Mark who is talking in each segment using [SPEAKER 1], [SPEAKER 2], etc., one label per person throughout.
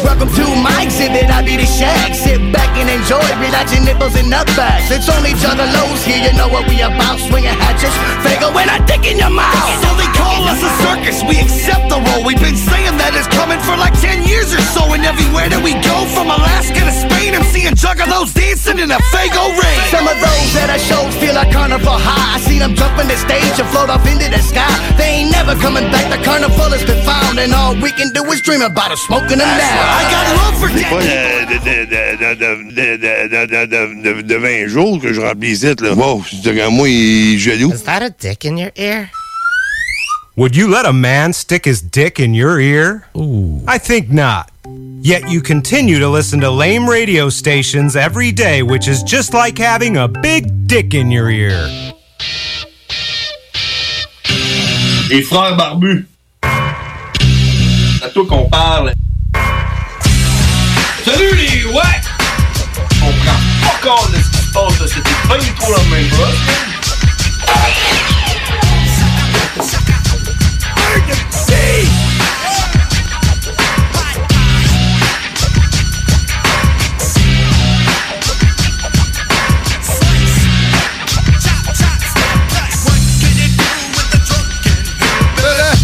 [SPEAKER 1] Welcome to my exhibit, I be the shag. Sit back and enjoy, relax your nipples and nut bags. It's only juggalos here, you know what we about. Swinging hatches, Fago and I dick in your mouth.
[SPEAKER 2] So they call us a circus, we accept the role. We've been saying that it's coming for like 10 years or so. And everywhere that we go, from Alaska to Spain, I'm seeing juggalos dancing in a Fago ring.
[SPEAKER 1] Some of those that I shows feel like carnival high. I see them jumping the stage and float off into the sky. They ain't never coming back, the carnival has been found. And all we can do is dream about us smoking them
[SPEAKER 2] I
[SPEAKER 1] now.
[SPEAKER 2] got love for
[SPEAKER 3] C'est pas
[SPEAKER 2] dead
[SPEAKER 3] de, de, de, de, de, de, de, de, de, de 20 jours que je remplis ici, là. Wow, c'est que moi, il est jaloux.
[SPEAKER 4] Is that a dick in your ear?
[SPEAKER 5] Would you let a man stick his dick in your ear? Ooh. I think not. Yet you continue to listen to lame radio stations every day, which is just like having a big dick in your ear.
[SPEAKER 6] Les frères barbus. C'est à toi qu'on parle. Salut les ouais! On prend pas compte de ce qui se passe, là. c'était pas du tout la même chose.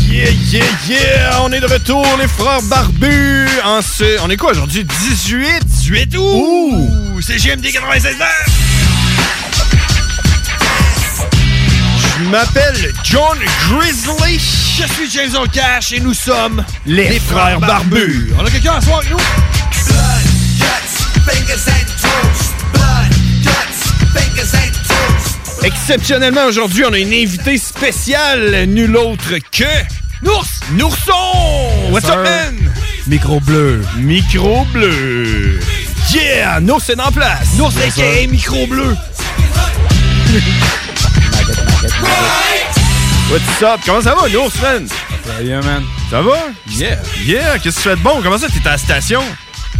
[SPEAKER 7] Yeah, yeah, yeah! On est de retour, les frères barbus! En ce- On est quoi aujourd'hui? 18? 18 août! Ouh! C'est GMD 96 Je m'appelle John Grizzly. Je suis James O'Cash et nous sommes les, frères, barbus. On a quelqu'un à soir avec nous? Exceptionnellement, aujourd'hui, on a une invitée spéciale, nul autre que... Nours! Nourson! What's up, man?
[SPEAKER 8] Micro bleu.
[SPEAKER 7] Micro bleu. Yeah! Nours, c'est en place. Nours, a.k.a. Micro bleu. What's up? Comment ça va, Nours, man?
[SPEAKER 8] Très bien, man.
[SPEAKER 7] Ça va?
[SPEAKER 8] Yeah.
[SPEAKER 7] Yeah! Qu'est-ce que tu fais de bon? Comment ça, t'es à la station?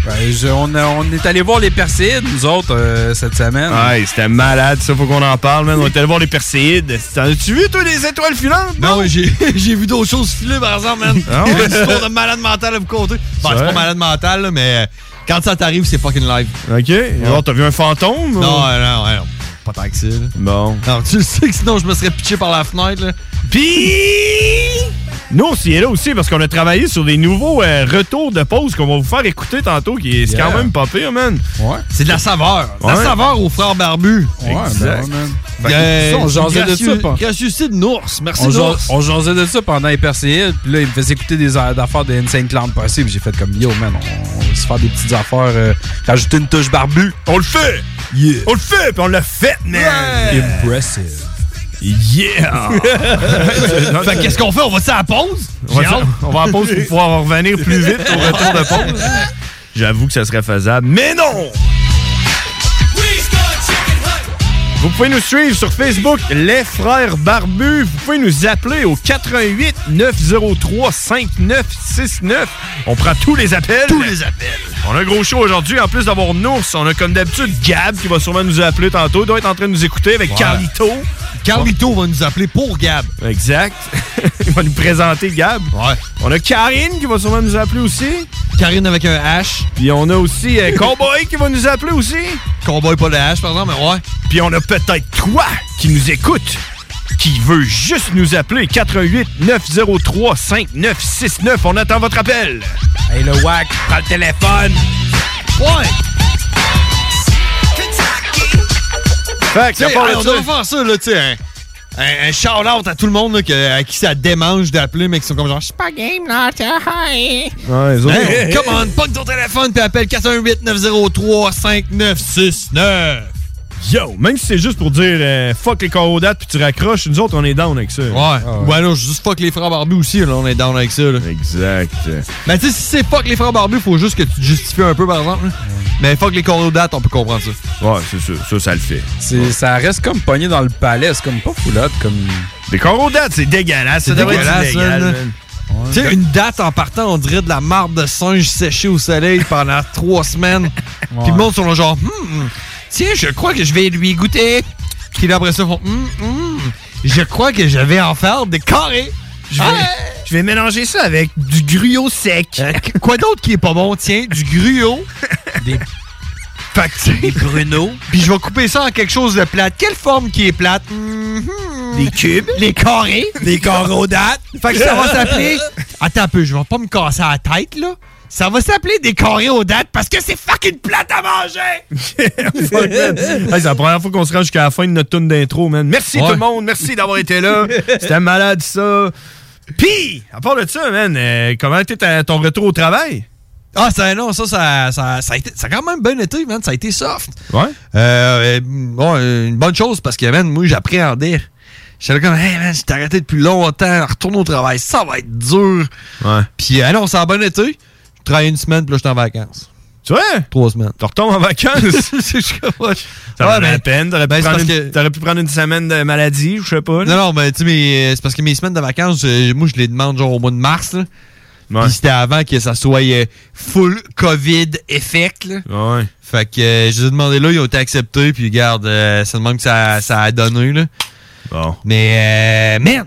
[SPEAKER 8] Ben, je- on, a- on est allé voir les Perséides, nous autres, euh, cette semaine.
[SPEAKER 7] Ouais, c'était malade, ça, faut qu'on en parle, man. On est allé voir les Perséides. T'en as-tu vu, toi, les étoiles filantes?
[SPEAKER 8] Non,
[SPEAKER 7] oui,
[SPEAKER 8] j'ai j'ai vu d'autres choses filer, par exemple, man.
[SPEAKER 7] Ah ouais?
[SPEAKER 8] J'ai une histoire de malade mental à vous compter. Bon, c'est
[SPEAKER 7] vrai?
[SPEAKER 8] pas malade mental, là, mais euh, quand ça t'arrive, c'est fucking live.
[SPEAKER 7] Ok. Alors, t'as vu un fantôme? ou-
[SPEAKER 8] Non, euh, non, ouais, non, pas tant que ça. là.
[SPEAKER 7] Bon.
[SPEAKER 8] Non, tu le sais que sinon, je me serais pitché par la fenêtre, là.
[SPEAKER 7] Puis... Nous, on s'y est là aussi parce qu'on a travaillé sur des nouveaux euh, retours de pause qu'on va vous faire écouter tantôt, qui est c'est
[SPEAKER 8] Yeah.
[SPEAKER 7] quand même pas pire, man.
[SPEAKER 8] Ouais. C'est de la saveur. De
[SPEAKER 7] Ouais.
[SPEAKER 8] la saveur aux frères barbus.
[SPEAKER 7] Exact. Fait que-
[SPEAKER 8] Euh,
[SPEAKER 4] on jasait de
[SPEAKER 8] gracieux-
[SPEAKER 4] ben ça, pas.
[SPEAKER 8] Gracieuseté de Nours. Merci,
[SPEAKER 4] On
[SPEAKER 8] Nours.
[SPEAKER 4] ja-
[SPEAKER 8] On jasait de ça pendant les Perséides, puis là, il me faisait écouter des a- affaires de Insane Clown passé, puis j'ai fait comme Yo, man, on, on va se faire des petites affaires, euh, rajouter une touche barbu.
[SPEAKER 7] On le fait!
[SPEAKER 8] Yeah.
[SPEAKER 7] On le fait, puis on l'a fait, man!
[SPEAKER 8] Impressive.
[SPEAKER 7] Yeah!
[SPEAKER 8] Fait que qu'est-ce qu'on fait? On va-tu à la pause?
[SPEAKER 7] on,
[SPEAKER 8] J'ai
[SPEAKER 7] va,
[SPEAKER 8] hâte.
[SPEAKER 7] on va en pause pour pouvoir en revenir plus vite au retour de pause. J'avoue que ça serait faisable, mais non! Vous pouvez nous suivre sur Facebook, Les Frères Barbus. Vous pouvez nous appeler au 88 903 5969. On prend tous les appels. Tous les appels. On a un gros show aujourd'hui. En plus d'avoir Nours, on a comme d'habitude Gab qui va sûrement nous appeler tantôt. Il doit être en train de nous écouter avec
[SPEAKER 9] Ouais.
[SPEAKER 7] Carlito. Carlito va nous appeler pour Gab. Exact. Il va nous présenter Gab. Ouais. On a Karine qui va sûrement nous appeler aussi. Karine avec un H. Puis on a aussi euh, Cowboy qui va nous appeler aussi. Cowboy pas de H, par exemple, mais ouais. Puis on a peut-être toi qui nous écoute qui veut juste nous appeler 88 903 5969. On attend votre appel. Hey le WAC, prends le téléphone. Ouais. Fait que,
[SPEAKER 9] T'sais,
[SPEAKER 7] à part
[SPEAKER 9] hey,
[SPEAKER 7] là-dessus-
[SPEAKER 9] on devrait faire ça, là, tu sais, un, un, shout-out à tout le monde là, que- à qui ça démange d'appeler, mais qui sont comme genre, je suis pas game, là, t'as- hey.
[SPEAKER 7] Ouais, les autres-
[SPEAKER 9] Hey, come on, pogne ton téléphone puis appelle 418-903-5969.
[SPEAKER 7] Yo, même si c'est juste pour dire euh, fuck les corrodates puis tu raccroches, nous autres on est down avec ça. Ah Ouais.
[SPEAKER 9] Ouais, là, juste fuck les frères barbus aussi, là, on est down avec ça. Là.
[SPEAKER 7] Exact.
[SPEAKER 9] Mais tu sais, si c'est fuck les frères barbus, faut juste que tu te justifies un peu, par exemple. là. Mais fuck les corrodates, on peut comprendre ça.
[SPEAKER 7] Ouais, c'est sûr. Ça, ça le fait.
[SPEAKER 8] C'est- Ça reste comme pogné dans le palais. C'est comme pas foulotte. Comme...
[SPEAKER 7] Des corrodates, c'est dégueulasse.
[SPEAKER 8] C'est
[SPEAKER 9] C'est dégueulasse,
[SPEAKER 8] illégal,
[SPEAKER 9] là.
[SPEAKER 8] man.
[SPEAKER 9] Tu sais, une date en partant, on dirait de la marde de singe séchée au soleil pendant trois semaines. Puis le monde sont là genre, Hmm, tiens, je crois que je vais lui goûter. Puis là, après ça, ils font, Hmm, hmm, je crois que je vais en faire des carrés. Je vais,
[SPEAKER 7] je vais mélanger ça avec du gruyot sec.
[SPEAKER 9] Euh, quoi d'autre qui est pas bon? Tiens, du gruyot. Des Des Bruno. Puis je vais couper ça en quelque chose de plate. Quelle forme qui est plate? Les cubes. Mhm. Les carrés.
[SPEAKER 7] Les corrodates.
[SPEAKER 9] Fait que ça va s'appeler. Attends un peu, je vais pas me casser la tête, là. Ça va s'appeler des carrés aux dates parce que c'est fucking plate à manger!
[SPEAKER 7] Fuck, man. Hey, c'est la première fois qu'on se rend jusqu'à la fin de notre tune d'intro, man. Merci
[SPEAKER 9] Ouais.
[SPEAKER 7] tout le monde, merci d'avoir été là. C'était malade ça. Pis, à part de ça, man, euh, comment était ta- ton retour au travail?
[SPEAKER 9] Ah, ça, non, ça, ça, ça, ça a, été- ça a quand même bien été, man. Ça a été soft.
[SPEAKER 7] Ouais.
[SPEAKER 9] Euh, euh, bon, euh, une bonne chose parce que, man, moi, j'appréhendais. J'étais là comme, hey, man, j'étais arrêté depuis longtemps, retourne au travail, ça va être dur.
[SPEAKER 7] Ouais.
[SPEAKER 9] Puis, euh, non, ça a bien été. Je travaillais une semaine, puis là, j'étais en vacances.
[SPEAKER 7] Tu vois?
[SPEAKER 9] Trois semaines.
[SPEAKER 7] Tu retombes en vacances?
[SPEAKER 9] Je suis comme, ouais,
[SPEAKER 7] Ça valait
[SPEAKER 9] ben,
[SPEAKER 7] la peine. T'aurais pu,
[SPEAKER 9] ben, c'est
[SPEAKER 7] prendre une,
[SPEAKER 9] parce
[SPEAKER 7] t'aurais pu prendre une semaine de maladie, je sais pas. là.
[SPEAKER 9] Non, non, mais tu sais, mais, euh, c'est parce que mes semaines de vacances, euh, moi, je les demande genre au mois de mars. Là. Puis c'était avant que ça soit euh, full COVID effect. Là.
[SPEAKER 7] Ah Ouais.
[SPEAKER 9] Fait que euh, je les ai demandé là, ils ont été acceptés. Puis regarde, euh, c'est le même que ça, ça a donné. Là.
[SPEAKER 7] Bon.
[SPEAKER 9] Mais, euh, man!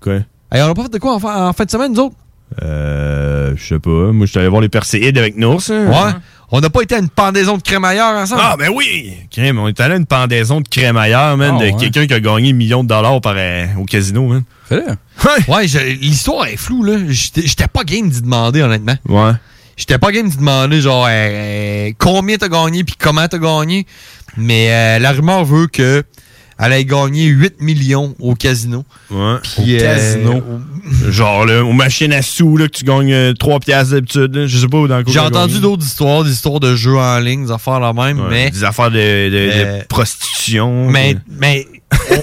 [SPEAKER 7] Quoi?
[SPEAKER 9] Hey, on a pas fait de quoi en, fin- en fin de semaine, nous autres?
[SPEAKER 7] Euh, je sais pas. Moi, je suis allé voir les Perséides avec Nours. hein.
[SPEAKER 9] Ouais. On n'a pas été à une pendaison de crémaillère ensemble?
[SPEAKER 7] Ah, ben oui! Crème, on est allé à une pendaison de crémaillère, man,
[SPEAKER 9] Ah,
[SPEAKER 7] de
[SPEAKER 9] ouais.
[SPEAKER 7] quelqu'un qui a gagné millions de dollars par, euh, au casino, man.
[SPEAKER 9] hein? Ouais, je- l'histoire est floue, là. J'étais j'étais pas game d'y demander, honnêtement.
[SPEAKER 7] Ouais.
[SPEAKER 9] J'étais pas game d'y demander, genre, euh, euh, combien t'as gagné puis comment t'as gagné. Mais euh, la rumeur veut que elle ait gagné 8 millions au casino.
[SPEAKER 7] Ouais.
[SPEAKER 9] Puis, euh,
[SPEAKER 7] Genre, là, aux machines à sous, là, que tu gagnes euh, 3 piastres d'habitude, là. Je sais pas où dans le coup
[SPEAKER 9] J'ai
[SPEAKER 7] t'as
[SPEAKER 9] entendu
[SPEAKER 7] gagné.
[SPEAKER 9] d'autres histoires, des histoires de jeux en ligne, des affaires la même,
[SPEAKER 7] Ouais,
[SPEAKER 9] mais.
[SPEAKER 7] Des affaires de, de- de
[SPEAKER 9] Euh,
[SPEAKER 7] prostitution.
[SPEAKER 9] Mais, mais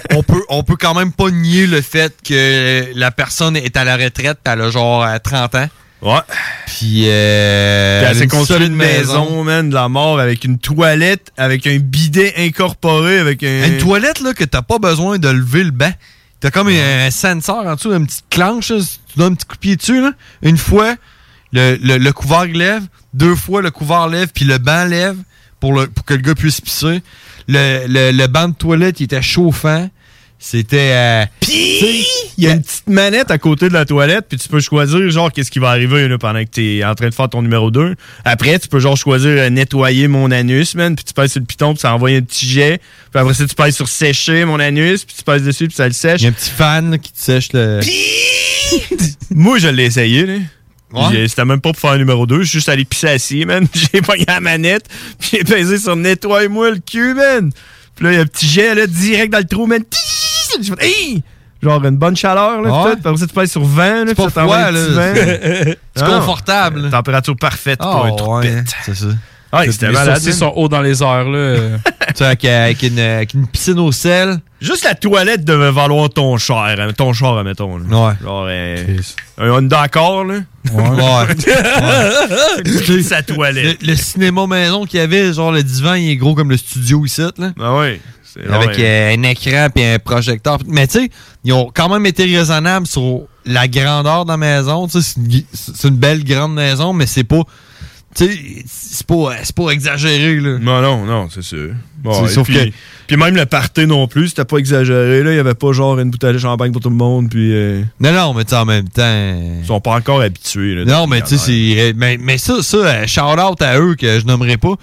[SPEAKER 9] on, on peut, on peut quand même pas nier le fait que la personne est à la retraite, pis elle a genre euh, 30 ans.
[SPEAKER 7] Ouais.
[SPEAKER 9] Puis, euh,
[SPEAKER 7] Puis elle
[SPEAKER 9] a
[SPEAKER 7] s'est
[SPEAKER 9] une
[SPEAKER 7] construite
[SPEAKER 9] solide
[SPEAKER 7] une maison, man, de la mort, avec une toilette, avec un bidet incorporé, avec un.
[SPEAKER 9] Une toilette là, que t'as pas besoin de lever le banc. T'as comme un sensor en dessous, une petite clenche, là, si tu donnes un petit coup de pied dessus. Là. Une fois, le, le- le couvert lève. Deux fois, le couvert lève, puis le banc lève pour, le- pour que le gars puisse pisser. Le, le- le banc de toilette, il était chauffant. C'était... euh,
[SPEAKER 7] Il y a une petite manette à côté de la toilette, puis tu peux choisir, genre, qu'est-ce qui va arriver là, pendant que tu es en train de faire ton numéro 2. Après, tu peux, genre, choisir euh, nettoyer mon anus, man, puis tu pèses sur le piton, puis ça envoie un petit jet. Puis après ça, tu pèses sur sécher mon anus, puis tu pèses dessus, puis ça le sèche.
[SPEAKER 9] Il y a un petit fan là, qui te sèche le...
[SPEAKER 7] Moi, je l'ai essayé, là.
[SPEAKER 9] Ouais.
[SPEAKER 7] J'ai- C'était même pas pour faire un numéro 2, je suis juste allé pisser assis, man. J'ai pogné la manette, puis j'ai pesé sur nettoie-moi le cul, man. Puis là, il y a un petit jet, là, direct dans le trou, man. Tiiii! J'ai fait, Hey! Genre une bonne chaleur, là,
[SPEAKER 9] Ouais.
[SPEAKER 7] peut-être. Puis après ça, tu passes sur 20, là, puis
[SPEAKER 9] pas
[SPEAKER 7] ça
[SPEAKER 9] froid,
[SPEAKER 7] t'envoie un petit
[SPEAKER 9] là.
[SPEAKER 7] vent.
[SPEAKER 9] C'est
[SPEAKER 7] Ah non.
[SPEAKER 9] confortable.
[SPEAKER 7] Euh, Température parfaite pour un trou
[SPEAKER 9] Oh,
[SPEAKER 7] de
[SPEAKER 9] ouais,
[SPEAKER 7] pète.
[SPEAKER 9] c'est ça.
[SPEAKER 7] Ouais, c'était
[SPEAKER 8] Les
[SPEAKER 7] malade.
[SPEAKER 8] sourcils
[SPEAKER 7] man.
[SPEAKER 8] sont hauts dans les airs, là.
[SPEAKER 9] Tu sais, avec,
[SPEAKER 1] euh,
[SPEAKER 9] avec une, avec une piscine au sel.
[SPEAKER 7] Juste la toilette devait valoir ton char, hein, ton char, mettons.
[SPEAKER 9] Ouais.
[SPEAKER 7] Genre, euh, un Honda Accord, là.
[SPEAKER 9] Ouais.
[SPEAKER 7] sa toilette.
[SPEAKER 9] Le, le cinéma maison qu'il y avait, genre le divan, il est gros comme le studio ici, là.
[SPEAKER 7] Ah ouais.
[SPEAKER 1] avec
[SPEAKER 7] ouais.
[SPEAKER 1] euh, un écran puis un projecteur. Mais tu sais, ils ont quand même été raisonnables sur la grandeur de la maison. Tu sais, C'est une, gui- c'est une belle grande maison, mais c'est pas. Tu sais, c'est pas, euh, c'est pas exagéré, là.
[SPEAKER 7] Non, non, non, c'est sûr.
[SPEAKER 1] Tu
[SPEAKER 7] Bon,
[SPEAKER 1] sais, sauf
[SPEAKER 7] puis,
[SPEAKER 1] que-
[SPEAKER 7] puis même le party non plus, c'était pas exagéré. Là, il y avait pas genre une bouteille de champagne pour tout le monde. Puis
[SPEAKER 3] euh,
[SPEAKER 1] non, non, mais tu en même temps. Ils
[SPEAKER 7] sont pas encore habitués. là,
[SPEAKER 1] Non, mais
[SPEAKER 7] depuis
[SPEAKER 1] tu sais,
[SPEAKER 7] qu'il y en a.
[SPEAKER 1] c'est. euh, Mais, mais ça, ça euh, shout out à eux que je nommerai pas,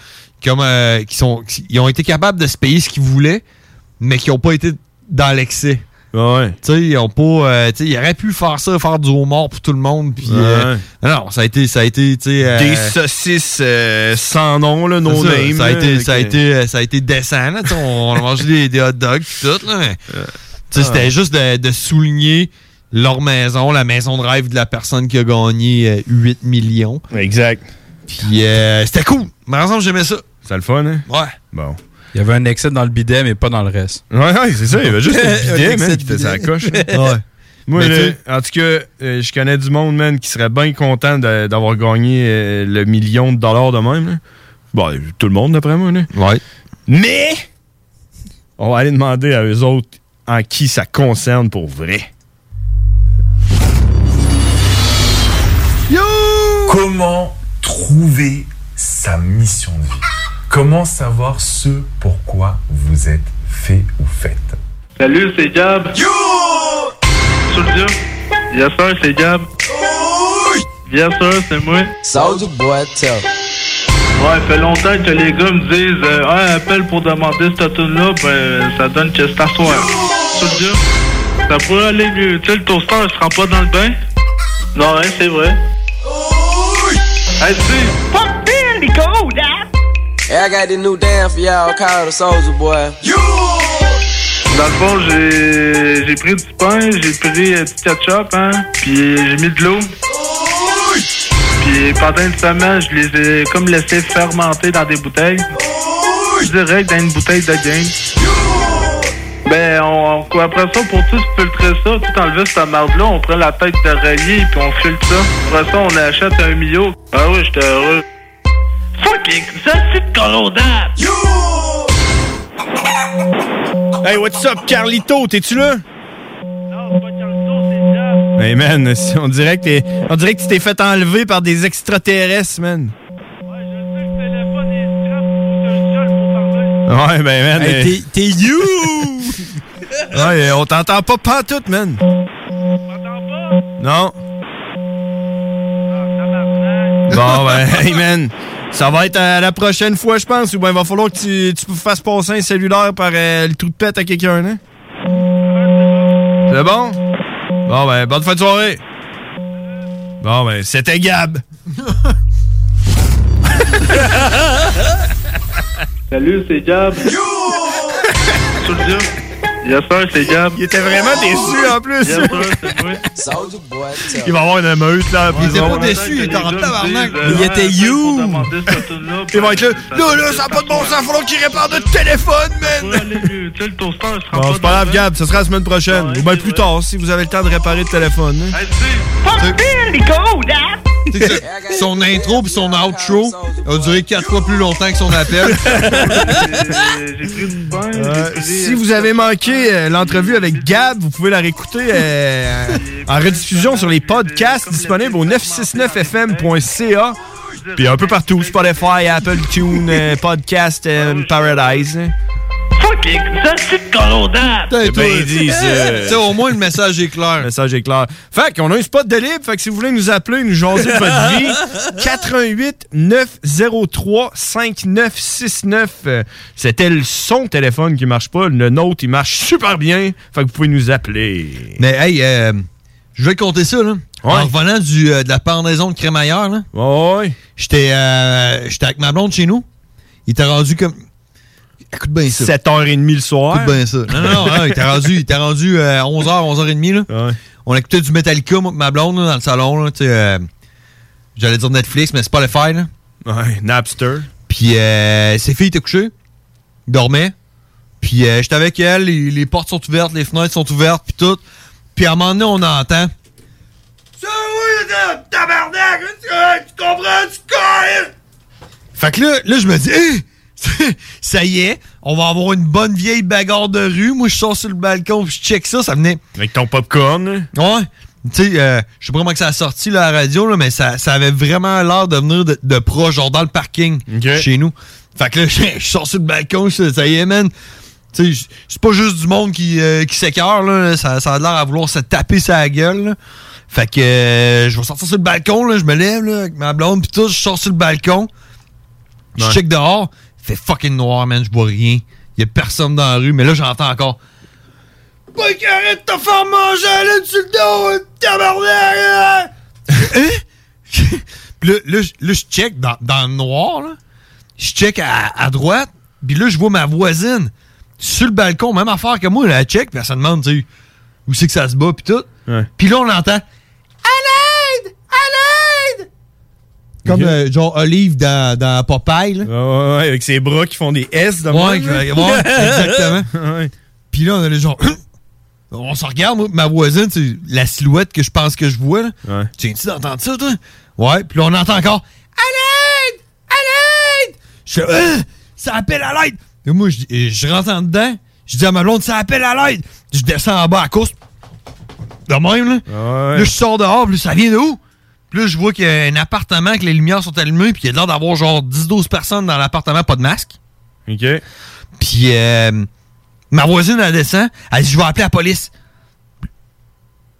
[SPEAKER 1] comme euh, qui sont, qui- ils ont été capables de se payer ce qu'ils voulaient, mais qui n'ont pas été dans l'excès.
[SPEAKER 7] Ouais.
[SPEAKER 1] Tu sais, ils ont pas. euh, tu sais, ils auraient pu faire ça, faire du homard pour tout le monde, puis. euh,
[SPEAKER 7] Ouais.
[SPEAKER 1] non, non, ça a été, ça a été, tu sais. euh,
[SPEAKER 7] Des saucisses euh, sans nom, là, no
[SPEAKER 1] c'est ça,
[SPEAKER 7] name.
[SPEAKER 1] Ça a
[SPEAKER 7] là,
[SPEAKER 1] été, ça a
[SPEAKER 7] avec, euh,
[SPEAKER 1] été, euh, ça a été décent, là, tu sais, on, on a mangé des, des hot dogs pis tout, là, mais, tu sais,
[SPEAKER 7] Ah.
[SPEAKER 1] c'était juste de, de souligner leur maison, la maison de rêve de la personne qui a gagné euh, 8 millions.
[SPEAKER 7] Exact.
[SPEAKER 1] Puis euh, c'était cool. Par exemple, j'aimais ça.
[SPEAKER 7] C'était le fun, hein?
[SPEAKER 1] Ouais.
[SPEAKER 7] Bon.
[SPEAKER 8] Il y avait un excès dans le bidet, mais pas dans le reste.
[SPEAKER 7] Ouais, ouais, c'est ça. Il y avait juste
[SPEAKER 8] Un
[SPEAKER 7] le bidet,
[SPEAKER 8] excès
[SPEAKER 7] man,
[SPEAKER 8] de
[SPEAKER 7] qui faisait la
[SPEAKER 8] bidet.
[SPEAKER 7] coche. hein.
[SPEAKER 8] Ouais.
[SPEAKER 7] Moi,
[SPEAKER 8] Mais
[SPEAKER 7] là,
[SPEAKER 8] tu sais-
[SPEAKER 7] en tout cas, euh, je connais du monde, man, qui serait bien content de- d'avoir gagné euh, le million de dollars de même. là. Bon, euh, tout le monde, d'après moi. Là.
[SPEAKER 1] Ouais.
[SPEAKER 7] Mais, on va aller demander à eux autres en qui ça concerne pour vrai.
[SPEAKER 10] Comment trouver sa mission de vie Comment savoir ce pourquoi vous êtes fait ou faites
[SPEAKER 11] Salut, c'est Jab. Yo! Soldier. Yes, sir, c'est Jab. Yes, sir, c'est moi. Sors du boîte, Ouais, fait longtemps que les gars me disent euh, Ah, appelle pour demander cette tune là ben, ça donne que c'est à soir. Soldier. Ça pourrait aller mieux. Tu sais, le toaster, il se rend pas dans le bain. Non, hein, c'est vrai. Hey, tu
[SPEAKER 6] Fuck Billy Gold, huh? Hey, I got this new dance for y'all called the Soldier Boy.
[SPEAKER 11] Dans le fond, j'ai j'ai pris du pain, j'ai pris euh, du ketchup, hein, puis j'ai mis de l'eau. Puis pendant une semaine, je les ai comme laissé fermenter dans des bouteilles. Direct dans une bouteille de game. Ben, on, on- après ça, pour tout filtrer ça, tout enlever cette marde-là, on prend la tête d'oreiller puis on filtre ça. Après ça, on achète un millot. Ah oui, j'étais heureux. Fucking, ça c'est colondable!
[SPEAKER 7] Hey, what's up, Carlito? T'es-tu là? Hey man, si- on dirait, que t'es- on dirait que tu t'es fait enlever par des extraterrestres, man. Ouais, ben man.
[SPEAKER 11] Hey,
[SPEAKER 7] euh,
[SPEAKER 11] t'es-
[SPEAKER 7] t'es you! ouais, euh, on t'entend pas pantoute, man. Non. Bon, ben, hey man. Ça va être à la prochaine fois, je pense, ou ben il va falloir que tu, tu fasses passer un cellulaire par euh, le trou de pète à quelqu'un, hein? C'est bon? Bon, ben, bonne fin de soirée. Bon, ben, c'était Gab.
[SPEAKER 11] Salut, c'est Gab. Yo! Soldier. Yes, sir, c'est Gab.
[SPEAKER 7] Il était vraiment déçu,
[SPEAKER 6] Oh,
[SPEAKER 7] en plus.
[SPEAKER 11] Yes, sir, c'est moi.
[SPEAKER 7] Il va y avoir une émeute, là, à la prison.
[SPEAKER 11] Il était
[SPEAKER 7] you! ben, Il va être là. Là, là, ça a pas de bon sens. Faut qu'il répare notre téléphone,
[SPEAKER 11] man! Tu sais, le toaster, il se rend
[SPEAKER 7] Bon, c'est pas
[SPEAKER 11] dans le
[SPEAKER 7] grave, Gab, ce sera la semaine prochaine. Ou bien plus tard, si vous avez le temps de réparer le téléphone. hein.
[SPEAKER 6] Fuck Billy Gold, huh?
[SPEAKER 1] Son intro puis son outro a duré quatre fois plus longtemps que son appel.
[SPEAKER 7] Euh, si vous avez manqué euh, l'entrevue avec Gab, vous pouvez la réécouter euh, en rediffusion sur les podcasts disponibles au 969fm.ca. Puis un peu partout, Spotify, Apple Tune, euh, Podcast euh, Paradise.
[SPEAKER 11] Fucking, ça c'est colondable!
[SPEAKER 7] C'est bien dit, ça.
[SPEAKER 1] au moins, le message est clair. Le
[SPEAKER 7] message est clair. Fait qu'on a un spot de libre. Fait que si vous voulez nous appeler, nous jaser de votre vie, 88 903 5969. Euh, C'était le- son téléphone qui marche pas. Le nôtre, il marche super bien. Fait que vous pouvez nous appeler.
[SPEAKER 1] Mais hey, euh, je vais te compter ça, là. En revenant du, euh, de la pendaison de crémaillère, là. J'étais euh, j'étais avec ma blonde chez nous. Il était rendu comme. Écoute bien ça.
[SPEAKER 7] 7h30 le soir.
[SPEAKER 1] Écoute bien ça. Non, non, non, hein, il était rendu, il était rendu euh, 11h, 11h30,
[SPEAKER 7] là.
[SPEAKER 1] On écoutait du Metallica, moi, pis ma blonde, là, dans le salon, là, tu sais, euh, J'allais dire Netflix, mais c'est pas le faire, là.
[SPEAKER 7] Ouais, Napster.
[SPEAKER 1] Puis euh, ses filles étaient couchées, dormaient. Puis euh, j'étais avec elle, les, les portes sont ouvertes, les fenêtres sont ouvertes, puis tout. Puis à un moment donné, on entend. hein,
[SPEAKER 11] Tabarnak! Tu comprends? Tu
[SPEAKER 1] Fait que là, là je me dis, hé,
[SPEAKER 7] hein? ça y est, on va avoir une bonne vieille bagarre de rue. Moi, je sors sur le balcon, puis je check ça, ça venait. Avec ton popcorn. Ouais. Tu sais, euh, je sais pas comment que ça a sorti là, à la radio, là, mais ça, ça avait vraiment l'air de venir de, de proche, genre dans le parking chez nous. Fait que là, je je sors sur le balcon, ça ça y est, man. Tu sais, j- c'est pas juste du monde qui, euh, qui s'écœure, là. Ça, ça a l'air à vouloir se taper sa gueule, là. Fait que euh, je vais sortir sur le balcon, là, je me lève là, avec ma blonde, pis tout, je sors sur le balcon. Je
[SPEAKER 6] Ouais.
[SPEAKER 7] check dehors, fait fucking noir, man, je vois rien. Y a personne dans la rue, mais là j'entends encore.
[SPEAKER 6] Pas carré de te faire manger, là, tu le
[SPEAKER 1] hein,
[SPEAKER 6] dos, euh, tabarnak! là.
[SPEAKER 7] Pis là, là, je- là, je check dans, dans le noir, là. Je check à, à droite, puis là, je vois ma voisine sur le balcon, même affaire que moi, là, elle check, puis elle se demande, tu sais, où c'est que ça se bat, puis tout. Puis là, on l'entend.
[SPEAKER 6] À l'aide! À l'aide!
[SPEAKER 7] Comme euh, genre Olive dans, dans Popeye. Là.
[SPEAKER 3] Ouais, ouais, avec ses bras qui font des S dans
[SPEAKER 7] Ouais, ouais, ouais, exactement. Puis là, on a les gens. On se regarde, moi, ma voisine, c'est la silhouette que je pense que je vois. Là. Tu viens-tu d'entendre ça, toi? Ouais, puis là, on entend encore. À l'aide! À l'aide! Je fais, Euh, ça appelle à l'aide! Et moi, je, et je rentre en dedans, je dis à ma blonde, ça appelle à l'aide! Je descends en bas à course. De même, là. Là, je sors dehors, puis là, ça vient de où? Puis là, je vois qu'il y a un appartement, que les lumières sont allumées, puis il y a l'air d'avoir genre 10-12 personnes dans l'appartement, pas de masque. OK. Puis euh, ma voisine, elle descend, elle dit Je vais appeler la police.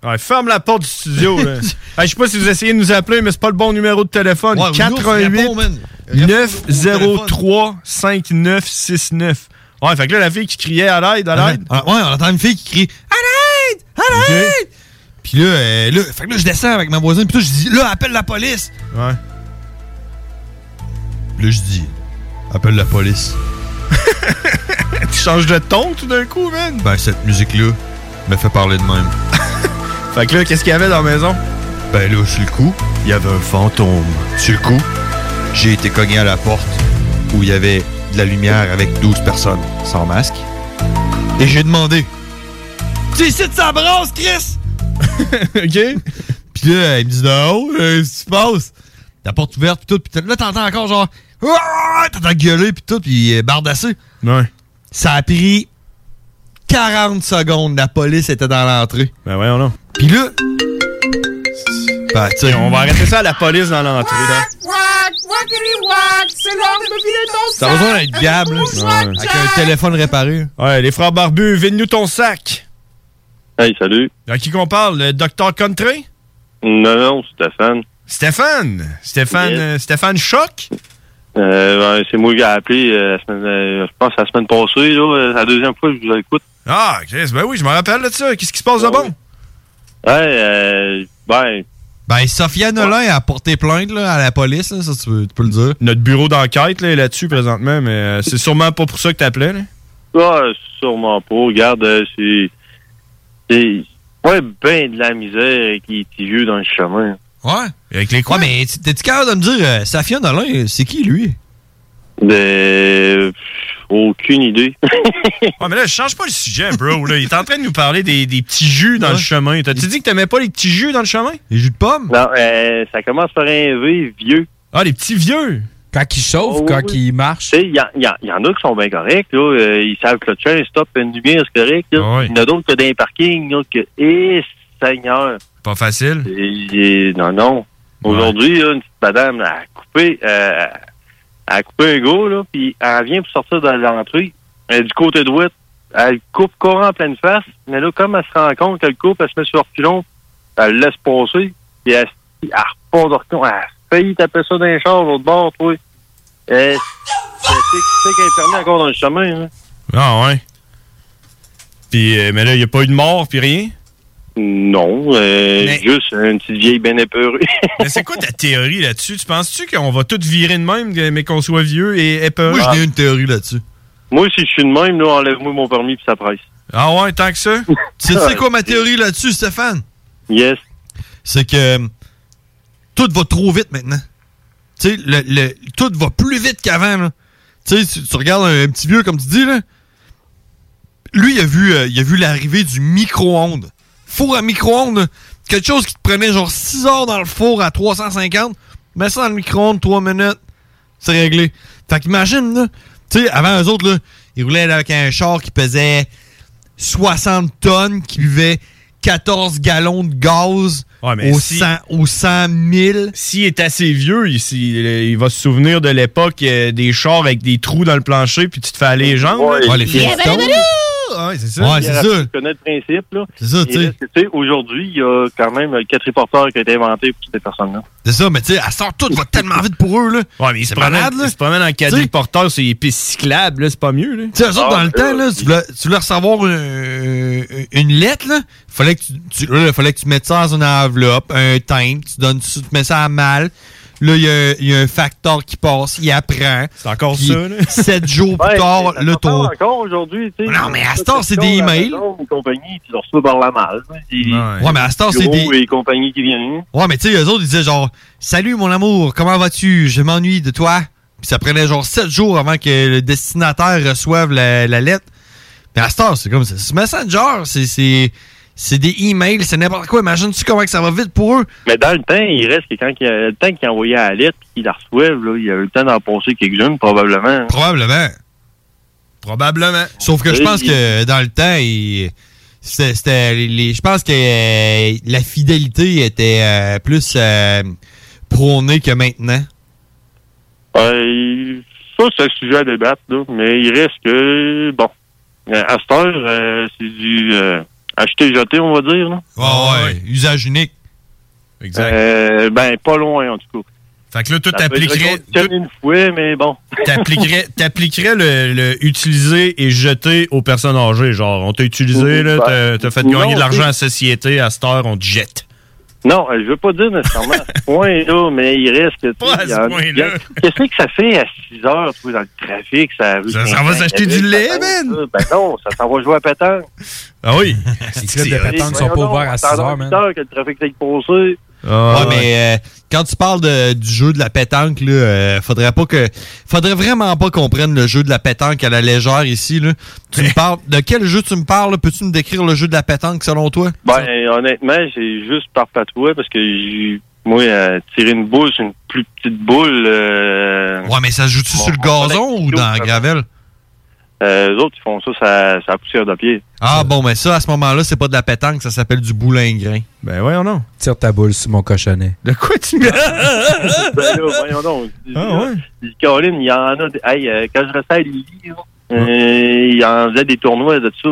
[SPEAKER 3] Ouais, ferme la porte du studio. là. Ah, Je sais pas si vous essayez de nous appeler, mais c'est pas le bon numéro de téléphone.
[SPEAKER 7] Ouais, nous, on
[SPEAKER 3] 88
[SPEAKER 7] répond, man.
[SPEAKER 3] 903 5969. Ouais, fait que là, la fille qui criait à l'aide, à l'aide.
[SPEAKER 7] Ah, ouais, on entend une fille qui crie À l'aide À l'aide Puis là, euh, là, fait que là, je descends avec ma voisine, puis là, je dis Là, appelle la police.
[SPEAKER 3] Ouais.
[SPEAKER 7] Puis là, je dis Appelle la police.
[SPEAKER 3] tu changes de ton tout d'un coup, man.
[SPEAKER 7] Ben, cette musique-là me fait parler de même.
[SPEAKER 3] Fait que là, qu'est-ce qu'il y avait dans la maison?
[SPEAKER 7] Ben là, sur le coup, il y avait un fantôme. Sur le coup, j'ai été cogné à la porte où il y avait de la lumière avec 12 personnes sans masque. Et j'ai demandé. C'est ici de sa brasse, Chris!
[SPEAKER 3] OK?
[SPEAKER 7] Puis là, il me dit non, euh, qu'est-ce qui se passe? La porte ouverte, puis tout. Puis là, t'entends encore genre. Ah! T'entends gueuler, puis tout, puis euh, bardassé.
[SPEAKER 3] Ouais.
[SPEAKER 7] Ça a pris 40 secondes. La police était dans l'entrée.
[SPEAKER 3] Ben voyons non.
[SPEAKER 7] Puis là. Ben, tu sais,
[SPEAKER 3] On va arrêter ça à la police dans l'entrée. là.
[SPEAKER 6] What? Wackity what? C'est l'heure de me vider ton
[SPEAKER 7] Ça a
[SPEAKER 6] sac.
[SPEAKER 7] besoin d'être gable, là. Avec un téléphone réparé.
[SPEAKER 3] Ouais, les frères barbus, vide-nous ton sac.
[SPEAKER 11] Hey, salut.
[SPEAKER 3] À qui qu'on parle? Le docteur Country?
[SPEAKER 11] Non, non, Stéphane.
[SPEAKER 3] Stéphane! Stéphane,
[SPEAKER 11] Yes.
[SPEAKER 3] euh, Stéphane Choc?
[SPEAKER 11] Euh, ben, c'est moi qui ai appelé, euh, la semaine, euh, je pense, la semaine passée, là, euh, la deuxième fois que je vous écoute.
[SPEAKER 3] Ah, Chris, ben oui, je me rappelle de ça. Qu'est-ce qui se passe de bon?
[SPEAKER 11] Ah Ouais, euh, ben,
[SPEAKER 7] Ben, Sofiane Nolin a porté plainte là, à la police, là, ça tu peux, tu peux le dire.
[SPEAKER 3] Notre bureau d'enquête là, est là-dessus présentement, mais euh, c'est sûrement pas pour ça que t'appelais. Là.
[SPEAKER 11] ah, sûrement pas. Regarde, euh, c'est, c'est, ouais, ben de la misère avec les petits vieux dans le chemin.
[SPEAKER 7] Ouais.
[SPEAKER 3] Avec les
[SPEAKER 7] quoi? mais t- t'es-tu capable de me dire, euh, Safia Nolin, euh, c'est qui lui?
[SPEAKER 11] Ben, pff, aucune idée.
[SPEAKER 3] Ouais, mais là, change pas le sujet, bro. Là. Il est en train de nous parler des, des petits jus dans le chemin. T'as-tu dit que t'aimais pas les petits jus dans le chemin?
[SPEAKER 7] Les jus de pomme?
[SPEAKER 11] Non, euh, ça commence par un V vieux. Ah
[SPEAKER 3] Ah, les petits vieux!
[SPEAKER 12] Quand ils chauffent, quand ils marchent.
[SPEAKER 11] Il y, en- y en- y en a qui sont bien corrects, là. euh, ils savent que le chien stop une lumière, c'est correct. là. Il
[SPEAKER 3] Ah
[SPEAKER 11] y en a d'autres que dans les parkings, là, que, eh, Seigneur!
[SPEAKER 3] Pas facile.
[SPEAKER 11] Et- et- non, non. Aujourd'hui, là, une petite madame, elle a coupé, euh, elle a coupé un gars, là, puis elle vient pour sortir de l'entrée. Elle est du côté droit. Elle coupe courant en pleine face, mais là, comme elle se rend compte qu'elle coupe, elle se met sur le reculon, elle le laisse passer, puis elle, elle repart de reculon. Elle a failli taper ça dans les chars, l'autre bord, toi. Euh, c'est c'est qui est permis encore dans le chemin, hein? là?
[SPEAKER 3] Ah ouais. Puis, euh, mais là, il n'y a pas eu de mort, puis rien.
[SPEAKER 11] Non, euh, juste une petite vieille bien épeurée.
[SPEAKER 3] mais c'est quoi ta théorie là-dessus? Tu penses-tu qu'on va tout virer de même, mais qu'on soit vieux et épeuré?
[SPEAKER 11] Moi, je n'ai
[SPEAKER 7] une théorie là-dessus.
[SPEAKER 11] Moi, si je suis de même, là, enlève-moi mon permis, puis ça presse.
[SPEAKER 3] Ah ouais, tant que ça?
[SPEAKER 7] Tu
[SPEAKER 11] Ah,
[SPEAKER 7] sais- tu sais quoi ma théorie là-dessus, Stéphane?
[SPEAKER 11] Yes.
[SPEAKER 7] C'est que euh, tout va trop vite maintenant. Tu sais, le, le- tout va plus vite qu'avant. là. Tu sais, tu- tu regardes un, un petit vieux, comme tu dis, là. Lui, il a vu, euh, il a vu l'arrivée du micro-ondes. Four à micro-ondes, là. quelque chose qui te prenait genre 6 heures dans le four à 350, mets ça dans le micro-ondes 3 minutes, c'est réglé. Fait qu'imagine, là, tu
[SPEAKER 9] Tu sais, avant eux autres, là, ils roulaient avec un char qui pesait 60 tonnes, qui buvait 14 gallons de gaz
[SPEAKER 7] mais
[SPEAKER 9] au,
[SPEAKER 7] si-
[SPEAKER 9] 100, au 100 000.
[SPEAKER 7] S'il est assez vieux, il, s'il- il va se souvenir de l'époque euh, des chars avec des trous dans le plancher, puis tu te fais aller les jambes. là.
[SPEAKER 9] Ouais, c'est
[SPEAKER 7] ça. Ouais, c'est ça.
[SPEAKER 11] Tu connais le principe, là.
[SPEAKER 9] C'est ça,
[SPEAKER 11] Et
[SPEAKER 9] tu sais.
[SPEAKER 11] là, tu sais. Aujourd'hui, il y a quand même euh, quatre reporters qui ont été inventés pour ces personnes-là.
[SPEAKER 9] C'est ça, mais tu sais, elle sort tout, va tellement vite pour eux, là.
[SPEAKER 7] Ouais, mais ils se
[SPEAKER 9] C'est
[SPEAKER 7] promènent
[SPEAKER 9] malade, là.
[SPEAKER 7] ils se promènent en cadet porteur sur les pistes cyclables, là, c'est pas mieux, là.
[SPEAKER 9] Tu sais, eux autres, dans
[SPEAKER 11] Ah,
[SPEAKER 9] le temps, là, tu voulais, tu voulais recevoir euh, une lettre, là. Fallait que tu, tu- là, fallait que tu mettes ça dans une enveloppe, un timbre, tu donnes, tu mets ça à mal. Là, il y a- il y, a un facteur qui passe, il apprend. C'est
[SPEAKER 7] encore
[SPEAKER 11] ça, là.
[SPEAKER 9] Sept jours plus
[SPEAKER 11] Ouais,
[SPEAKER 9] tard,
[SPEAKER 11] mais ça
[SPEAKER 9] là,
[SPEAKER 11] se parle
[SPEAKER 9] ton.
[SPEAKER 11] encore aujourd'hui, tu sais.
[SPEAKER 9] Non, mais à cette heure, c'est des emails.
[SPEAKER 11] Les compagnies, tu leur reçois par la malle.
[SPEAKER 9] Ouais, mais à cette heure, c'est des-
[SPEAKER 11] Et les compagnies qui viennent.
[SPEAKER 9] Ouais, mais tu sais, eux autres, ils disaient genre, Salut mon amour, comment vas-tu? Je m'ennuie de toi. Puis ça prenait genre 7 jours avant que le destinataire reçoive la, la lettre. Mais à cette heure, c'est comme ça. C'est Messenger, c'est- c'est c'est des emails, c'est n'importe quoi. Imagine-tu comment que ça va vite pour eux?
[SPEAKER 11] Mais dans le temps, il reste que quand il y a le temps qu'il envoyait à la lettre et qu'il la reçoivent, là, il y a eu le temps d'en passer quelques-unes, probablement. hein.
[SPEAKER 9] Probablement. Probablement. Sauf que je pense que dans le temps, il- c'était- c'était les- les- je pense que euh, la fidélité était euh, plus euh, prônée que maintenant.
[SPEAKER 11] Euh, ça, c'est un sujet à débattre, là, mais il reste que, bon, euh, à cette heure, euh, c'est du euh, acheter-jeter, on va dire. Là.
[SPEAKER 9] ouais, usage unique.
[SPEAKER 7] Exact.
[SPEAKER 11] Euh, ben, pas loin, en tout cas.
[SPEAKER 7] Fait que là, toi,
[SPEAKER 11] Ça peut être
[SPEAKER 7] t'appliquerais-
[SPEAKER 11] comme une fouet, mais bon.
[SPEAKER 7] T'appliquerais, t'appliquerais le, le utiliser et jeter aux personnes âgées. Genre, on t'a utilisé, là,
[SPEAKER 9] ben,
[SPEAKER 7] t'as, t'as fait
[SPEAKER 11] Non,
[SPEAKER 7] gagner de l'argent
[SPEAKER 11] c'est-
[SPEAKER 7] à la société, à cette heure, on te jette.
[SPEAKER 11] Non, euh, je veux pas dire nécessairement à ce point-là, mais il reste que. tu sais,
[SPEAKER 7] à
[SPEAKER 11] il y a-
[SPEAKER 7] ce point-là.
[SPEAKER 11] il y a- Qu'est-ce que ça fait à 6 heures, tu vois, dans le trafic? Ça,
[SPEAKER 7] Ça- ça va s'acheter du lait,
[SPEAKER 11] man! Ben non, ça s'en va jouer à pétanque.
[SPEAKER 7] Ah oui!
[SPEAKER 8] Les clubs de pétanque sont pas
[SPEAKER 11] Voyons donc,
[SPEAKER 8] ouverts à 6 heures,
[SPEAKER 11] attendons
[SPEAKER 8] man.
[SPEAKER 11] huit heures que le trafic s'est passé.
[SPEAKER 7] Ah
[SPEAKER 9] ouais, mais euh, quand tu parles de- du jeu de la pétanque, là, euh, faudrait pas que, faudrait vraiment pas qu'on prenne le jeu de la pétanque à la légère ici. Là. Tu me parles de quel jeu tu me parles là? Peux-tu me décrire le jeu de la pétanque selon toi
[SPEAKER 11] Ben, honnêtement, j'ai juste par patouille parce que j'ai, moi, euh, tirer une boule, c'est une plus petite boule. euh,
[SPEAKER 9] Ouais, mais ça se joue-tu sur le gazon ou dans la gravelle
[SPEAKER 11] euh, eux autres, ils font ça, ça, ça poussière de pied.
[SPEAKER 9] Ah bon, mais ça à ce moment-là, c'est pas de la pétanque, ça s'appelle du boulingrin.
[SPEAKER 7] Ben ouais, non.
[SPEAKER 8] Tire ta boule sur mon cochonnet.
[SPEAKER 7] De quoi tu
[SPEAKER 11] ben là, voyons donc.
[SPEAKER 7] Ah
[SPEAKER 11] Dis, Caroline, il y en a. des- Hey, euh, quand je restais à Lily, là, euh, il en faisait des tournois de ça.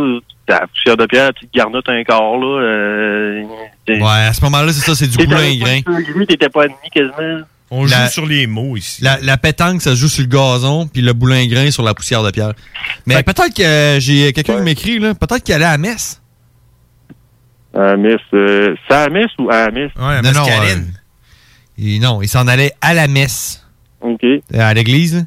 [SPEAKER 11] La poussière de pierre, la petite garnotte, un corps, là. Euh,
[SPEAKER 9] Ouais, à ce moment-là, c'est ça, c'est du boulingrin.
[SPEAKER 11] Lui, t'étais pas admis quasiment.
[SPEAKER 7] On
[SPEAKER 9] La-
[SPEAKER 7] joue sur les mots ici.
[SPEAKER 9] La, la pétanque, ça se joue sur le gazon, puis le boulingrin sur la poussière de pierre. Mais peut-être que euh, j'ai quelqu'un qui m'écrit, là. Peut-être qu'il allait à Metz.
[SPEAKER 11] À Miss. Euh, c'est à Miss ou à Miss?
[SPEAKER 9] non, non, euh, il- non, il s'en allait à la messe. Euh,
[SPEAKER 11] OK.
[SPEAKER 9] À l'église, là.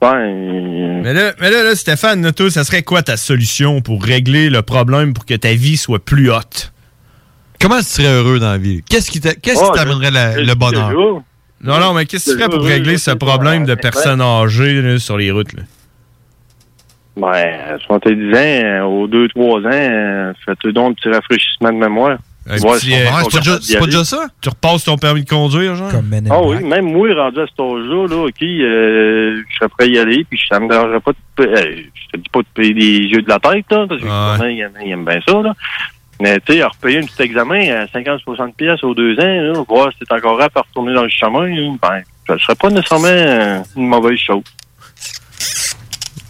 [SPEAKER 11] Ben,
[SPEAKER 7] Mais là, mais là, là, Stéphane, là, toi, ça serait quoi ta solution pour régler le problème pour que ta vie soit plus haute?
[SPEAKER 9] Comment tu serais heureux dans la vie? Qu'est-ce qui
[SPEAKER 11] Ah,
[SPEAKER 9] t'a- qu'est-ce qui t'amènerait la- le bonheur?
[SPEAKER 7] Non, non, mais qu'est-ce que tu ferais pour régler ce problème de personnes âgées là, sur les routes? Là?
[SPEAKER 11] Ben, 70 ans, euh, aux 2-3 ans, euh, fais-toi donc un petit rafraîchissement de mémoire.
[SPEAKER 7] Un
[SPEAKER 11] Voir
[SPEAKER 7] petit,
[SPEAKER 11] si on
[SPEAKER 7] euh,
[SPEAKER 11] est
[SPEAKER 7] c'est pas
[SPEAKER 11] capable
[SPEAKER 7] déjà-
[SPEAKER 11] d'y
[SPEAKER 7] c'est pas
[SPEAKER 11] aller.
[SPEAKER 7] déjà ça? Tu repasses ton permis de conduire, genre?
[SPEAKER 11] Ah oui, même moi, rendu à cet âge-là, là, OK, euh, je serais prêt à y aller, puis ça me dérangerait pas de... pa- euh, je te dis pas de payer des yeux de la tête, là, parce que les gens, ils aiment- ils aiment bien ça, là. Mais, tu sais, à repayer un petit examen à 50-60 pièces aux deux ans, là, voir si c'est encore apte à retourner dans le chemin, là, ben, ça serait pas nécessairement euh, une mauvaise chose.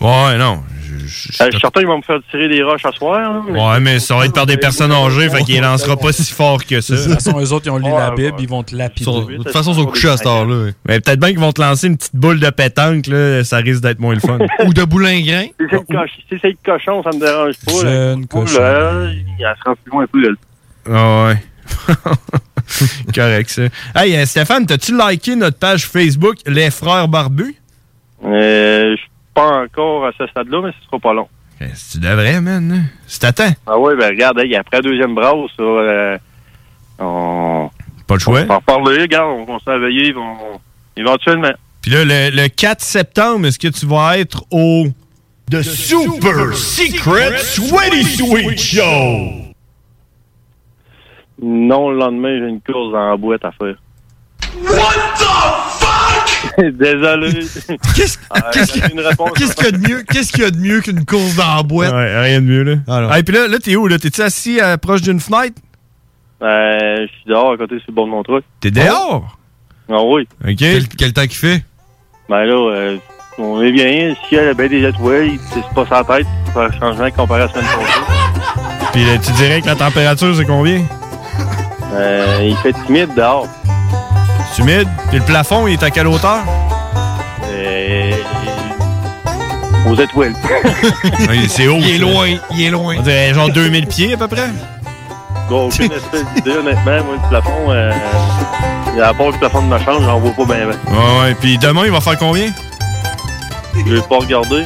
[SPEAKER 11] Oh.
[SPEAKER 7] Ouais, non.
[SPEAKER 11] Euh, je suis certain qu'ils vont me faire tirer des roches à soir, là, mais-
[SPEAKER 7] Ouais, mais ça va être par des personnes âgées, fait qu'il lancera pas si fort que ça.
[SPEAKER 8] De toute façon, eux autres, ils ont lu la Bible, ils vont te lapider.
[SPEAKER 7] De toute façon, ils sont couchés à cette heure-là. Mais peut-être bien qu'ils vont te lancer une petite boule de pétanque, là, ça risque d'être moins le fun.
[SPEAKER 9] Ou de boulingrin.
[SPEAKER 11] Si c'est le coche- si c'est le cochon, ça me dérange pas. là.
[SPEAKER 7] Jeune
[SPEAKER 11] Cool,
[SPEAKER 7] cochon.
[SPEAKER 11] là, elle sera plus loin, plus là.
[SPEAKER 7] Ah ouais. Correct, ça. Hey, euh, Stéphane, t'as-tu liké notre page Facebook Les Frères Barbus?
[SPEAKER 11] Euh, je suis pas encore à ce stade-là, mais ce sera pas long.
[SPEAKER 7] Tu devrais, man. hein. Si t'attends.
[SPEAKER 11] Ah ouais, ben regarde, hey, après la deuxième brasse, ça, euh, on...
[SPEAKER 7] Pas le choix.
[SPEAKER 11] on va en reparler, regarde, on va se réveiller, on- éventuellement.
[SPEAKER 7] Puis là, le, le 4 septembre, est-ce que tu vas être au The Super Secret Sweaty Sweet Show?
[SPEAKER 11] Non, le lendemain, j'ai une course dans la boîte à faire.
[SPEAKER 6] What the fuck?
[SPEAKER 11] Désolé. Ah,
[SPEAKER 9] Qu'est-ce Qu'est-ce qu'il y a de mieux? Qu'est-ce qu'il y a de mieux qu'une course dans la boîte?
[SPEAKER 7] Ouais, rien de mieux, là. Ah, et puis là, là t'es où, là? T'es-tu assis à, proche d'une fenêtre?
[SPEAKER 11] Euh, je suis dehors à côté sur le bord de mon truc.
[SPEAKER 7] T'es dehors?
[SPEAKER 11] Ah oui.
[SPEAKER 7] OK. Quel, temps qu'il fait?
[SPEAKER 11] Ben là, euh, on est bien. Le ciel est bien déjà trouvé. C'est pas sa tête. C'est un changement comparé à la semaine passée.
[SPEAKER 7] Puis là, tu dirais que la température, c'est combien?
[SPEAKER 11] Euh, il fait timide dehors.
[SPEAKER 7] C'est humide? Puis le plafond, il est à quelle hauteur?
[SPEAKER 11] Euh, aux étoiles.
[SPEAKER 7] Ouais, c'est haut.
[SPEAKER 11] Il est
[SPEAKER 7] ça.
[SPEAKER 11] loin,
[SPEAKER 9] il est loin.
[SPEAKER 7] On dirait genre 2000 pieds à peu près.
[SPEAKER 11] Bon, aucune espèce d'idée, honnêtement. Moi, le plafond, euh, à part le plafond de ma chambre, j'en vois pas bien. Ben.
[SPEAKER 7] Ouais, ouais. Puis demain, il va faire combien?
[SPEAKER 11] Je vais pas regarder.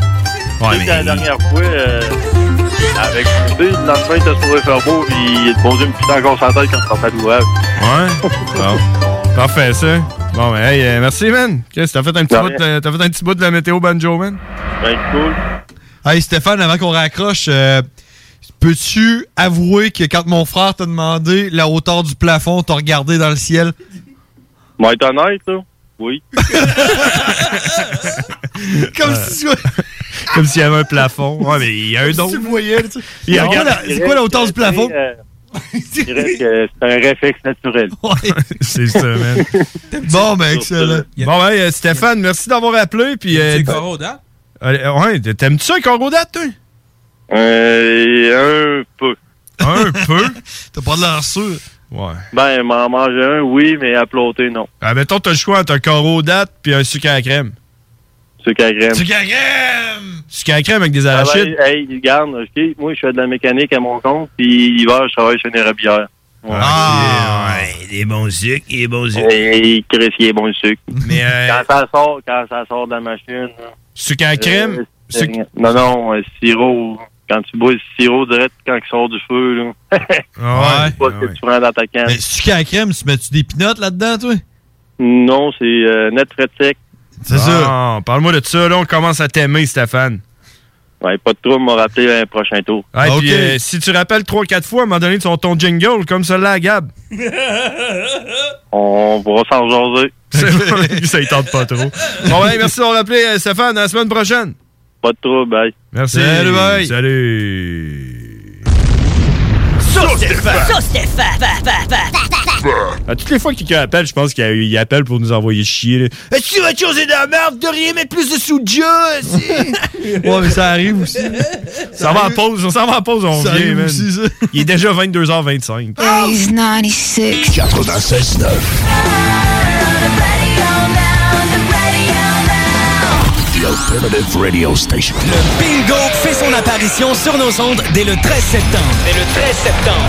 [SPEAKER 7] Ouais,
[SPEAKER 11] Tu sais, La dernière fois, euh, avec le bus, dans le train, t'as trouvé faire beau, puis bon Dieu me putain encore sa tête quand tu sortais de l'ouvrage.
[SPEAKER 7] Ouais? Bon. Parfait, ça. Bon, ben, hey, euh, merci, man. Chris, t'as fait, un petit
[SPEAKER 9] De
[SPEAKER 7] bout de- t'as fait un petit bout de la météo banjo, man.
[SPEAKER 11] Ben, cool.
[SPEAKER 9] Hey Stéphane, avant qu'on raccroche, euh, peux-tu avouer que quand mon frère t'a demandé la hauteur du plafond, t'as regardé dans le ciel?
[SPEAKER 11] Moi, être honnête, là. Oui.
[SPEAKER 9] Comme
[SPEAKER 7] Ouais.
[SPEAKER 9] si tu-
[SPEAKER 7] Comme s'il y avait un plafond. Ouais, mais il y a un don.
[SPEAKER 9] tu le voyais, tu sais.
[SPEAKER 7] Il
[SPEAKER 9] C'est
[SPEAKER 7] regarde-
[SPEAKER 9] quoi la- C'est quoi la hauteur du plafond?
[SPEAKER 7] Euh,
[SPEAKER 11] Je dirais que c'est un réflexe naturel.
[SPEAKER 7] C'est ça, man.
[SPEAKER 9] Bon, ben,
[SPEAKER 7] excellent. Bon, ben, euh, Stéphane, merci d'avoir appelé. Puis, euh, Allez, euh, ouais, t- t'aimes-tu ça, les coraux dates, toi?
[SPEAKER 11] Euh, un peu.
[SPEAKER 7] Un peu?
[SPEAKER 9] T'as pas de l'air sûr.
[SPEAKER 7] Ouais.
[SPEAKER 11] Ben, m'en manger un, oui, mais à ploter, non.
[SPEAKER 7] Ah, mettons, t'as le choix entre un coraux date puis un sucre à la crème.
[SPEAKER 11] Sucre à la crème.
[SPEAKER 7] Sucre à la crème! Sucre à la crème avec des arachides.
[SPEAKER 11] Travaille- Ah hey, regarde, OK, moi, je fais de la mécanique à mon compte, puis l'hiver, je travaille chez une érablière.
[SPEAKER 7] Ah, ouais, des bons sucres, des bons sucres.
[SPEAKER 11] Et créfier bon sucre.
[SPEAKER 7] Mais euh,
[SPEAKER 11] Quand ça sort, quand ça sort de la machine. là,
[SPEAKER 7] sucre à la crème,
[SPEAKER 11] euh, c'est- Non, non, euh, sirop. Quand tu bois du sirop direct quand il sort du feu, là.
[SPEAKER 7] Ah,
[SPEAKER 9] ouais.
[SPEAKER 11] Pas ce que tu prends dans ta canne.
[SPEAKER 9] Sucre à la crème, tu mets-tu des pinottes là-dedans, toi?
[SPEAKER 11] Non, c'est euh, net frais sec. Ah.
[SPEAKER 7] C'est ça. Ah, Parle-moi de ça, là, on commence à t'aimer, Stéphane.
[SPEAKER 11] Ouais, pas de trouble, m'a rappelé un prochain tour.
[SPEAKER 7] Ouais, puis, euh, si tu rappelles 3-4 fois, à un moment donné, ton, ton jingle, comme celle-là à Gab.
[SPEAKER 11] On va s'en jaser.
[SPEAKER 7] ça, il tente pas trop. Bon, ouais, merci d'avoir appelé, euh, Stéphane. À la semaine prochaine.
[SPEAKER 11] Pas de trouble, bye.
[SPEAKER 7] Merci.
[SPEAKER 11] Salut, bye.
[SPEAKER 7] Salut.
[SPEAKER 6] Sauce
[SPEAKER 7] Stéphane. Bah.
[SPEAKER 6] Sauce Stéphane.
[SPEAKER 7] À toutes les fois que quelqu'un appelle, je pense qu'il y a- il appelle pour nous envoyer chier. là.
[SPEAKER 6] Est-ce que tu vas te changer de la merde? Devriez mettre plus de sous-jeu,
[SPEAKER 7] Ouais, mais ça arrive aussi. Ça va en pause, on s'en va en pause, on
[SPEAKER 6] Ça
[SPEAKER 7] revient,
[SPEAKER 6] arrive
[SPEAKER 7] man.
[SPEAKER 6] aussi, ça.
[SPEAKER 7] Il est déjà 22h25.
[SPEAKER 6] He's 96. 96.9.
[SPEAKER 13] The Alternative Radio Station.
[SPEAKER 14] Bingo fait son apparition sur nos ondes dès le 13 septembre. Dès le 13 septembre.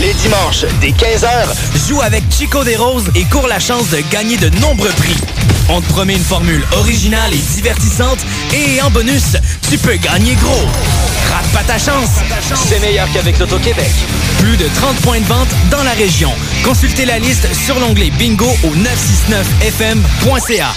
[SPEAKER 14] Les dimanches, dès 15h, joue avec Chico des Roses et cours la chance de gagner de nombreux prix. On te promet une formule originale et divertissante et en bonus, tu peux gagner gros. Rate pas ta chance. C'est meilleur qu'avec l'Auto-Québec. Plus de 30 points de vente dans la région. Consultez la liste sur l'onglet bingo au 969fm.ca.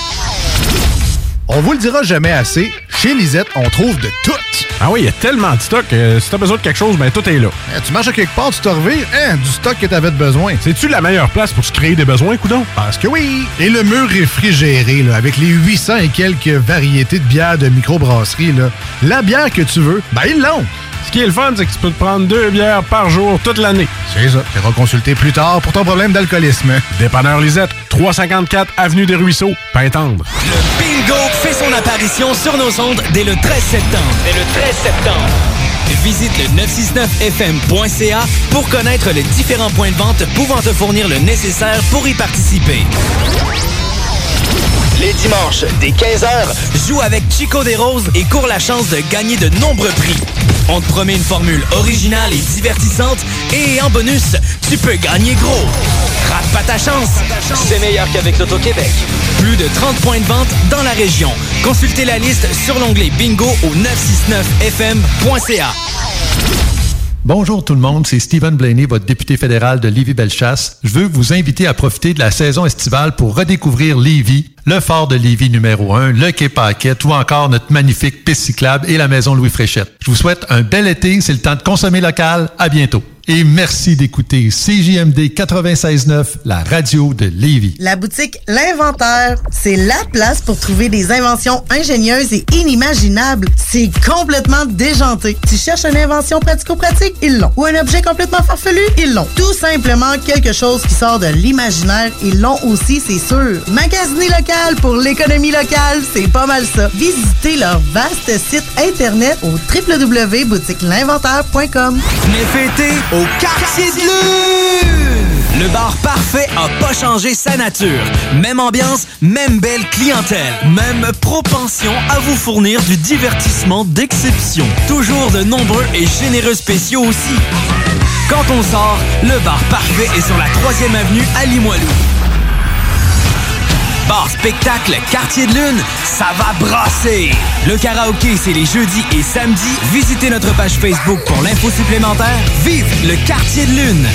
[SPEAKER 15] On vous le dira jamais assez, chez Lisette, on trouve de tout. Ah oui, il y a tellement de stock. si t'as besoin de quelque chose, ben tout est là. tu marches à quelque part, tu te revires, hein, du stock que t'avais de besoin. C'est-tu la meilleure place pour se créer des besoins, coudon? Parce que oui! Et le mur réfrigéré, là, avec les 800 et quelques variétés de bières de microbrasserie, là, la bière que tu veux, ben ils l'ont! Ce qui est le fun, c'est que tu peux te prendre deux bières par jour toute l'année. C'est ça. Tu consulter plus tard pour ton problème d'alcoolisme. Dépanneur Lisette, 354 Avenue des Ruisseaux, Pintendre.
[SPEAKER 14] Bingo fait son apparition sur nos ondes dès le 13 septembre. Dès le 13 septembre. Visite le 969fm.ca pour connaître les différents points de vente pouvant te fournir le nécessaire pour y participer. Les dimanches, dès 15h, joue avec Chico des Roses et cours la chance de gagner de nombreux prix. On te promet une formule originale et divertissante et en bonus, tu peux gagner gros. Rate pas ta chance. C'est meilleur qu'avec l'Auto-Québec. Plus de 30 points de vente dans la région. Consultez la liste sur l'onglet bingo au 969fm.ca.
[SPEAKER 10] Bonjour tout le monde, c'est Stephen Blaney, votre député fédéral de Lévis-Bellechasse. Je veux vous inviter à profiter de la saison estivale pour redécouvrir Lévis le Fort de Lévis numéro 1, le Quai Paquette ou encore notre magnifique piste cyclable et la Maison Louis Fréchette. Je vous souhaite un bel été, c'est le temps de consommer local. À bientôt. Et merci d'écouter CJMD 96.9, la radio de Lévis.
[SPEAKER 16] La boutique L'Inventaire, c'est la place pour trouver des inventions ingénieuses et inimaginables. C'est complètement déjanté. Tu cherches une invention pratico-pratique? Ils l'ont. Ou un objet complètement farfelu? Ils l'ont. Tout simplement quelque chose qui sort de l'imaginaire, ils l'ont aussi, c'est sûr. Magasiner local pour l'économie locale, c'est pas mal ça. Visitez leur vaste site internet au www.boutiquelinventaire.com.
[SPEAKER 14] Venez fêter au quartier de lune. Le bar parfait a pas changé sa nature. Même ambiance, même belle clientèle, même propension à vous fournir du divertissement d'exception. Toujours de nombreux et généreux spéciaux aussi. Quand on sort, le bar parfait est sur la 3e avenue à Limoilou. Bar spectacle Quartier de Lune, ça va brasser! Le karaoké, c'est les jeudis et samedis. Visitez notre page Facebook pour l'info supplémentaire. Vive le Quartier de Lune!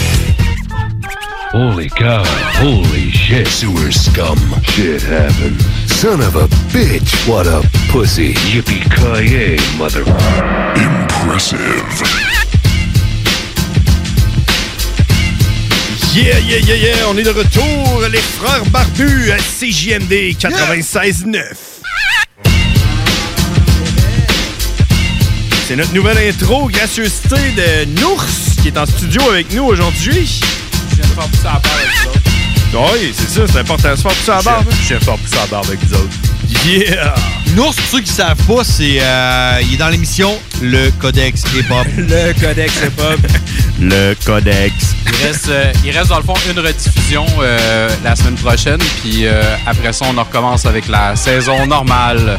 [SPEAKER 2] Holy cow. Holy shit. Sewer scum. Shit happened. Son of a bitch. What a pussy. Yippee-ki-yay, mother... Impressive.
[SPEAKER 6] Yeah, yeah, yeah, yeah, on est de retour, les frères barbus à CJMD 96.9. C'est notre nouvelle intro, gracieuseté de Nours, qui est en studio avec nous aujourd'hui. Oui, c'est ça, c'est important, se faire pousser à la barbe. Je viens faire pousser à la barbe avec vous autres. Yeah!
[SPEAKER 7] Nours, pour ceux qui savent pas, c'est euh, il est dans l'émission Le Codex Hip-Hop.
[SPEAKER 8] Le codex hip-hop.
[SPEAKER 7] Le Codex.
[SPEAKER 8] Il reste, euh, il reste dans le fond une rediffusion euh, la semaine prochaine, puis euh, après ça, on en recommence avec la saison normale.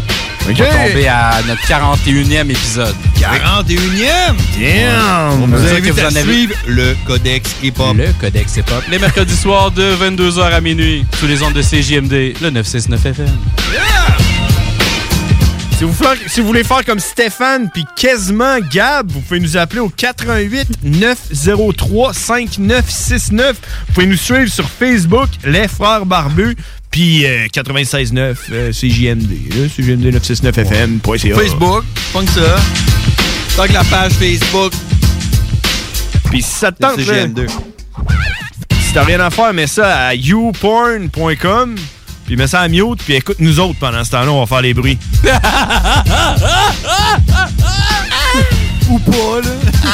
[SPEAKER 7] Ok.
[SPEAKER 8] On va tomber à notre 41e épisode.
[SPEAKER 7] 41e!
[SPEAKER 8] On
[SPEAKER 7] On
[SPEAKER 8] peut
[SPEAKER 7] vous
[SPEAKER 8] dire
[SPEAKER 7] invite
[SPEAKER 8] que vous
[SPEAKER 7] à
[SPEAKER 8] en avez-
[SPEAKER 7] suivre le Codex Hip-Hop.
[SPEAKER 8] Le Codex Hip-Hop. Les mercredis soirs de 22h à minuit, sous les ondes de CJMD, le 969 FM.
[SPEAKER 6] Si vous, faire- si vous voulez faire comme Stéphane puis quasiment Gab, vous pouvez nous appeler au 88 903 5969. Vous pouvez nous suivre sur Facebook, Les Frères Barbus, puis euh, 96.9 euh, CJMD, là, CJMD 969FM.ca.
[SPEAKER 7] Facebook, funk ça. Fuck la page Facebook.
[SPEAKER 6] Puis si ça te tente,
[SPEAKER 7] Le
[SPEAKER 6] là,
[SPEAKER 7] CGM2.
[SPEAKER 6] si t'as rien à faire, mets ça à youporn.com, puis mets ça à mute, puis écoute nous autres pendant ce temps-là, on va faire les bruits.
[SPEAKER 7] Ah, Ou pas, là. ah,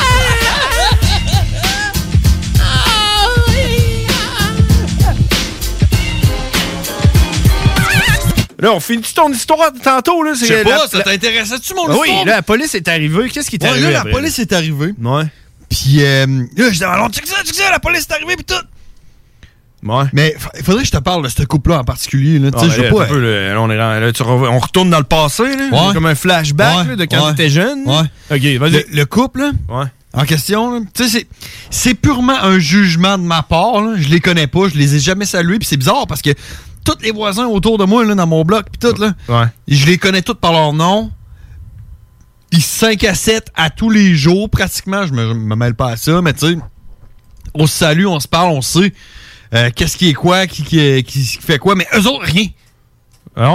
[SPEAKER 6] Là, on finit ton histoire de tantôt, là.
[SPEAKER 7] Je
[SPEAKER 6] c'est
[SPEAKER 7] sais
[SPEAKER 6] la-
[SPEAKER 7] pas, ça
[SPEAKER 6] la-
[SPEAKER 7] t'intéressait-tu, mon
[SPEAKER 6] Ah Oui,
[SPEAKER 7] histoire?
[SPEAKER 6] là, la police est arrivée. Qu'est-ce qui t'est
[SPEAKER 7] Ouais,
[SPEAKER 6] arrivé?
[SPEAKER 7] là, la
[SPEAKER 6] après,
[SPEAKER 7] police est arrivée.
[SPEAKER 6] Ouais.
[SPEAKER 7] Puis, euh, là, je dis, alors, check ça, check ça, la police est arrivée, pis tout.
[SPEAKER 6] Ouais.
[SPEAKER 7] Mais fa- faudrait que je te parle de ce couple-là en particulier, là. Tu sais,
[SPEAKER 6] Ah,
[SPEAKER 7] je
[SPEAKER 6] là,
[SPEAKER 7] veux pas. hein.
[SPEAKER 6] un peu, là, là, on, est dans- là, tu rev- on retourne dans le passé, là.
[SPEAKER 7] Ouais.
[SPEAKER 6] C'est Comme un flashback
[SPEAKER 7] Ouais,
[SPEAKER 6] là, de quand
[SPEAKER 7] ouais.
[SPEAKER 6] t'étais jeune.
[SPEAKER 7] Ouais.
[SPEAKER 6] OK, vas-y.
[SPEAKER 7] Le, le couple, là, en question, là, tu sais, c'est- c'est purement un jugement de ma part. là. Je les connais pas, je les ai jamais salués, puis c'est bizarre parce que tous les voisins autour de moi, là, dans mon bloc, puis tout, là, je les connais tous par leur nom. Ils 5 à 7 à tous les jours, pratiquement. Je me, je me mêle pas à ça, mais tu sais, on se salue, on se parle, on sait euh, qu'est-ce qui est quoi, qui, qui- qui fait quoi, mais eux autres, rien.
[SPEAKER 6] Ah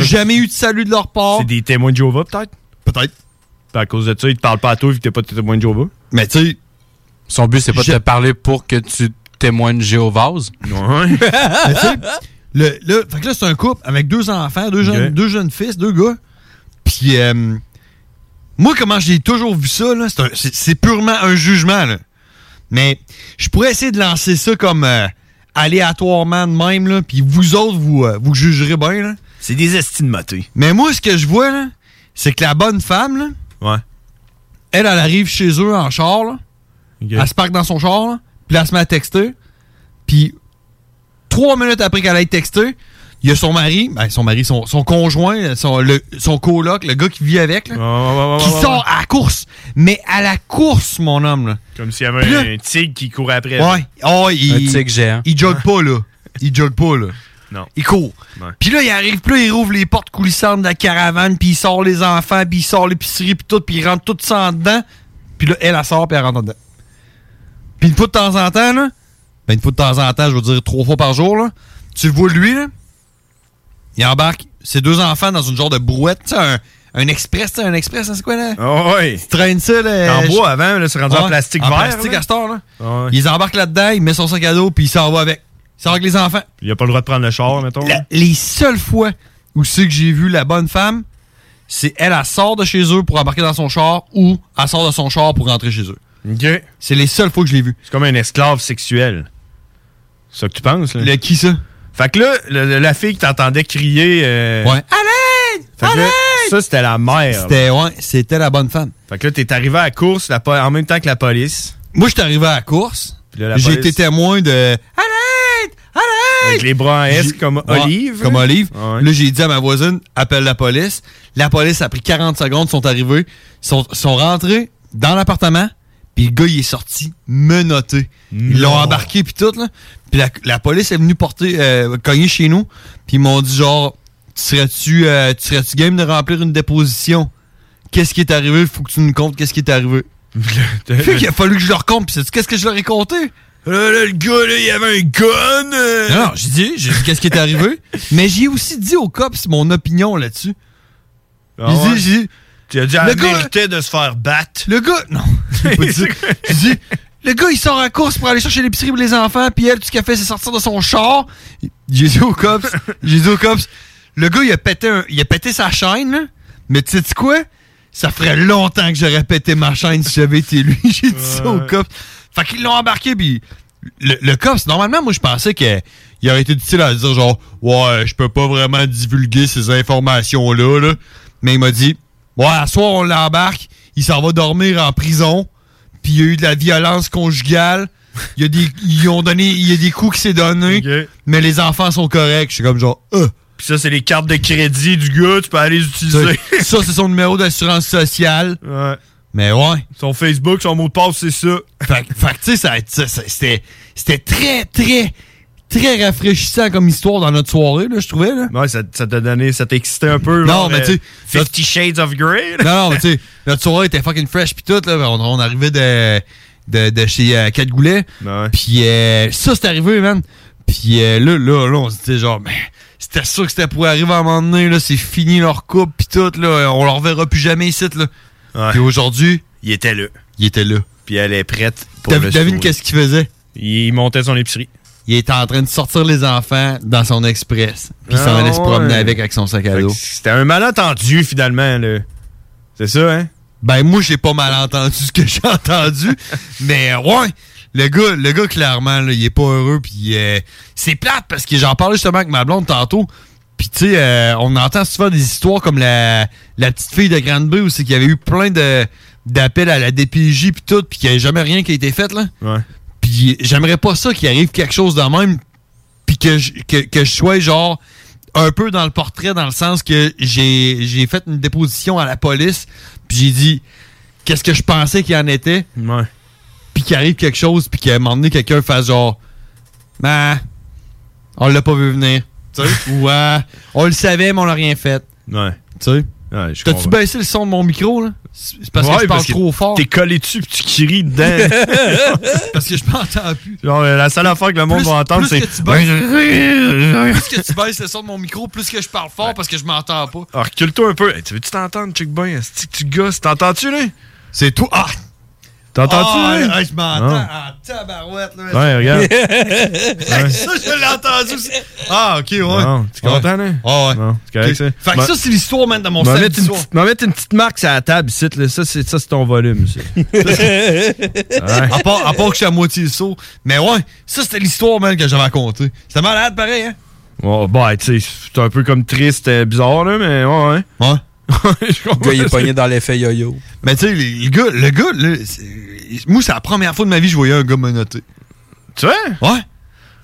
[SPEAKER 7] Jamais eu de salut de leur part.
[SPEAKER 6] C'est des témoins de Jéhovah, peut-être? Ben,
[SPEAKER 7] Peut-être.
[SPEAKER 6] À cause de ça, ils te parlent pas à toi vu que t'es pas témoin de Jéhovah.
[SPEAKER 7] Mais tu sais.
[SPEAKER 8] Son but, c'est pas de te parler pour que tu témoignes Jéhovah's.
[SPEAKER 6] Ouais.
[SPEAKER 7] Mais tu sais, le, là, fait que là, c'est un couple avec deux enfants, deux jeunes,
[SPEAKER 8] Ok.
[SPEAKER 7] deux jeunes fils, deux gars. Puis, euh, moi, comment j'ai toujours vu ça, là, c'est un- c'est c'est purement un jugement. là. Mais je pourrais essayer de lancer ça comme euh, aléatoirement de même, là, puis vous autres, vous, euh, vous jugerez bien. là.
[SPEAKER 6] C'est des estimatés.
[SPEAKER 7] Mais moi, ce que je vois, là, c'est que la bonne femme, là,
[SPEAKER 6] Ouais.
[SPEAKER 7] elle, elle arrive chez eux en char, là. Elle se parque dans son char, là, puis elle se met à texter. Puis, trois minutes après qu'elle ait texté, il y a son mari, ben, son mari, son, son conjoint, son, le- son coloc, le gars qui vit avec, là, qui
[SPEAKER 6] ouais,
[SPEAKER 7] sort à la course. Mais à la course, mon homme, là.
[SPEAKER 6] Comme s'il y avait
[SPEAKER 7] Puis là-
[SPEAKER 6] un tigre qui courait après.
[SPEAKER 7] Ouais. Oh, il,
[SPEAKER 6] Un tigre géant.
[SPEAKER 7] Il jogue pas, là. Il jogue pas, là.
[SPEAKER 6] Non.
[SPEAKER 7] Il court. Puis là, il arrive, puis là, il rouvre les portes coulissantes de la caravane, puis il sort les enfants, puis il sort l'épicerie, puis tout, puis il rentre tout ça en dedans. Puis là, elle, elle sort, puis elle rentre en dedans. Puis une fois de temps en temps, là, ben une fois de temps en temps, je veux dire trois fois par jour, là, tu le vois, lui, là, il embarque ses deux enfants dans une genre de brouette, tu sais, un, un express, tu sais, un express, hein, c'est quoi là?
[SPEAKER 11] Oh, ouais.
[SPEAKER 7] Tu traînes ça, là.
[SPEAKER 11] En
[SPEAKER 7] je-
[SPEAKER 11] bois avant, là, c'est rendu en
[SPEAKER 7] Ouais,
[SPEAKER 11] plastique
[SPEAKER 7] en
[SPEAKER 11] vert.
[SPEAKER 7] plastique
[SPEAKER 11] là.
[SPEAKER 7] à cette heure, là.
[SPEAKER 11] Ouais.
[SPEAKER 7] Ils embarquent là-dedans, ils mettent son sac à dos, puis ils s'en vont avec. Ils s'en vont avec les enfants.
[SPEAKER 11] Il a pas le droit de prendre le char, mettons.
[SPEAKER 7] La- les seules fois où c'est que j'ai vu la bonne femme, c'est elle, elle sort de chez eux pour embarquer dans son char ou elle sort de son char pour rentrer chez eux. C'est les seules fois que je l'ai vu.
[SPEAKER 11] C'est comme un esclave sexuel. C'est ça que tu penses, là?
[SPEAKER 7] Le qui, ça?
[SPEAKER 11] Fait que là, le- le- la fille que t'entendais crier... euh,
[SPEAKER 7] Ouais.
[SPEAKER 11] Fait que là, ça, c'était la mère.
[SPEAKER 7] C'était, ouais, c'était la bonne femme.
[SPEAKER 11] Fait que là, t'es arrivé à la course la po- en même temps que la police.
[SPEAKER 7] Moi, j'étais arrivé à la course.
[SPEAKER 11] là, la
[SPEAKER 7] J'ai
[SPEAKER 11] police-
[SPEAKER 7] été témoin de. Avec
[SPEAKER 11] les bras en S
[SPEAKER 7] J'ai-
[SPEAKER 11] comme
[SPEAKER 7] Ouais,
[SPEAKER 11] olive.
[SPEAKER 7] Comme olive. Là, j'ai dit à ma voisine, appelle la police. La police a pris 40 secondes, sont arrivés, sont, sont rentrés dans l'appartement, puis le gars, il est sorti menotté. Ils l'ont embarqué, puis tout, là. Puis la, la police est venue porter, euh, cogner chez nous, puis ils m'ont dit, genre, tu serais-tu euh, tu serais-tu game de remplir une déposition? Qu'est-ce qui est arrivé? Faut que tu nous comptes qu'est-ce qui est arrivé. fait qu'il a fallu que je leur compte, puis sais-tu qu'est-ce que je leur ai compté? Là, là, le gars, là, il avait un gun! euh. Non, non, j'ai dit, j'ai dit qu'est-ce qui est arrivé. Mais j'ai aussi dit au cops mon opinion là-dessus.
[SPEAKER 11] Ah
[SPEAKER 7] j'ai
[SPEAKER 11] ouais?
[SPEAKER 7] dit, j'ai dit.
[SPEAKER 11] Tu as dit,
[SPEAKER 7] le
[SPEAKER 11] elle
[SPEAKER 7] gars-
[SPEAKER 11] méritait de se faire battre.
[SPEAKER 7] Le gars, non. j'ai pas dit ça. J'ai dit, le gars, il sort à course pour aller chercher l'épicerie pour les enfants, puis elle, tout ce qu'elle fait, c'est sortir de son char. J'ai dit au cops, j'ai dit au cops, le gars, il a pété, un- il a pété sa chaîne, là. Mais tu sais quoi? Ça ferait longtemps que j'aurais pété ma chaîne si j'avais été lui. j'ai dit ça au cops. Fait qu'ils l'ont embarqué, puis le, le cops, normalement, moi, je pensais que il aurait été utile à dire genre, ouais, je peux pas vraiment divulguer ces informations-là, là. Mais il m'a dit, ouais, à soir, on l'embarque, il s'en va dormir en prison, puis il y a eu de la violence conjugale, il y a des, ils ont donné, il y a des coups qui s'est donné, mais les enfants sont corrects. Je suis comme genre, euh.
[SPEAKER 11] Puis ça, c'est les cartes de crédit du gars, tu peux aller les utiliser.
[SPEAKER 7] Ça, c'est son numéro d'assurance sociale.
[SPEAKER 11] Ouais.
[SPEAKER 7] Mais ouais.
[SPEAKER 11] Son Facebook, son mot de passe, c'est ça.
[SPEAKER 7] Fait, que- fait que, tu sais, ça- ça- ça- c'était c'était très, très, très rafraîchissant comme histoire dans notre soirée, là, je trouvais. Là.
[SPEAKER 11] Ouais, ça ça t'a donné, ça t'a excité un peu.
[SPEAKER 7] Non,
[SPEAKER 11] genre,
[SPEAKER 7] mais
[SPEAKER 11] euh,
[SPEAKER 7] tu sais,
[SPEAKER 11] Fifty Shades of Grey. là.
[SPEAKER 7] Non, non, mais tu sais, notre soirée était fucking fresh pis tout, là. On, on arrivait de, de, de chez euh, Cat Goulet. Pis euh, ça, c'est arrivé, man. Pis euh, là, là, là, on se disait genre, ben, c'était sûr que c'était pour arriver à un moment donné, là. C'est fini leur couple pis tout, là. On leur verra plus jamais ici, là. Pis aujourd'hui.
[SPEAKER 11] Il était là.
[SPEAKER 7] Il était là.
[SPEAKER 11] Puis elle est prête pour
[SPEAKER 7] David,
[SPEAKER 11] le
[SPEAKER 7] David,
[SPEAKER 11] show.
[SPEAKER 7] qu'est-ce qu'il faisait?
[SPEAKER 11] Il montait son épicerie.
[SPEAKER 7] Il était en train de sortir les enfants dans son express. Puis il s'en
[SPEAKER 11] Ah
[SPEAKER 7] allait se promener
[SPEAKER 11] ouais.
[SPEAKER 7] avec avec son sac à
[SPEAKER 11] Fait
[SPEAKER 7] dos.
[SPEAKER 11] que C'était un malentendu, finalement, là. C'est ça, hein?
[SPEAKER 7] Ben, moi, j'ai pas mal entendu ce que j'ai entendu. mais, euh, ouais, le gars, le gars clairement, là, il est pas heureux. Puis, euh, c'est plate parce que j'en parlais justement avec ma blonde tantôt. Puis, tu sais, euh, on entend souvent des histoires comme la, la petite fille de grande où c'est qu'il y avait eu plein de d'appels à la DPJ, puis tout, puis qu'il n'y avait jamais rien qui a été fait, là. Puis, j'aimerais pas ça qu'il arrive quelque chose de même puis que je, que, que je sois genre un peu dans le portrait dans le sens que j'ai j'ai fait une déposition à la police puis j'ai dit qu'est-ce que je pensais qu'il en était puis qu'il arrive quelque chose puis qu'à un moment donné quelqu'un fasse genre ben on l'a pas vu venir Tu sais? ou euh, on le savait mais on l'a rien fait
[SPEAKER 11] Ouais.
[SPEAKER 7] Tu sais?
[SPEAKER 11] Ouais, je
[SPEAKER 7] T'as-tu
[SPEAKER 11] comprends.
[SPEAKER 7] baissé le son de mon micro, là? C'est parce
[SPEAKER 11] Ouais,
[SPEAKER 7] que je parle
[SPEAKER 11] parce que
[SPEAKER 7] trop fort.
[SPEAKER 11] T'es collé dessus pis tu cries dedans.
[SPEAKER 7] parce que je m'entends plus.
[SPEAKER 11] Genre, la seule affaire que le monde
[SPEAKER 7] Plus-
[SPEAKER 11] va
[SPEAKER 7] plus
[SPEAKER 11] entendre, c'est.
[SPEAKER 7] que tu baisses- Plus que tu baisses le son de mon micro, plus que je parle fort parce que je m'entends pas.
[SPEAKER 11] Alors, Ah, recule-toi un peu. Hey, tu veux-tu t'entendre, check bien? Est-ce que tu gosses? T'entends-tu, là?
[SPEAKER 7] C'est toi. Ah!
[SPEAKER 11] T'entends-tu,
[SPEAKER 7] Ah,
[SPEAKER 11] là?
[SPEAKER 7] là, hey, je m'entends
[SPEAKER 11] Ah.
[SPEAKER 7] en tabarouette, là.
[SPEAKER 11] Ouais, regarde. Ouais.
[SPEAKER 7] Ça, je l'ai entendu aussi. Ah, ok, ouais.
[SPEAKER 11] Non, tu es content, là?
[SPEAKER 7] Ah, ouais.
[SPEAKER 11] C'est correct, ça. Ben,
[SPEAKER 7] Fait que
[SPEAKER 11] M'en-
[SPEAKER 7] ça, c'est l'histoire, man, de mon
[SPEAKER 11] M'en
[SPEAKER 7] samedi
[SPEAKER 11] mettre une
[SPEAKER 7] soir.
[SPEAKER 11] petite- M'en mettre une petite marque sur la table ici, là. Ça, c'est ça, c'est ton volume, ça.
[SPEAKER 7] à, part, à part que je suis à moitié saut. Mais ouais, ça, c'était l'histoire, man, que j'avais racontée. C'était malade, pareil, hein?
[SPEAKER 11] Bon, bah, tu sais, c'est un peu comme triste, euh, bizarre, là, mais ouais.
[SPEAKER 7] Ouais.
[SPEAKER 11] Le
[SPEAKER 8] gars, il est pogné dans l'effet yo-yo.
[SPEAKER 7] Mais tu sais, le le gars, le gars, là, c'est- moi, c'est la première fois de ma vie que je voyais un gars menotté.
[SPEAKER 11] Tu vois?
[SPEAKER 7] Ouais.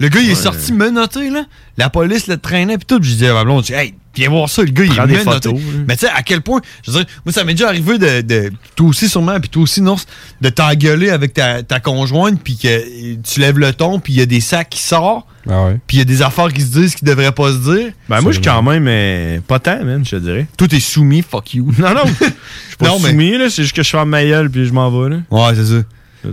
[SPEAKER 7] Le gars, il est
[SPEAKER 11] Ouais.
[SPEAKER 7] sorti menotté, là. La police le traînait, puis tout. Puis je disais à ma blonde, je dis, hey, viens voir ça, le gars,
[SPEAKER 11] Prends
[SPEAKER 7] il
[SPEAKER 11] des
[SPEAKER 7] est menotté.
[SPEAKER 11] photos, là.
[SPEAKER 7] Mais tu sais, à quel point, je veux dire, moi, ça m'est déjà arrivé de, de- toi aussi sûrement, puis toi aussi, non, de t'engueuler avec ta, ta conjointe, puis que tu lèves le ton, puis il y a des sacs qui sortent,
[SPEAKER 11] Ah
[SPEAKER 7] puis il y a des affaires qui se disent qui devraient pas se dire.
[SPEAKER 11] Ben, moi, je suis quand même euh, pas tant, man, je te dirais.
[SPEAKER 7] Tout est soumis, fuck you.
[SPEAKER 11] Non, non. Je suis pas
[SPEAKER 7] Non, mais-
[SPEAKER 11] soumis, là. C'est juste que je suis en ma gueule, puis je m'en vais, là.
[SPEAKER 7] Ouais, c'est ça.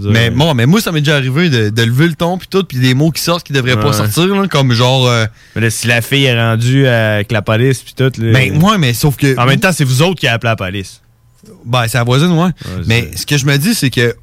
[SPEAKER 9] Mais bon, mais moi, ça m'est déjà arrivé de, de lever le ton, puis tout, puis des mots qui sortent qui devraient pas
[SPEAKER 7] Ouais.
[SPEAKER 9] sortir, là, comme genre. euh,
[SPEAKER 7] Mais là, si la fille est rendue euh, avec la police puis tout. Là,
[SPEAKER 9] Ben, moi, mais sauf que.
[SPEAKER 7] En même temps, c'est vous autres qui avez appelé la police.
[SPEAKER 9] Ben, c'est la voisine, ouais. mais ce que je me dis, c'est que.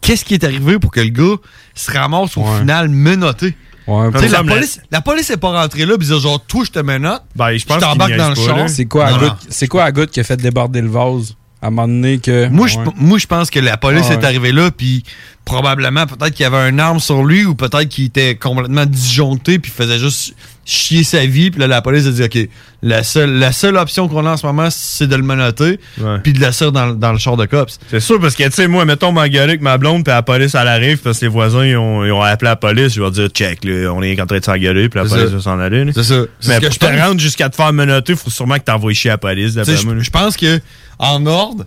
[SPEAKER 9] Qu'est-ce qui est arrivé pour que le gars se ramasse au final menotté? Tu sais, la,
[SPEAKER 7] Comme la-
[SPEAKER 9] police, la police est pas rentrée là, puis dire genre, toi, je te menotte.
[SPEAKER 7] Ben, je
[SPEAKER 9] pense qu'il t'embarques niaise dans le pas, char. là.
[SPEAKER 8] C'est quoi,
[SPEAKER 9] Non,
[SPEAKER 8] à
[SPEAKER 9] non.
[SPEAKER 8] goutte- c'est quoi à goutte qui a fait déborder le vase à un moment donné que.
[SPEAKER 9] Moi, je, moi, je pense que la police
[SPEAKER 8] Ah,
[SPEAKER 9] est
[SPEAKER 8] ouais.
[SPEAKER 9] arrivée là, puis probablement, peut-être qu'il y avait une arme sur lui, ou peut-être qu'il était complètement disjoncté, puis faisait juste chier sa vie, puis là, la police a dit, OK, la seule, la seule option qu'on a en ce moment, c'est de le menotter, puis de l'assurer dans, le- dans le char de cops.
[SPEAKER 7] C'est sûr, parce que, tu sais, moi, mettons, m'engueuler avec ma blonde, puis la police, elle arrive, parce que les voisins, ils ont, ils ont appelé la police, je vais dire, check, là, on est en train de s'engueuler, puis la
[SPEAKER 9] C'est
[SPEAKER 7] police
[SPEAKER 9] ça.
[SPEAKER 7] va s'en aller. là.
[SPEAKER 9] C'est ça. C'est
[SPEAKER 7] Mais
[SPEAKER 9] ce que
[SPEAKER 7] pour
[SPEAKER 9] je
[SPEAKER 7] te
[SPEAKER 9] pense.
[SPEAKER 7] rendre jusqu'à te faire menotter, faut sûrement que t'envoies chier à la police,
[SPEAKER 9] Tu sais,
[SPEAKER 7] d'après moi.
[SPEAKER 9] Je je pense que en ordre,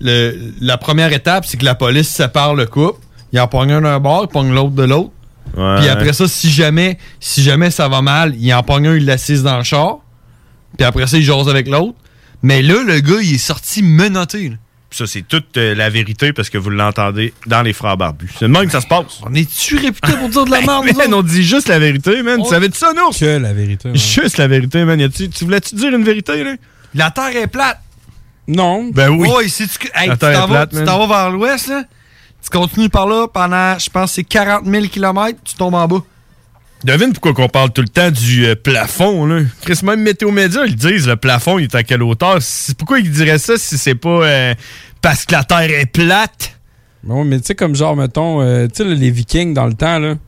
[SPEAKER 9] le- la première étape, c'est que la police sépare le couple. Il en pogne un d'un bord, il pogne l'autre de l'autre. Puis après ça, si jamais, si jamais ça va mal, il en pogne un, il l'assise dans le char. Puis après ça, il jase avec l'autre. Mais là, le gars, il est sorti menotté. là.
[SPEAKER 7] Ça, c'est toute euh, la vérité parce que vous l'entendez dans les frères barbus. C'est de même que ça se passe. Ben
[SPEAKER 9] On est-tu réputé pour dire de la merde?
[SPEAKER 7] man, on dit juste la vérité, man. Tu savais-tu ça, non?
[SPEAKER 8] Que la vérité.
[SPEAKER 7] Juste la vérité, man. Y a-tu- tu voulais-tu dire une vérité, là?
[SPEAKER 9] La terre est plate.
[SPEAKER 8] Non.
[SPEAKER 7] Ben oui.
[SPEAKER 9] Ouais, si tu hey,
[SPEAKER 7] La
[SPEAKER 9] tu
[SPEAKER 7] terre
[SPEAKER 9] t'en vas,
[SPEAKER 7] est plate,
[SPEAKER 9] tu
[SPEAKER 7] man.
[SPEAKER 9] t'en vas vers l'ouest, là, tu continues par là pendant, je pense, c'est 40 000 km, tu tombes en bas.
[SPEAKER 7] Devine pourquoi qu'on parle tout le temps du euh, plafond, là. Chris, même Météo Média, ils disent le plafond, il est à quelle hauteur? C'est- Pourquoi ils diraient ça si c'est pas euh, parce que la Terre est plate?
[SPEAKER 8] Bon, mais tu sais, comme genre, mettons, euh, tu sais, là, les Vikings dans le temps, là. Tu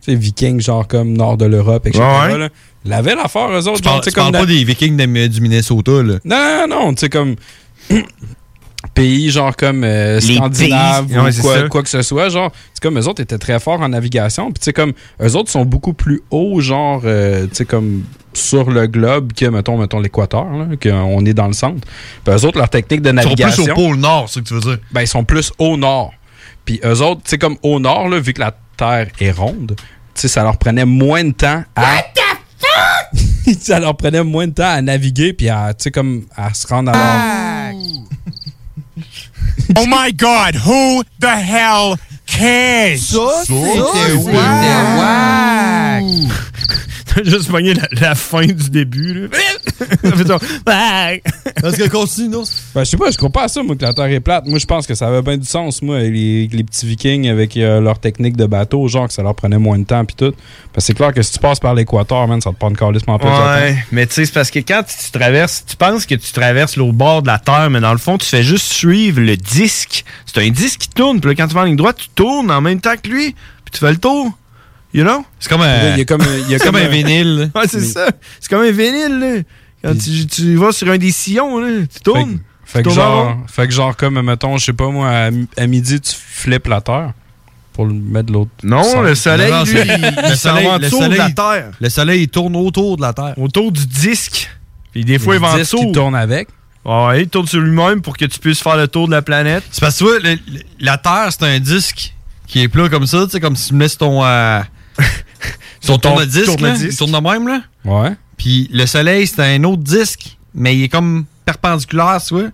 [SPEAKER 8] sais, Vikings, genre, comme nord de l'Europe, etc.
[SPEAKER 9] Ouais.
[SPEAKER 8] là, Ils avaient l'affaire, eux autres.
[SPEAKER 9] Tu
[SPEAKER 8] genre,
[SPEAKER 9] parles,
[SPEAKER 8] tu sais,
[SPEAKER 9] tu parles
[SPEAKER 8] dans-
[SPEAKER 9] pas des Vikings de- du Minnesota, là.
[SPEAKER 8] Non, non, non, tu sais, comme. pays, genre, comme euh,
[SPEAKER 9] Les
[SPEAKER 8] Scandinave
[SPEAKER 9] pays.
[SPEAKER 8] ou
[SPEAKER 9] Ouais, c'est
[SPEAKER 8] quoi,
[SPEAKER 9] ça.
[SPEAKER 8] quoi que ce soit, genre, c'est comme eux autres étaient très forts en navigation. Puis, tu sais, comme, eux autres sont beaucoup plus hauts, genre, euh, tu sais, comme sur le globe que, mettons, mettons l'équateur, là, qu'on est dans le centre. Puis, eux autres, leur technique de
[SPEAKER 9] Ils sont plus
[SPEAKER 8] navigation.
[SPEAKER 9] au pôle nord, c'est ce que tu veux dire.
[SPEAKER 8] Ben, ils sont plus au nord. Puis eux autres, tu sais, comme au nord, là, vu que la Terre est ronde, tu sais, ça leur prenait moins de temps à. ça leur prenait moins de temps à naviguer puis à, tu sais, comme à se rendre à leur.
[SPEAKER 17] Oh my God, who the hell cares? Ça,
[SPEAKER 7] T'as juste pogné la, la fin du début, là. Ça fait genre, Bye!
[SPEAKER 9] Parce que continue, non?
[SPEAKER 8] Ben, je sais pas, je comprends pas ça, moi, que la Terre est plate. Moi, je pense que ça avait bien du sens, moi, les, les petits Vikings avec euh, leur technique de bateau, genre que ça leur prenait moins de temps puis tout. Parce que c'est clair que si tu passes par l'équateur, man, ça te prend une calissement plus de temps.
[SPEAKER 7] Ouais, mais tu sais, c'est parce que quand tu traverses, tu penses que tu traverses l'autre bord de la Terre, mais dans le fond, tu fais juste suivre le disque. C'est un disque qui tourne, puis là, quand tu vas en ligne droite, tu tournes en même temps que lui, puis tu fais le tour. You know? C'est
[SPEAKER 9] comme un-
[SPEAKER 8] Il y a comme un- il y a
[SPEAKER 7] C'est
[SPEAKER 8] comme un-
[SPEAKER 7] ouais, c'est
[SPEAKER 8] Mais-
[SPEAKER 7] ça. C'est comme un vinyle, là. Quand tu, tu vas sur un des sillons, là, tu tournes.
[SPEAKER 8] Fait
[SPEAKER 7] tu
[SPEAKER 8] que,
[SPEAKER 7] tournes en rond.
[SPEAKER 8] genre, fait que genre comme, mettons, je sais pas moi, à, mi- à midi, tu flippes la terre pour le mettre de l'autre.
[SPEAKER 7] Non,
[SPEAKER 8] sens.
[SPEAKER 7] le soleil,
[SPEAKER 8] Non, non,
[SPEAKER 7] lui,
[SPEAKER 8] c'est-
[SPEAKER 7] il- il s'en va en dessous de la Terre.
[SPEAKER 9] Le soleil, il tourne autour de la Terre.
[SPEAKER 7] Autour du disque. Puis des fois,
[SPEAKER 9] Le
[SPEAKER 7] il va en
[SPEAKER 9] disque,
[SPEAKER 7] dessous.
[SPEAKER 9] il tourne
[SPEAKER 8] avec.
[SPEAKER 7] Ouais, il tourne sur lui-même pour que tu puisses faire le tour de la planète.
[SPEAKER 9] C'est parce que tu vois, le- le- la Terre, c'est un disque qui est plat comme ça, tu sais, comme si tu mets sur ton. euh, sur
[SPEAKER 7] Ton
[SPEAKER 9] ton disque,
[SPEAKER 7] tourne-disque.
[SPEAKER 9] il tourne de même, là.
[SPEAKER 8] Ouais.
[SPEAKER 9] Puis le soleil, c'est un autre disque, mais il est comme perpendiculaire, tu vois.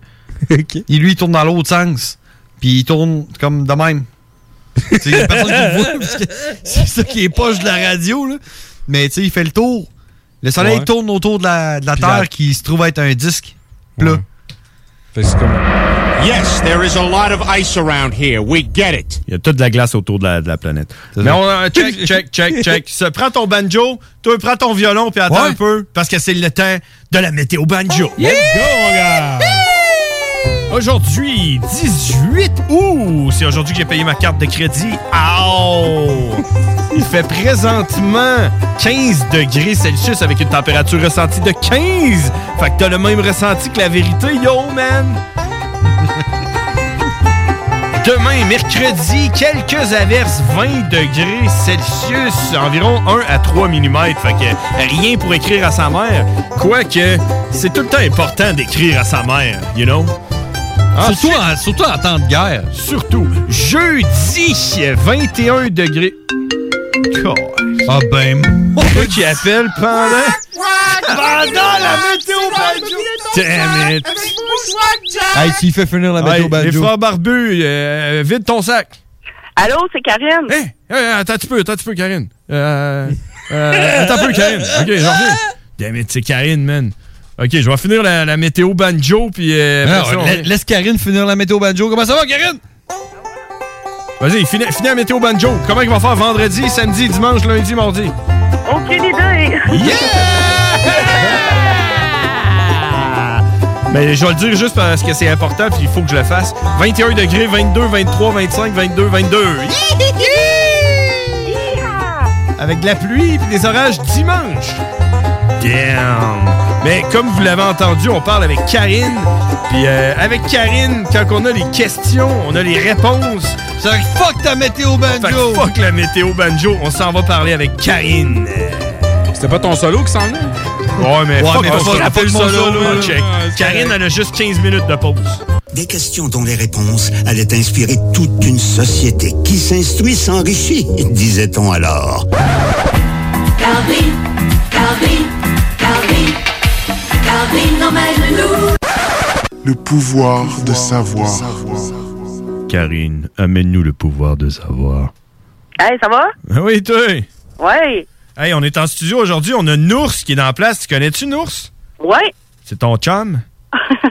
[SPEAKER 9] Il, lui, il tourne dans l'autre sens. Puis il tourne comme de même. C'est les personnes qui le voient, parce que c'est ça qui est poche de la radio, là. Mais tu sais, il fait le tour. Le soleil
[SPEAKER 8] Ouais.
[SPEAKER 9] tourne autour de la, de la
[SPEAKER 8] Puis
[SPEAKER 9] Terre
[SPEAKER 8] la-
[SPEAKER 9] qui se trouve être un disque plat.
[SPEAKER 8] Fait que c'est comme.
[SPEAKER 17] Yes, there is a lot of ice around here. We get it.
[SPEAKER 7] Il y a toute la glace autour de la, de la planète. Mais on a un check, check, check, check. Se- prends ton banjo, toi, prends ton violon, puis attends
[SPEAKER 9] Ouais.
[SPEAKER 7] un peu, parce que c'est le temps de la météo banjo.
[SPEAKER 17] Let's
[SPEAKER 7] go, mon gars! Aujourd'hui, 18 août, c'est aujourd'hui que j'ai payé ma carte de crédit. Ow! Il fait présentement 15 degrés Celsius avec une température ressentie de 15. Fait que t'as le même ressenti que la vérité, yo, man! Demain, mercredi, quelques averses, 20 degrés Celsius, environ 1 à 3 mm. Fait que rien pour écrire à sa mère. Quoique, c'est tout le temps important d'écrire à sa mère, you know? surtout, en, surtout en temps de guerre. Surtout. Jeudi, 21 degrés. Ah ben, moi qui appelle pendant.
[SPEAKER 6] Bushwack! Pendant la météo
[SPEAKER 7] ben,
[SPEAKER 6] banjo!
[SPEAKER 7] Damn it.
[SPEAKER 6] Avec Bushwack, Jack!
[SPEAKER 7] Hey, s'il fait finir la
[SPEAKER 11] météo banjo.
[SPEAKER 7] Les frères barbus, euh, vide ton sac.
[SPEAKER 9] Allô, c'est Karine?
[SPEAKER 7] Hey, hey, attends un petit peu, attends un petit peu, Karine. Euh, euh, attends un peu, Karine. OK, j'en reviens. Damn it, c'est Karine, man. OK, je vais finir la, la météo banjo, puis... euh,
[SPEAKER 11] Non,
[SPEAKER 7] après ça, on-
[SPEAKER 11] Ah, la- Laisse Karine finir la météo banjo. Comment ça va, Karine?
[SPEAKER 7] Vas-y, finis, finis la météo banjo. Comment il va faire vendredi, samedi, dimanche, lundi, mardi?
[SPEAKER 9] Aucune idée!
[SPEAKER 7] Mais je vais le dire juste parce que c'est important, puis il faut que je le fasse. 21 degrés, 22, 23, 25, 22, 22. Avec de la pluie et des orages dimanche. Damn! Mais comme vous l'avez entendu, on parle avec Karine. Puis euh, avec Karine, quand on a les questions, on a les réponses. Fait que fuck ta météo banjo! fuck la météo banjo, on s'en va parler avec Karine. C'était pas ton solo qui s'en venait? Ouais, mais
[SPEAKER 11] Ouais,
[SPEAKER 7] fuck
[SPEAKER 11] mais
[SPEAKER 7] ton
[SPEAKER 11] fuck-
[SPEAKER 7] solo,
[SPEAKER 11] fuck
[SPEAKER 7] fuck
[SPEAKER 11] mon
[SPEAKER 7] solo,
[SPEAKER 11] solo,
[SPEAKER 7] là,
[SPEAKER 11] là.
[SPEAKER 7] check.
[SPEAKER 11] Ouais, c'est
[SPEAKER 7] Karine,
[SPEAKER 11] correct.
[SPEAKER 7] elle a juste 15 minutes de pause.
[SPEAKER 1] Des questions dont les réponses allaient inspirer toute une société qui s'instruit s'enrichit, disait-on alors.
[SPEAKER 6] Calvin, Calvin, Calvin, Calvin emmène-nous.
[SPEAKER 15] Le pouvoir de savoir.
[SPEAKER 7] Karine, amène-nous le pouvoir de savoir.
[SPEAKER 9] Hey, ça va?
[SPEAKER 7] Ben Oui, toi!
[SPEAKER 9] Ouais!
[SPEAKER 7] Hey, on est en studio aujourd'hui, on a Nours qui est dans la place. Tu connais-tu Nours?
[SPEAKER 9] Ouais!
[SPEAKER 7] C'est ton chum?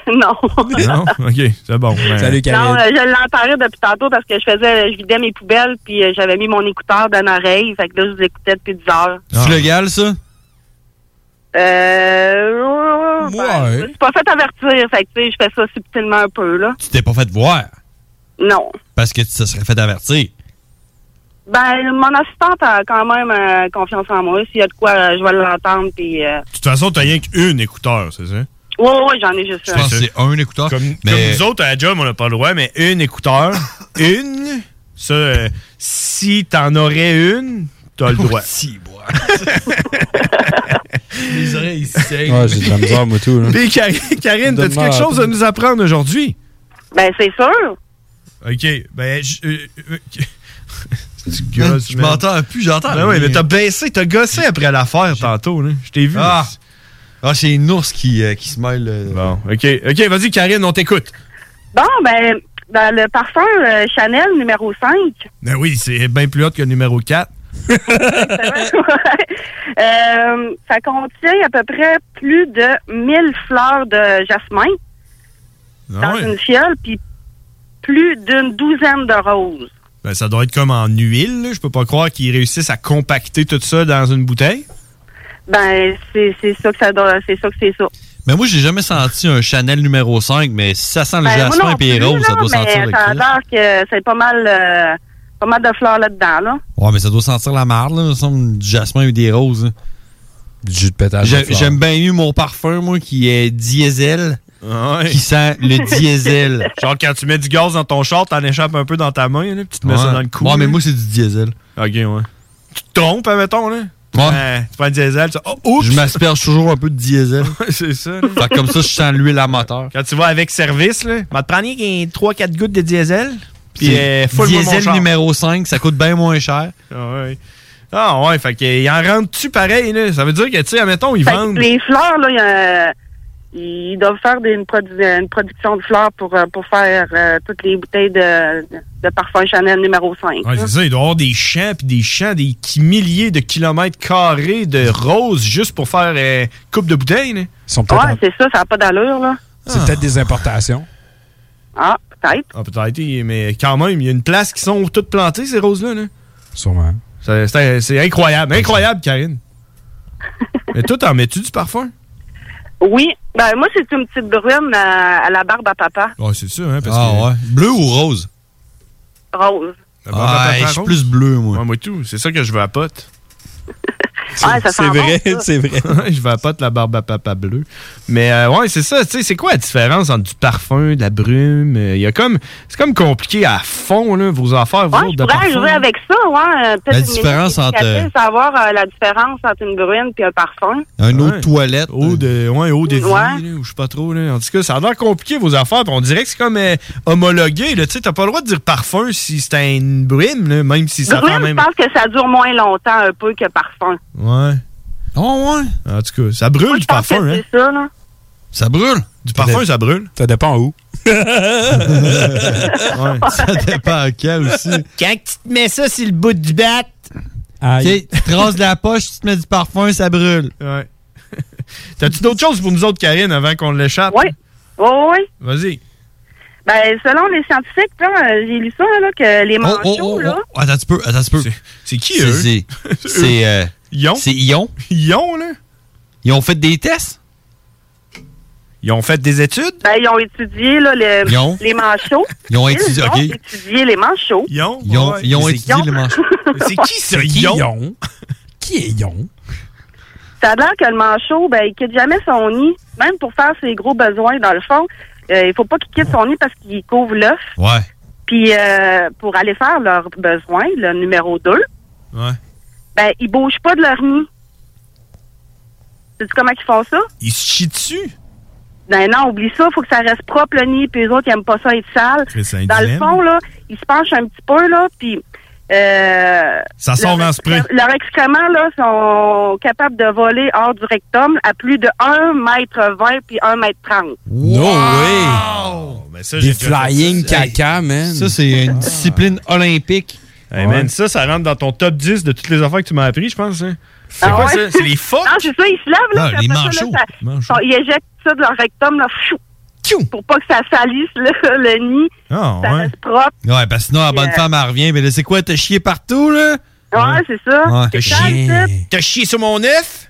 [SPEAKER 9] non!
[SPEAKER 7] non? OK, c'est bon. ben-
[SPEAKER 9] Non, euh, je l'entendais depuis tantôt parce que je faisais, je vidais mes poubelles puis euh, j'avais mis mon écouteur dans l'oreille. Fait que là, je vous écoutais depuis 10 heures.
[SPEAKER 7] Ah.
[SPEAKER 11] C'est légal, ça?
[SPEAKER 9] Euh. ben, je me suis pas fait avertir. Fait que, tu sais, je fais ça subtilement un peu, là.
[SPEAKER 11] Tu t'es pas fait voir
[SPEAKER 9] Non.
[SPEAKER 11] parce que tu te serais fait avertir.
[SPEAKER 9] Ben, mon assistante a quand même euh, confiance en moi. S'il y a de quoi, euh, je vais l'entendre puis. euh,
[SPEAKER 7] De toute façon, t'as rien qu'une écouteur, c'est ça?
[SPEAKER 9] Ouais, ouais, ouais, j'en ai juste un.
[SPEAKER 7] un écouteur. Comme, comme nous autres, à la job, on n'a pas le droit, mais une écouteur, une, ça, euh, si t'en aurais une, t'as le droit. si,
[SPEAKER 11] Les oreilles saignent.
[SPEAKER 18] Ouais, j'ai de la misère, moi, tout. là.
[SPEAKER 7] Puis, Karine, Karine, t'as-tu quelque chose à nous apprendre aujourd'hui?
[SPEAKER 9] Ben, c'est sûr.
[SPEAKER 7] OK, ben... je- euh, euh, Tu
[SPEAKER 11] gosses, Hein, Je man. m'entends plus, j'entends
[SPEAKER 7] Ben oui,
[SPEAKER 11] rien.
[SPEAKER 7] mais t'as baissé, t'as gossé après l'affaire tantôt, là. Je t'ai vu.
[SPEAKER 11] Ah.
[SPEAKER 7] Ah, c'est une ours qui,
[SPEAKER 11] euh,
[SPEAKER 7] qui se mêle. Bon, OK. OK, vas-y, Karine, on t'écoute.
[SPEAKER 9] Bon, ben, dans le parfum euh, Chanel numéro 5,
[SPEAKER 7] Ben oui, c'est bien plus haut que le numéro 4.
[SPEAKER 9] euh, ça contient à peu près plus de 1000 fleurs de jasmin
[SPEAKER 7] Ah
[SPEAKER 11] Ah
[SPEAKER 9] dans une fiole, puis plus d'une douzaine de roses.
[SPEAKER 7] Ben, ça doit être comme en huile. là. Je peux pas croire qu'ils réussissent à compacter tout ça dans une bouteille.
[SPEAKER 9] Ben, c'est c'est ça que ça doit, c'est ça que c'est ça.
[SPEAKER 11] Mais Ben, moi, j'ai jamais senti un Chanel numéro 5, mais si ça sent Ah, le
[SPEAKER 9] Ben, moi
[SPEAKER 11] jasmin
[SPEAKER 9] non
[SPEAKER 11] et les
[SPEAKER 9] plus,
[SPEAKER 11] roses, ça
[SPEAKER 9] là,
[SPEAKER 11] doit sentir
[SPEAKER 9] mais
[SPEAKER 11] le
[SPEAKER 9] ça a
[SPEAKER 11] cul.
[SPEAKER 9] l'air que c'est pas mal, euh, pas mal de fleurs là-dedans, là.
[SPEAKER 11] Ouais, mais ça doit sentir la marde, là, me semble, du jasmin ou des roses. Du jus de pétale.
[SPEAKER 18] de fleurs.
[SPEAKER 11] J'aime bien mieux mon parfum, moi, qui est diesel. Qui sent le diesel.
[SPEAKER 7] Genre, quand tu mets du gaz dans ton short, t'en échappes un peu dans ta main, là, puis tu te mets ça
[SPEAKER 11] Ouais.
[SPEAKER 7] dans le cou.
[SPEAKER 11] Ouais, mais
[SPEAKER 7] là.
[SPEAKER 11] moi, c'est du diesel.
[SPEAKER 7] Ok, ouais. Tu te trompes, admettons, là.
[SPEAKER 11] Ouais.
[SPEAKER 7] Ben, tu prends du diesel, tu oh, oups!
[SPEAKER 11] Je m'asperge toujours un peu de diesel.
[SPEAKER 7] c'est ça. là.
[SPEAKER 11] Fait que comme ça, je sens l'huile à moteur.
[SPEAKER 7] Quand tu vas avec service, là, va te prendre 3-4 gouttes de diesel. Puis,
[SPEAKER 11] C'est
[SPEAKER 7] euh, full-moi mon
[SPEAKER 11] diesel
[SPEAKER 7] char.
[SPEAKER 11] numéro 5, ça coûte bien moins cher.
[SPEAKER 7] Ah ouais. Ah ouais, fait qu'il en rentre-tu pareil, là? Ça veut dire que, tu sais, admettons, ils
[SPEAKER 9] Fait que
[SPEAKER 7] vendent.
[SPEAKER 9] les fleurs, là, il y a- ils doivent faire des- une, produ- une production de fleurs pour, euh, pour faire euh, toutes les bouteilles de, de parfum Chanel numéro 5.
[SPEAKER 7] Ouais, c'est ça, il doit y avoir des champs, puis des champs, des qui- milliers de kilomètres carrés de roses juste pour faire euh, coupe de bouteille. Ils sont
[SPEAKER 9] Ouais, c'est ça, ça n'a pas d'allure, là.
[SPEAKER 7] C'est peut-être des importations.
[SPEAKER 9] Ah, peut-être.
[SPEAKER 7] Ah, peut-être, mais quand même, il y a une place qui sont toutes plantées, ces roses-là. Là.
[SPEAKER 18] Sûrement.
[SPEAKER 7] C'est- C'est c'est incroyable, incroyable, Karine. mais toi, t'en mets-tu du parfum?
[SPEAKER 9] Oui. Ben, moi, c'est une petite brune à, à la barbe à papa,
[SPEAKER 7] Ouais, c'est ça, hein, parce
[SPEAKER 11] ah ouais. Bleu ou rose?
[SPEAKER 9] rose.
[SPEAKER 7] que...
[SPEAKER 11] Ah, je suis plus
[SPEAKER 7] bleu, moi. bah, moi tout, c'est ça que je veux à pote.
[SPEAKER 9] Ah, ça sent bon, ça.
[SPEAKER 7] je vais à pote la barbe à papa bleue. Mais euh, ouais, c'est ça. Tu sais, c'est quoi la différence entre du parfum, de la brume? Euh, Il y a comme. C'est comme compliqué à fond, là, vos affaires, vous
[SPEAKER 9] Ouais,
[SPEAKER 7] autres,
[SPEAKER 9] je
[SPEAKER 7] de
[SPEAKER 9] pourrais
[SPEAKER 7] parfum.
[SPEAKER 9] jouer avec ça, ouais.
[SPEAKER 7] La différence entre-
[SPEAKER 9] savoir euh, la différence entre une brune et un parfum.
[SPEAKER 7] Un eau de toilette. Eau de, ouais, eau de vie,
[SPEAKER 9] Ouais.
[SPEAKER 7] là, ou je sais pas trop. Là. En tout cas, ça a l'air compliqué, vos affaires. puis On dirait que c'est comme euh, homologué. là. Tu sais, t'as pas le droit de dire parfum si c'est une brume, là, même si ça sent
[SPEAKER 9] Brune, je
[SPEAKER 7] même.
[SPEAKER 9] pense que ça dure moins longtemps un peu que parfum.
[SPEAKER 7] Ouais. Oh, ouais. En tout cas, ça brûle du
[SPEAKER 9] Parce que
[SPEAKER 7] parfum, hein?
[SPEAKER 9] c'est ça, là.
[SPEAKER 7] Ça brûle. Du parfum, ça brûle. Ça dépend où. ouais, ça dépend quand aussi.
[SPEAKER 19] Quand tu te mets ça sur le bout du bat,
[SPEAKER 7] Aïe. Tu te rases la poche, tu te mets du parfum, ça brûle. Ouais. T'as-tu d'autres choses pour nous autres, Karine, avant qu'on l'échappe?
[SPEAKER 9] Oui. Oui, oui.
[SPEAKER 7] Vas-y.
[SPEAKER 9] Ben, selon les scientifiques, là, euh, j'ai lu ça, là, que
[SPEAKER 7] Oh,
[SPEAKER 9] les manchots, là,
[SPEAKER 6] Attends un petit peu, attends un petit peu.
[SPEAKER 7] C'est qui, eux?
[SPEAKER 6] C'est
[SPEAKER 7] C'est
[SPEAKER 6] c'est,
[SPEAKER 7] eux.
[SPEAKER 6] euh,
[SPEAKER 7] Ion.
[SPEAKER 6] C'est Ion.
[SPEAKER 7] Ion, là?
[SPEAKER 6] Ils ont fait des tests?
[SPEAKER 7] Ils ont fait des études?
[SPEAKER 9] ben, ils ont étudié, là, les,
[SPEAKER 6] Ils ont-
[SPEAKER 9] les manchots.
[SPEAKER 6] Ils ont étudié-
[SPEAKER 9] Ils ont
[SPEAKER 6] ok.
[SPEAKER 9] étudié les manchots.
[SPEAKER 7] Ils ont,
[SPEAKER 6] Ils ont, ils ont étudié les manchots.
[SPEAKER 7] C'est qui ça,
[SPEAKER 6] C'est qui,
[SPEAKER 7] Ion?
[SPEAKER 6] Ion?
[SPEAKER 8] Qui est Yon?
[SPEAKER 9] Ça a l'air que le manchot, ben, il quitte jamais son nid, même pour faire ses gros besoins, dans le fond. Euh, il faut pas qu'il quitte son nid parce qu'il couvre l'œuf.
[SPEAKER 6] Ouais.
[SPEAKER 9] Puis, euh, pour aller faire leurs besoins, le numéro 2,
[SPEAKER 7] Ouais.
[SPEAKER 9] ben, ils bougent pas de leur nid. Sais-tu comment ils font ça?
[SPEAKER 7] Ils se chient dessus.
[SPEAKER 9] Ben non, oublie ça, faut que ça reste propre le nid, puis les autres, ils aiment pas ça être sales.
[SPEAKER 7] Chris, c'est un
[SPEAKER 9] Dans le
[SPEAKER 7] dilemme.
[SPEAKER 9] fond, là, ils se penchent un petit peu, là, puis... euh,
[SPEAKER 7] Ça sort
[SPEAKER 9] leur
[SPEAKER 7] en spray.
[SPEAKER 9] excré- Leurs excréments, là, sont capables de voler hors du rectum à plus de 1 mètre 20 puis 1 mètre 30.
[SPEAKER 8] No way!
[SPEAKER 7] Mais ça,
[SPEAKER 8] Des
[SPEAKER 7] j'ai déjà fait
[SPEAKER 8] flying
[SPEAKER 7] ça.
[SPEAKER 8] caca, man.
[SPEAKER 7] Ça, c'est une discipline olympique. Hey, man, ça, ça rentre dans ton top 10 de toutes les affaires que tu m'as appris, je pense. hein. C'est
[SPEAKER 9] Ah
[SPEAKER 7] quoi
[SPEAKER 9] ouais?
[SPEAKER 7] ça? C'est les phoques?
[SPEAKER 9] Non, c'est ça, ils se lèvent, là,
[SPEAKER 7] Ah,
[SPEAKER 9] puis
[SPEAKER 7] les
[SPEAKER 9] après ça, là,
[SPEAKER 7] manchots.
[SPEAKER 9] ça-
[SPEAKER 7] Manchots.
[SPEAKER 9] ils éjectent ça de leur rectum, là, pfiou, pour pas que ça salisse le, le nid,
[SPEAKER 6] Ah,
[SPEAKER 9] ça
[SPEAKER 6] ouais.
[SPEAKER 9] reste propre.
[SPEAKER 6] Ouais, parce que sinon, la bonne
[SPEAKER 9] Yeah.
[SPEAKER 6] femme, elle revient. Mais là, c'est quoi? T'as chié partout, là?
[SPEAKER 9] Ouais, c'est ça.
[SPEAKER 6] Ouais.
[SPEAKER 9] C'est
[SPEAKER 6] T'as
[SPEAKER 9] ça,
[SPEAKER 6] chié.
[SPEAKER 9] le type.
[SPEAKER 7] T'as chié sur mon œuf?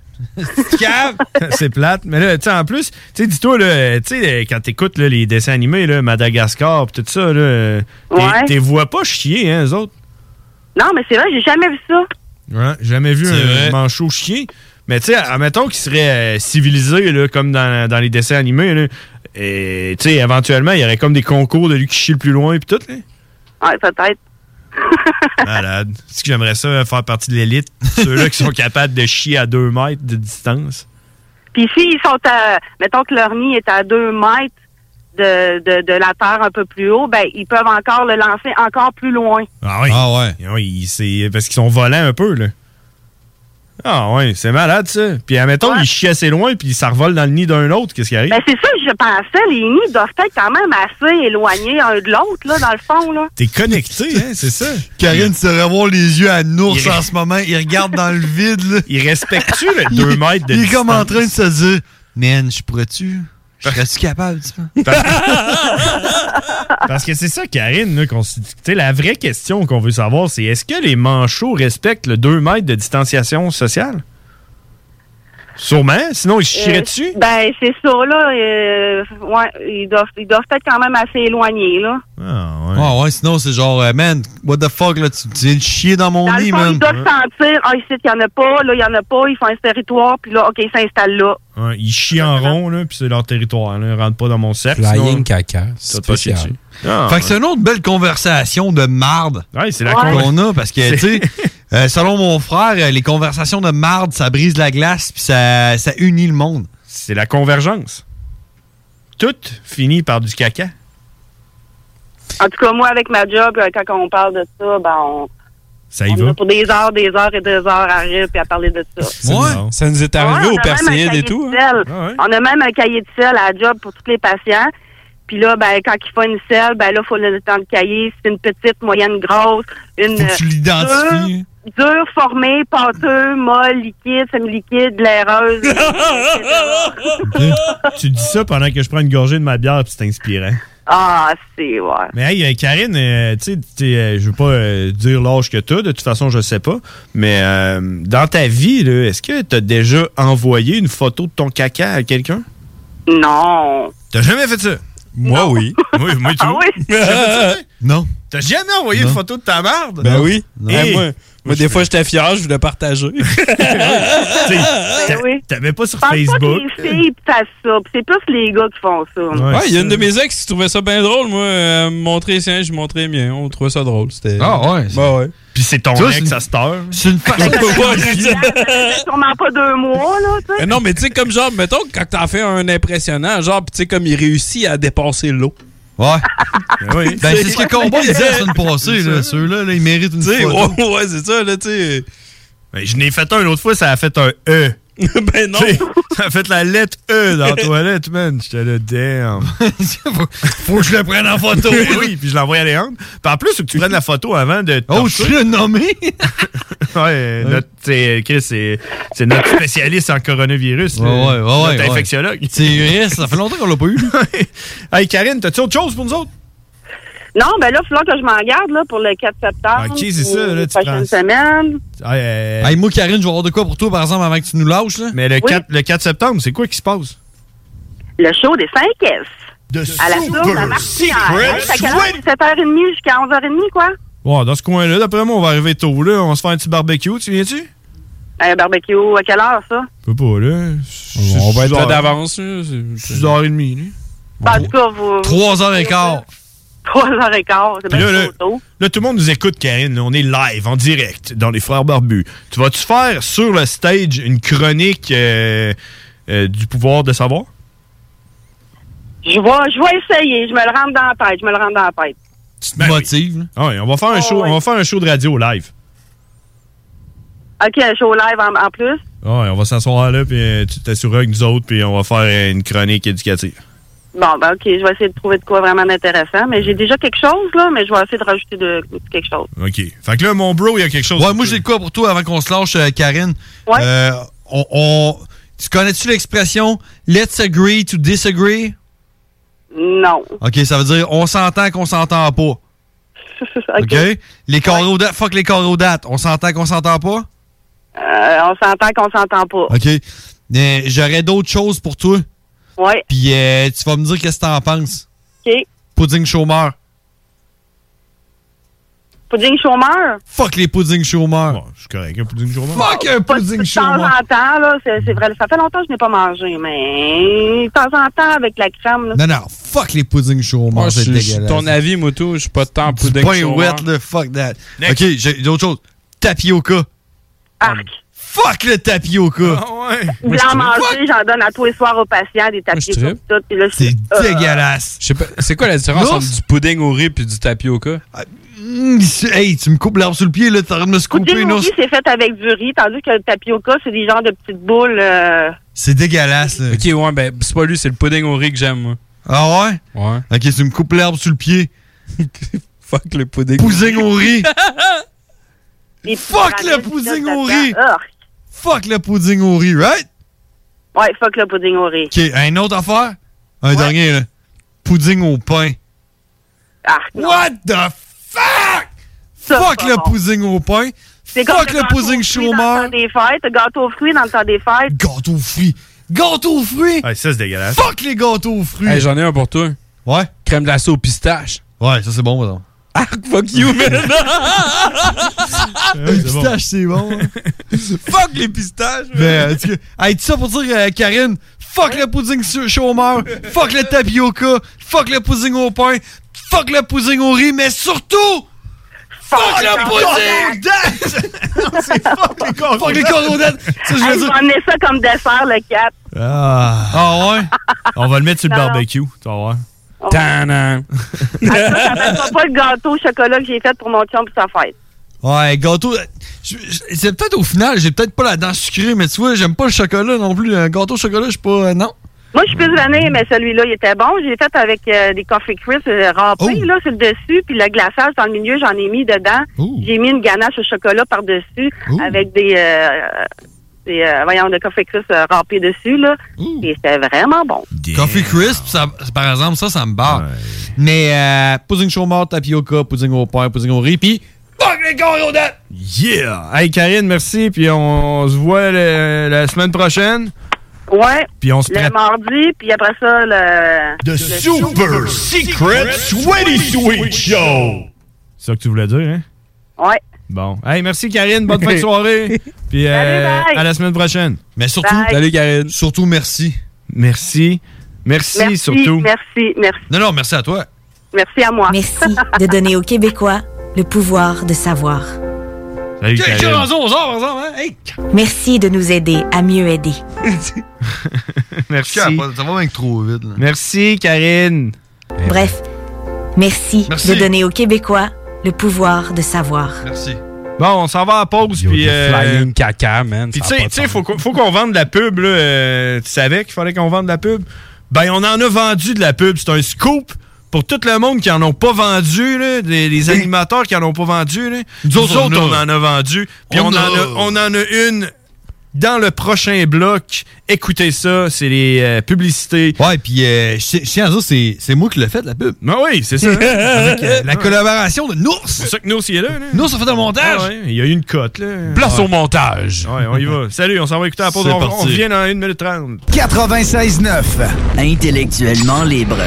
[SPEAKER 7] cave! c'est plate. Mais là, tu sais, en plus, tu sais, dis-toi, là, tu sais, euh, quand t'écoutes là, les dessins animés, là, Madagascar, pis tout ça, là, euh, t'es-
[SPEAKER 9] Ouais.
[SPEAKER 7] t'es vois pas chier, hein, eux autres.
[SPEAKER 9] Non, mais c'est vrai, j'ai jamais vu ça.
[SPEAKER 7] Ouais, jamais vu un manchot chier. Mais tu sais, admettons qu'il serait euh, civilisé, là, comme dans, dans les dessins animés, là. Et, tu sais, éventuellement, il y aurait comme des concours de lui qui chie le plus loin, pis tout, là.
[SPEAKER 9] Ouais, peut-être.
[SPEAKER 7] Malade. Est-ce que j'aimerais ça euh, faire partie de l'élite? Ceux-là qui sont capables de chier à deux mètres de distance.
[SPEAKER 9] Puis s'ils sont à, mettons que leur nid est à 2 mètres de, de, de la terre un peu plus haut, ben ils peuvent encore le lancer encore plus loin.
[SPEAKER 7] Ah oui. Ah ouais. c'est parce qu'ils sont volants un peu, là. Ah ouais, c'est malade ça. Puis admettons, ils chient assez loin, puis ça revole dans le nid d'un autre, qu'est-ce qui arrive?
[SPEAKER 9] Ben c'est ça que je pensais, les nids doivent être quand même assez éloignés un de l'autre, là, dans le fond, là.
[SPEAKER 7] T'es connecté, hein, c'est ça?
[SPEAKER 6] Karine, tu devrais voir les yeux à Nours
[SPEAKER 7] Il-
[SPEAKER 6] en ce moment. Il regarde dans le vide, là.
[SPEAKER 7] Il respecte-tu le 2 mètres de
[SPEAKER 6] Il est comme en
[SPEAKER 7] distance?
[SPEAKER 6] train de se dire, man, je pourrais-tu? Je serais-tu capable, tu vois?
[SPEAKER 7] Parce que c'est ça, Karine, là, qu'on se dit- tu sais, la vraie question qu'on veut savoir, c'est est-ce que les manchots respectent le 2 mètres de distanciation sociale? Sûrement, sinon ils chieraient
[SPEAKER 9] Euh,
[SPEAKER 7] dessus.
[SPEAKER 9] Ben c'est ça, là. euh, ouais, ils doivent, ils doivent être quand même assez éloignés, là.
[SPEAKER 7] Ah
[SPEAKER 6] ouais. sinon, c'est genre, euh, man, what the fuck, là, tu, tu viens de chier dans mon
[SPEAKER 9] Dans le
[SPEAKER 6] lit,
[SPEAKER 9] fond,
[SPEAKER 6] man.
[SPEAKER 9] ils doivent sentir, ah, ici, il y en a pas, là, il y en a pas, ils font un territoire, puis là, OK, ils s'installent là.
[SPEAKER 7] Ouais, ils chient en rond, là, puis c'est leur territoire. Là. Ils rentrent pas dans mon cercle.
[SPEAKER 8] Flying
[SPEAKER 7] sinon-
[SPEAKER 8] caca,
[SPEAKER 7] Ça te fait chier
[SPEAKER 8] spécial.
[SPEAKER 7] dessus. Ah,
[SPEAKER 6] fait
[SPEAKER 7] ouais.
[SPEAKER 6] que c'est une autre belle conversation de marde.
[SPEAKER 7] Ouais, c'est
[SPEAKER 8] la con-
[SPEAKER 6] qu'on a parce que,
[SPEAKER 8] C'est-
[SPEAKER 6] tu sais, euh, selon mon frère, euh, les conversations de marde, ça brise la glace puis ça, ça unit le monde.
[SPEAKER 7] C'est la convergence. Tout finit par du caca.
[SPEAKER 9] En tout cas, moi, avec ma job, euh, quand on parle de ça, ben on,
[SPEAKER 7] Ça
[SPEAKER 9] on est pour des heures, des heures et des heures à rire puis à parler de ça.
[SPEAKER 8] Ça nous est arrivé
[SPEAKER 9] Ouais, on
[SPEAKER 8] au
[SPEAKER 9] a même un
[SPEAKER 8] persillide
[SPEAKER 9] cahier
[SPEAKER 8] et tout. hein?
[SPEAKER 9] de selle. On a même un cahier de selle à la job pour tous les patients. Puis là, ben, quand il faut une selle, ben là, il faut le temps de cahier. Si C'est une petite, moyenne, grosse. Une,
[SPEAKER 6] Faut que tu
[SPEAKER 9] euh,
[SPEAKER 6] l'identifies.
[SPEAKER 9] Dure, dure, formée, pâteux, molle, liquide, semi-liquide, blaireuse. etc.
[SPEAKER 7] tu dis ça pendant que je prends une gorgée de ma bière, puis c'est inspirant.
[SPEAKER 9] ah, c'est, ouais.
[SPEAKER 7] Mais hey, euh, Karine, euh, tu sais, t'es, euh, je veux pas euh, dire l'âge que t'as, de toute façon, je sais pas, mais euh, dans ta vie, là, est-ce que t'as déjà envoyé une photo de ton caca à quelqu'un?
[SPEAKER 9] Non.
[SPEAKER 7] T'as jamais fait ça? Moi, oui. Moi, moi, tout.
[SPEAKER 9] Ah oui?
[SPEAKER 7] T'as jamais fait ça?
[SPEAKER 6] Non.
[SPEAKER 7] T'as jamais envoyé une photo de ta marde?
[SPEAKER 8] Ben oui.
[SPEAKER 7] Non.
[SPEAKER 8] Hey,
[SPEAKER 7] Hey,
[SPEAKER 8] moi, moi, des fois, j'étais fier, je voulais partager.
[SPEAKER 7] T'sais,
[SPEAKER 9] Ben
[SPEAKER 7] t'a-
[SPEAKER 9] oui.
[SPEAKER 7] T'avais pas sur
[SPEAKER 9] Je pense pas
[SPEAKER 7] Facebook.
[SPEAKER 9] que les filles passent ça. Puis C'est plus les gars qui font ça.
[SPEAKER 8] Ouais, il y a une de mes ex qui trouvait ça bien drôle, moi. euh, montrer sien, je montrais mien. On trouvait ça drôle. C'était.
[SPEAKER 6] Ah ouais.
[SPEAKER 8] Bah ouais.
[SPEAKER 7] Puis c'est ton
[SPEAKER 6] Tu vois, ex c'est-
[SPEAKER 7] à cette heure.
[SPEAKER 6] C'est une façon
[SPEAKER 9] C'est sûrement pas deux mois, là, tu sais.
[SPEAKER 8] Mais non, mais tu sais, comme genre, mettons, que quand t'en fais un impressionnant, genre, pis tu sais, comme il réussit à dépasser l'eau.
[SPEAKER 6] Ouais.
[SPEAKER 7] oui.
[SPEAKER 6] Ben, c'est ce que Combo disait la semaine passée, là. Ceux-là, là, ils méritent une
[SPEAKER 8] T'sais,
[SPEAKER 6] photo.
[SPEAKER 8] ouais, ouais, c'est ça, là, tu sais.
[SPEAKER 7] Ben, je n'ai fait un l'autre fois, ça a fait un E.
[SPEAKER 8] ben non.
[SPEAKER 6] Ça a fait la lettre E dans la toilette, man. J'étais là, damn. faut, faut que je le prenne en photo. oui, puis je l'envoie à Léandre. Puis en plus, faut que tu prennes la photo avant de. Oh, je suis nommé. ouais, notre, c'est, Chris, c'est, c'est notre spécialiste en coronavirus.
[SPEAKER 7] Ouais,
[SPEAKER 6] là.
[SPEAKER 7] ouais, ouais,
[SPEAKER 6] Notre
[SPEAKER 7] ouais.
[SPEAKER 6] infectiologue.
[SPEAKER 7] C'est vrai, ça fait longtemps qu'on l'a pas eu.
[SPEAKER 6] hey, Karine, t'as-tu autre chose pour nous autres?
[SPEAKER 9] Non, ben là, il faut que je m'en garde là, pour le 4 septembre.
[SPEAKER 7] Ok, c'est ça,
[SPEAKER 9] puis
[SPEAKER 7] là,
[SPEAKER 9] les
[SPEAKER 7] tu
[SPEAKER 9] prochaines
[SPEAKER 7] prends-
[SPEAKER 9] semaines.
[SPEAKER 6] Ah, euh,
[SPEAKER 7] Hey, moi, Karine, je vais avoir de quoi pour toi, par exemple, avant que tu nous lâches. Là.
[SPEAKER 6] Mais le,
[SPEAKER 9] Oui.
[SPEAKER 6] 4, le 4 septembre, c'est quoi qui se passe?
[SPEAKER 9] Le show des 5 S. à la
[SPEAKER 6] Super
[SPEAKER 9] source, à Martinière.
[SPEAKER 6] Secret
[SPEAKER 9] C'est à quelle heure? 7h30 jusqu'à 11h30, quoi?
[SPEAKER 6] Ouais, dans ce coin-là, d'après moi, on va arriver tôt, là. On va se faire un petit barbecue, tu viens-tu?
[SPEAKER 9] Un Euh, barbecue, à quelle heure, ça?
[SPEAKER 6] Je peux pas, là.
[SPEAKER 8] On va être là
[SPEAKER 6] Six heures-
[SPEAKER 8] d'avance.
[SPEAKER 6] 6h30, là.
[SPEAKER 9] Ben, en tout cas, vous...
[SPEAKER 6] 3h15.
[SPEAKER 9] 3h15, c'est
[SPEAKER 6] Puis
[SPEAKER 9] bien
[SPEAKER 6] là, là,
[SPEAKER 9] trop tôt.
[SPEAKER 6] là, tout le monde nous écoute, Karine. là. on est live, en direct, dans les Frères Barbus. Tu vas-tu faire sur le stage une chronique euh, euh, du pouvoir de savoir?
[SPEAKER 9] Je vais, je vais essayer. Je me le rentre dans la tête. Je me le rentre dans la tête.
[SPEAKER 6] Tu te motives. Oui, Ah on va
[SPEAKER 9] Ah
[SPEAKER 6] faire un show, on va faire un show de radio live.
[SPEAKER 9] OK, un show live en, en plus.
[SPEAKER 6] Ouais, on va s'asseoir là, puis euh, tu t'assureras avec nous autres, puis on va faire
[SPEAKER 7] euh,
[SPEAKER 6] une chronique éducative.
[SPEAKER 9] Bon, ben OK, je vais essayer de trouver de quoi vraiment d'intéressant. Mais j'ai déjà quelque chose, là, mais je vais essayer de rajouter de, de quelque chose.
[SPEAKER 6] OK. Fait que là, mon bro, il y a quelque chose.
[SPEAKER 7] Ouais, moi, j'ai de quoi pour toi avant qu'on se lâche, euh, Karine? Ouais. on, on- Tu connais-tu l'expression let's agree to disagree?
[SPEAKER 9] Non.
[SPEAKER 7] OK, ça veut dire on s'entend qu'on s'entend pas. OK? Les carreaux dates, fuck les carreaux dates. On s'entend qu'on s'entend pas?
[SPEAKER 9] Euh, on s'entend qu'on s'entend pas.
[SPEAKER 7] OK. Mais J'aurais d'autres choses pour toi.
[SPEAKER 9] Ouais,
[SPEAKER 7] Puis euh, tu vas me dire qu'est-ce que t'en penses.
[SPEAKER 9] OK.
[SPEAKER 7] Pudding chômeur.
[SPEAKER 9] Pudding chômeur.
[SPEAKER 7] Fuck les pudding chômeurs.
[SPEAKER 6] je suis correct, un pudding chômeur.
[SPEAKER 7] Fuck un pudding
[SPEAKER 9] De temps
[SPEAKER 7] chômeur.
[SPEAKER 9] en temps, là, c'est c'est vrai. Ça fait longtemps que je n'ai pas mangé, mais de temps en temps, avec la crème, là.
[SPEAKER 7] Non, non, fuck les pudding chômeurs.
[SPEAKER 8] Moi, je
[SPEAKER 7] c'est
[SPEAKER 8] suis- je suis
[SPEAKER 7] dégueulasse.
[SPEAKER 8] ton avis, Moutou, je suis pas tant
[SPEAKER 7] Du
[SPEAKER 8] pudding
[SPEAKER 7] pain
[SPEAKER 8] chômeur.
[SPEAKER 7] wet, le fuck that. OK, j'ai d'autres choses. Tapioca.
[SPEAKER 9] Arc.
[SPEAKER 7] Fuck le tapioca.
[SPEAKER 9] Vous en mangez, j'en donne à tous les soirs aux patients, des tapis sur
[SPEAKER 8] trippe.
[SPEAKER 9] tout. Puis là, c'est
[SPEAKER 7] dégueulasse.
[SPEAKER 8] Je sais pas, c'est quoi la différence
[SPEAKER 7] L'ours?
[SPEAKER 8] entre du pudding au riz puis du tapioca?
[SPEAKER 7] Mm, Hey, tu me coupes l'arbre sur le pied, là, t'as rien de me
[SPEAKER 9] Poutine
[SPEAKER 7] scooper,
[SPEAKER 9] au
[SPEAKER 7] non?
[SPEAKER 9] riz, c'est fait avec du riz, tandis que le tapioca, c'est des genres de petites boules. euh,
[SPEAKER 7] C'est dégueulasse, là.
[SPEAKER 8] Ok, ouais, ben, c'est pas lui, c'est le pudding au riz que j'aime, moi.
[SPEAKER 7] Ah ouais?
[SPEAKER 8] Ouais.
[SPEAKER 7] Ok, tu me coupes l'arbre sur le pied.
[SPEAKER 8] Fuck le pudding.
[SPEAKER 7] Pudding au riz.
[SPEAKER 9] des petits
[SPEAKER 7] Fuck le
[SPEAKER 9] ramen,
[SPEAKER 7] pudding
[SPEAKER 9] là,
[SPEAKER 7] au
[SPEAKER 9] dedans.
[SPEAKER 7] riz.
[SPEAKER 9] Ah,
[SPEAKER 7] Fuck le pudding au riz, right?
[SPEAKER 9] ouais, fuck le pudding au riz.
[SPEAKER 7] Ok, une autre affaire? Un dernier, là. Pudding au pain.
[SPEAKER 9] Ah,
[SPEAKER 7] What the fuck? Fuck le pudding au pain.
[SPEAKER 9] C'est comme
[SPEAKER 7] Fuck le
[SPEAKER 9] gâteau
[SPEAKER 7] pudding
[SPEAKER 9] aux fruits Dans le
[SPEAKER 7] chômeur.
[SPEAKER 9] temps des fêtes, le gâteau aux fruits dans le temps des fêtes.
[SPEAKER 7] Gâteau aux fruits. Gâteau aux fruits.
[SPEAKER 6] Ouais, ça, c'est dégueulasse.
[SPEAKER 7] Fuck les gâteaux aux fruits.
[SPEAKER 8] Hey, j'en ai un pour toi.
[SPEAKER 7] Ouais.
[SPEAKER 8] Crème glacée au pistache.
[SPEAKER 7] Ouais, ça c'est bon, par
[SPEAKER 8] exemple. fuck you, man.
[SPEAKER 7] Les pistaches, c'est bon. hein.
[SPEAKER 8] fuck les pistaches.
[SPEAKER 7] Ben, en tout cas, hey, tout ça pour dire, euh, Karine, fuck le pudding sur- chômeur, fuck le tapioca, fuck le pudding au pain, fuck le pudding au riz, mais surtout, fuck, le pudding!
[SPEAKER 6] C'est fuck les corps.
[SPEAKER 7] Fuck les coronettes! Ça, je veux
[SPEAKER 9] Hey, je
[SPEAKER 7] dire.
[SPEAKER 9] vais emmener ça comme dessert, le 4.
[SPEAKER 6] Ah.
[SPEAKER 7] ouais?
[SPEAKER 6] On va le mettre sur le
[SPEAKER 9] Non, non.
[SPEAKER 6] barbecue, tu vas voir.
[SPEAKER 8] Tadam.
[SPEAKER 9] Après, ça ne pas, pas le gâteau au chocolat que j'ai fait pour mon chum pour sa fête.
[SPEAKER 7] Ouais, gâteau. euh, je- je- C'est peut-être au final, j'ai peut-être pas la dent sucrée, mais tu vois, j'aime pas le chocolat non plus. Un gâteau au chocolat, je suis pas. euh, non.
[SPEAKER 9] Moi, je suis plus vanille, mais celui-là, il était bon. J'ai fait avec euh, des coffee crisps euh, râpés,
[SPEAKER 6] Oh!
[SPEAKER 9] là, sur le dessus, puis le glaçage dans le milieu, j'en ai mis dedans. J'ai mis une ganache au chocolat par-dessus, avec des, euh, des euh, voyons, de coffee crisps euh, râpés dessus, là. Et c'était vraiment bon.
[SPEAKER 7] Coffee crisp, ça- par exemple, ça, ça me barre. Mais euh, pudding chômeur, tapioca, pudding au pain, pudding au riz, pis. Fuck les coronettes!
[SPEAKER 6] Yeah! Hey, Karine, merci. Puis on, se voit le- la semaine prochaine.
[SPEAKER 9] Ouais.
[SPEAKER 6] Puis on se
[SPEAKER 9] Le
[SPEAKER 6] prépare.
[SPEAKER 9] mardi, puis après ça, le...
[SPEAKER 6] The Super Secret Sweaty Sweet Show! C'est ça que tu voulais dire, hein?
[SPEAKER 9] Ouais.
[SPEAKER 6] Bon. Hey, merci, Karine. Bonne fin de soirée. Puis euh,
[SPEAKER 9] bye.
[SPEAKER 6] à la semaine prochaine.
[SPEAKER 7] Mais
[SPEAKER 9] surtout- Bye. Salut,
[SPEAKER 8] Karine.
[SPEAKER 7] Surtout, merci.
[SPEAKER 6] Merci. Merci, surtout.
[SPEAKER 9] Merci, merci,
[SPEAKER 7] Non, non, merci à toi.
[SPEAKER 9] merci à moi.
[SPEAKER 20] Merci de donner aux Québécois le pouvoir de savoir.
[SPEAKER 6] Salut,
[SPEAKER 7] Quel
[SPEAKER 6] Karine.
[SPEAKER 7] charançon on sort, par exemple, hein? Hey!
[SPEAKER 20] Merci de nous aider à mieux aider.
[SPEAKER 6] Merci.
[SPEAKER 7] Ça va bien que trop vite, là.
[SPEAKER 6] Merci, Karine.
[SPEAKER 20] Bref, merci,
[SPEAKER 6] Merci.
[SPEAKER 20] de donner aux Québécois le pouvoir de savoir.
[SPEAKER 7] Merci. Bon, on s'en va à la pause.
[SPEAKER 8] Yo,
[SPEAKER 7] Puis, euh,
[SPEAKER 8] du
[SPEAKER 6] euh,
[SPEAKER 8] flying caca, man.
[SPEAKER 7] Puis,
[SPEAKER 8] ça
[SPEAKER 7] tu
[SPEAKER 8] a
[SPEAKER 7] sais,
[SPEAKER 8] pas de
[SPEAKER 7] tu sais, faut, qu'on- faut qu'on vende de la pub. Là. Euh, tu savais qu'il fallait qu'on vende de la pub? Ben, on en a vendu de la pub. C'est un scoop pour tout le monde qui en ont pas vendu, là, des, les animateurs qui en ont pas vendu. Là. Nous autres,
[SPEAKER 9] on
[SPEAKER 7] on,
[SPEAKER 9] a.
[SPEAKER 7] en a vendu. Puis, on,
[SPEAKER 9] On
[SPEAKER 7] en
[SPEAKER 9] a.
[SPEAKER 7] a- on en a une dans le prochain bloc. Écoutez ça, c'est les euh, publicités.
[SPEAKER 9] Ouais, puis euh, chez, chez Enzo, c'est c'est moi qui l'ai fait, la pub.
[SPEAKER 7] Ah oui, c'est ça.
[SPEAKER 9] Avec euh, la
[SPEAKER 7] Ouais.
[SPEAKER 9] collaboration de Nours. C'est
[SPEAKER 7] ça que Nours, il est là.
[SPEAKER 9] Nours a fait un montage.
[SPEAKER 7] Ah ouais, il y a eu une cote, là.
[SPEAKER 9] Place au
[SPEAKER 7] montage. Ouais, on y va. Salut, on s'en va écouter la pause.
[SPEAKER 9] C'est
[SPEAKER 7] On,
[SPEAKER 9] parti.
[SPEAKER 7] on revient dans 1 minute 30.
[SPEAKER 20] 96.9. Intellectuellement libre.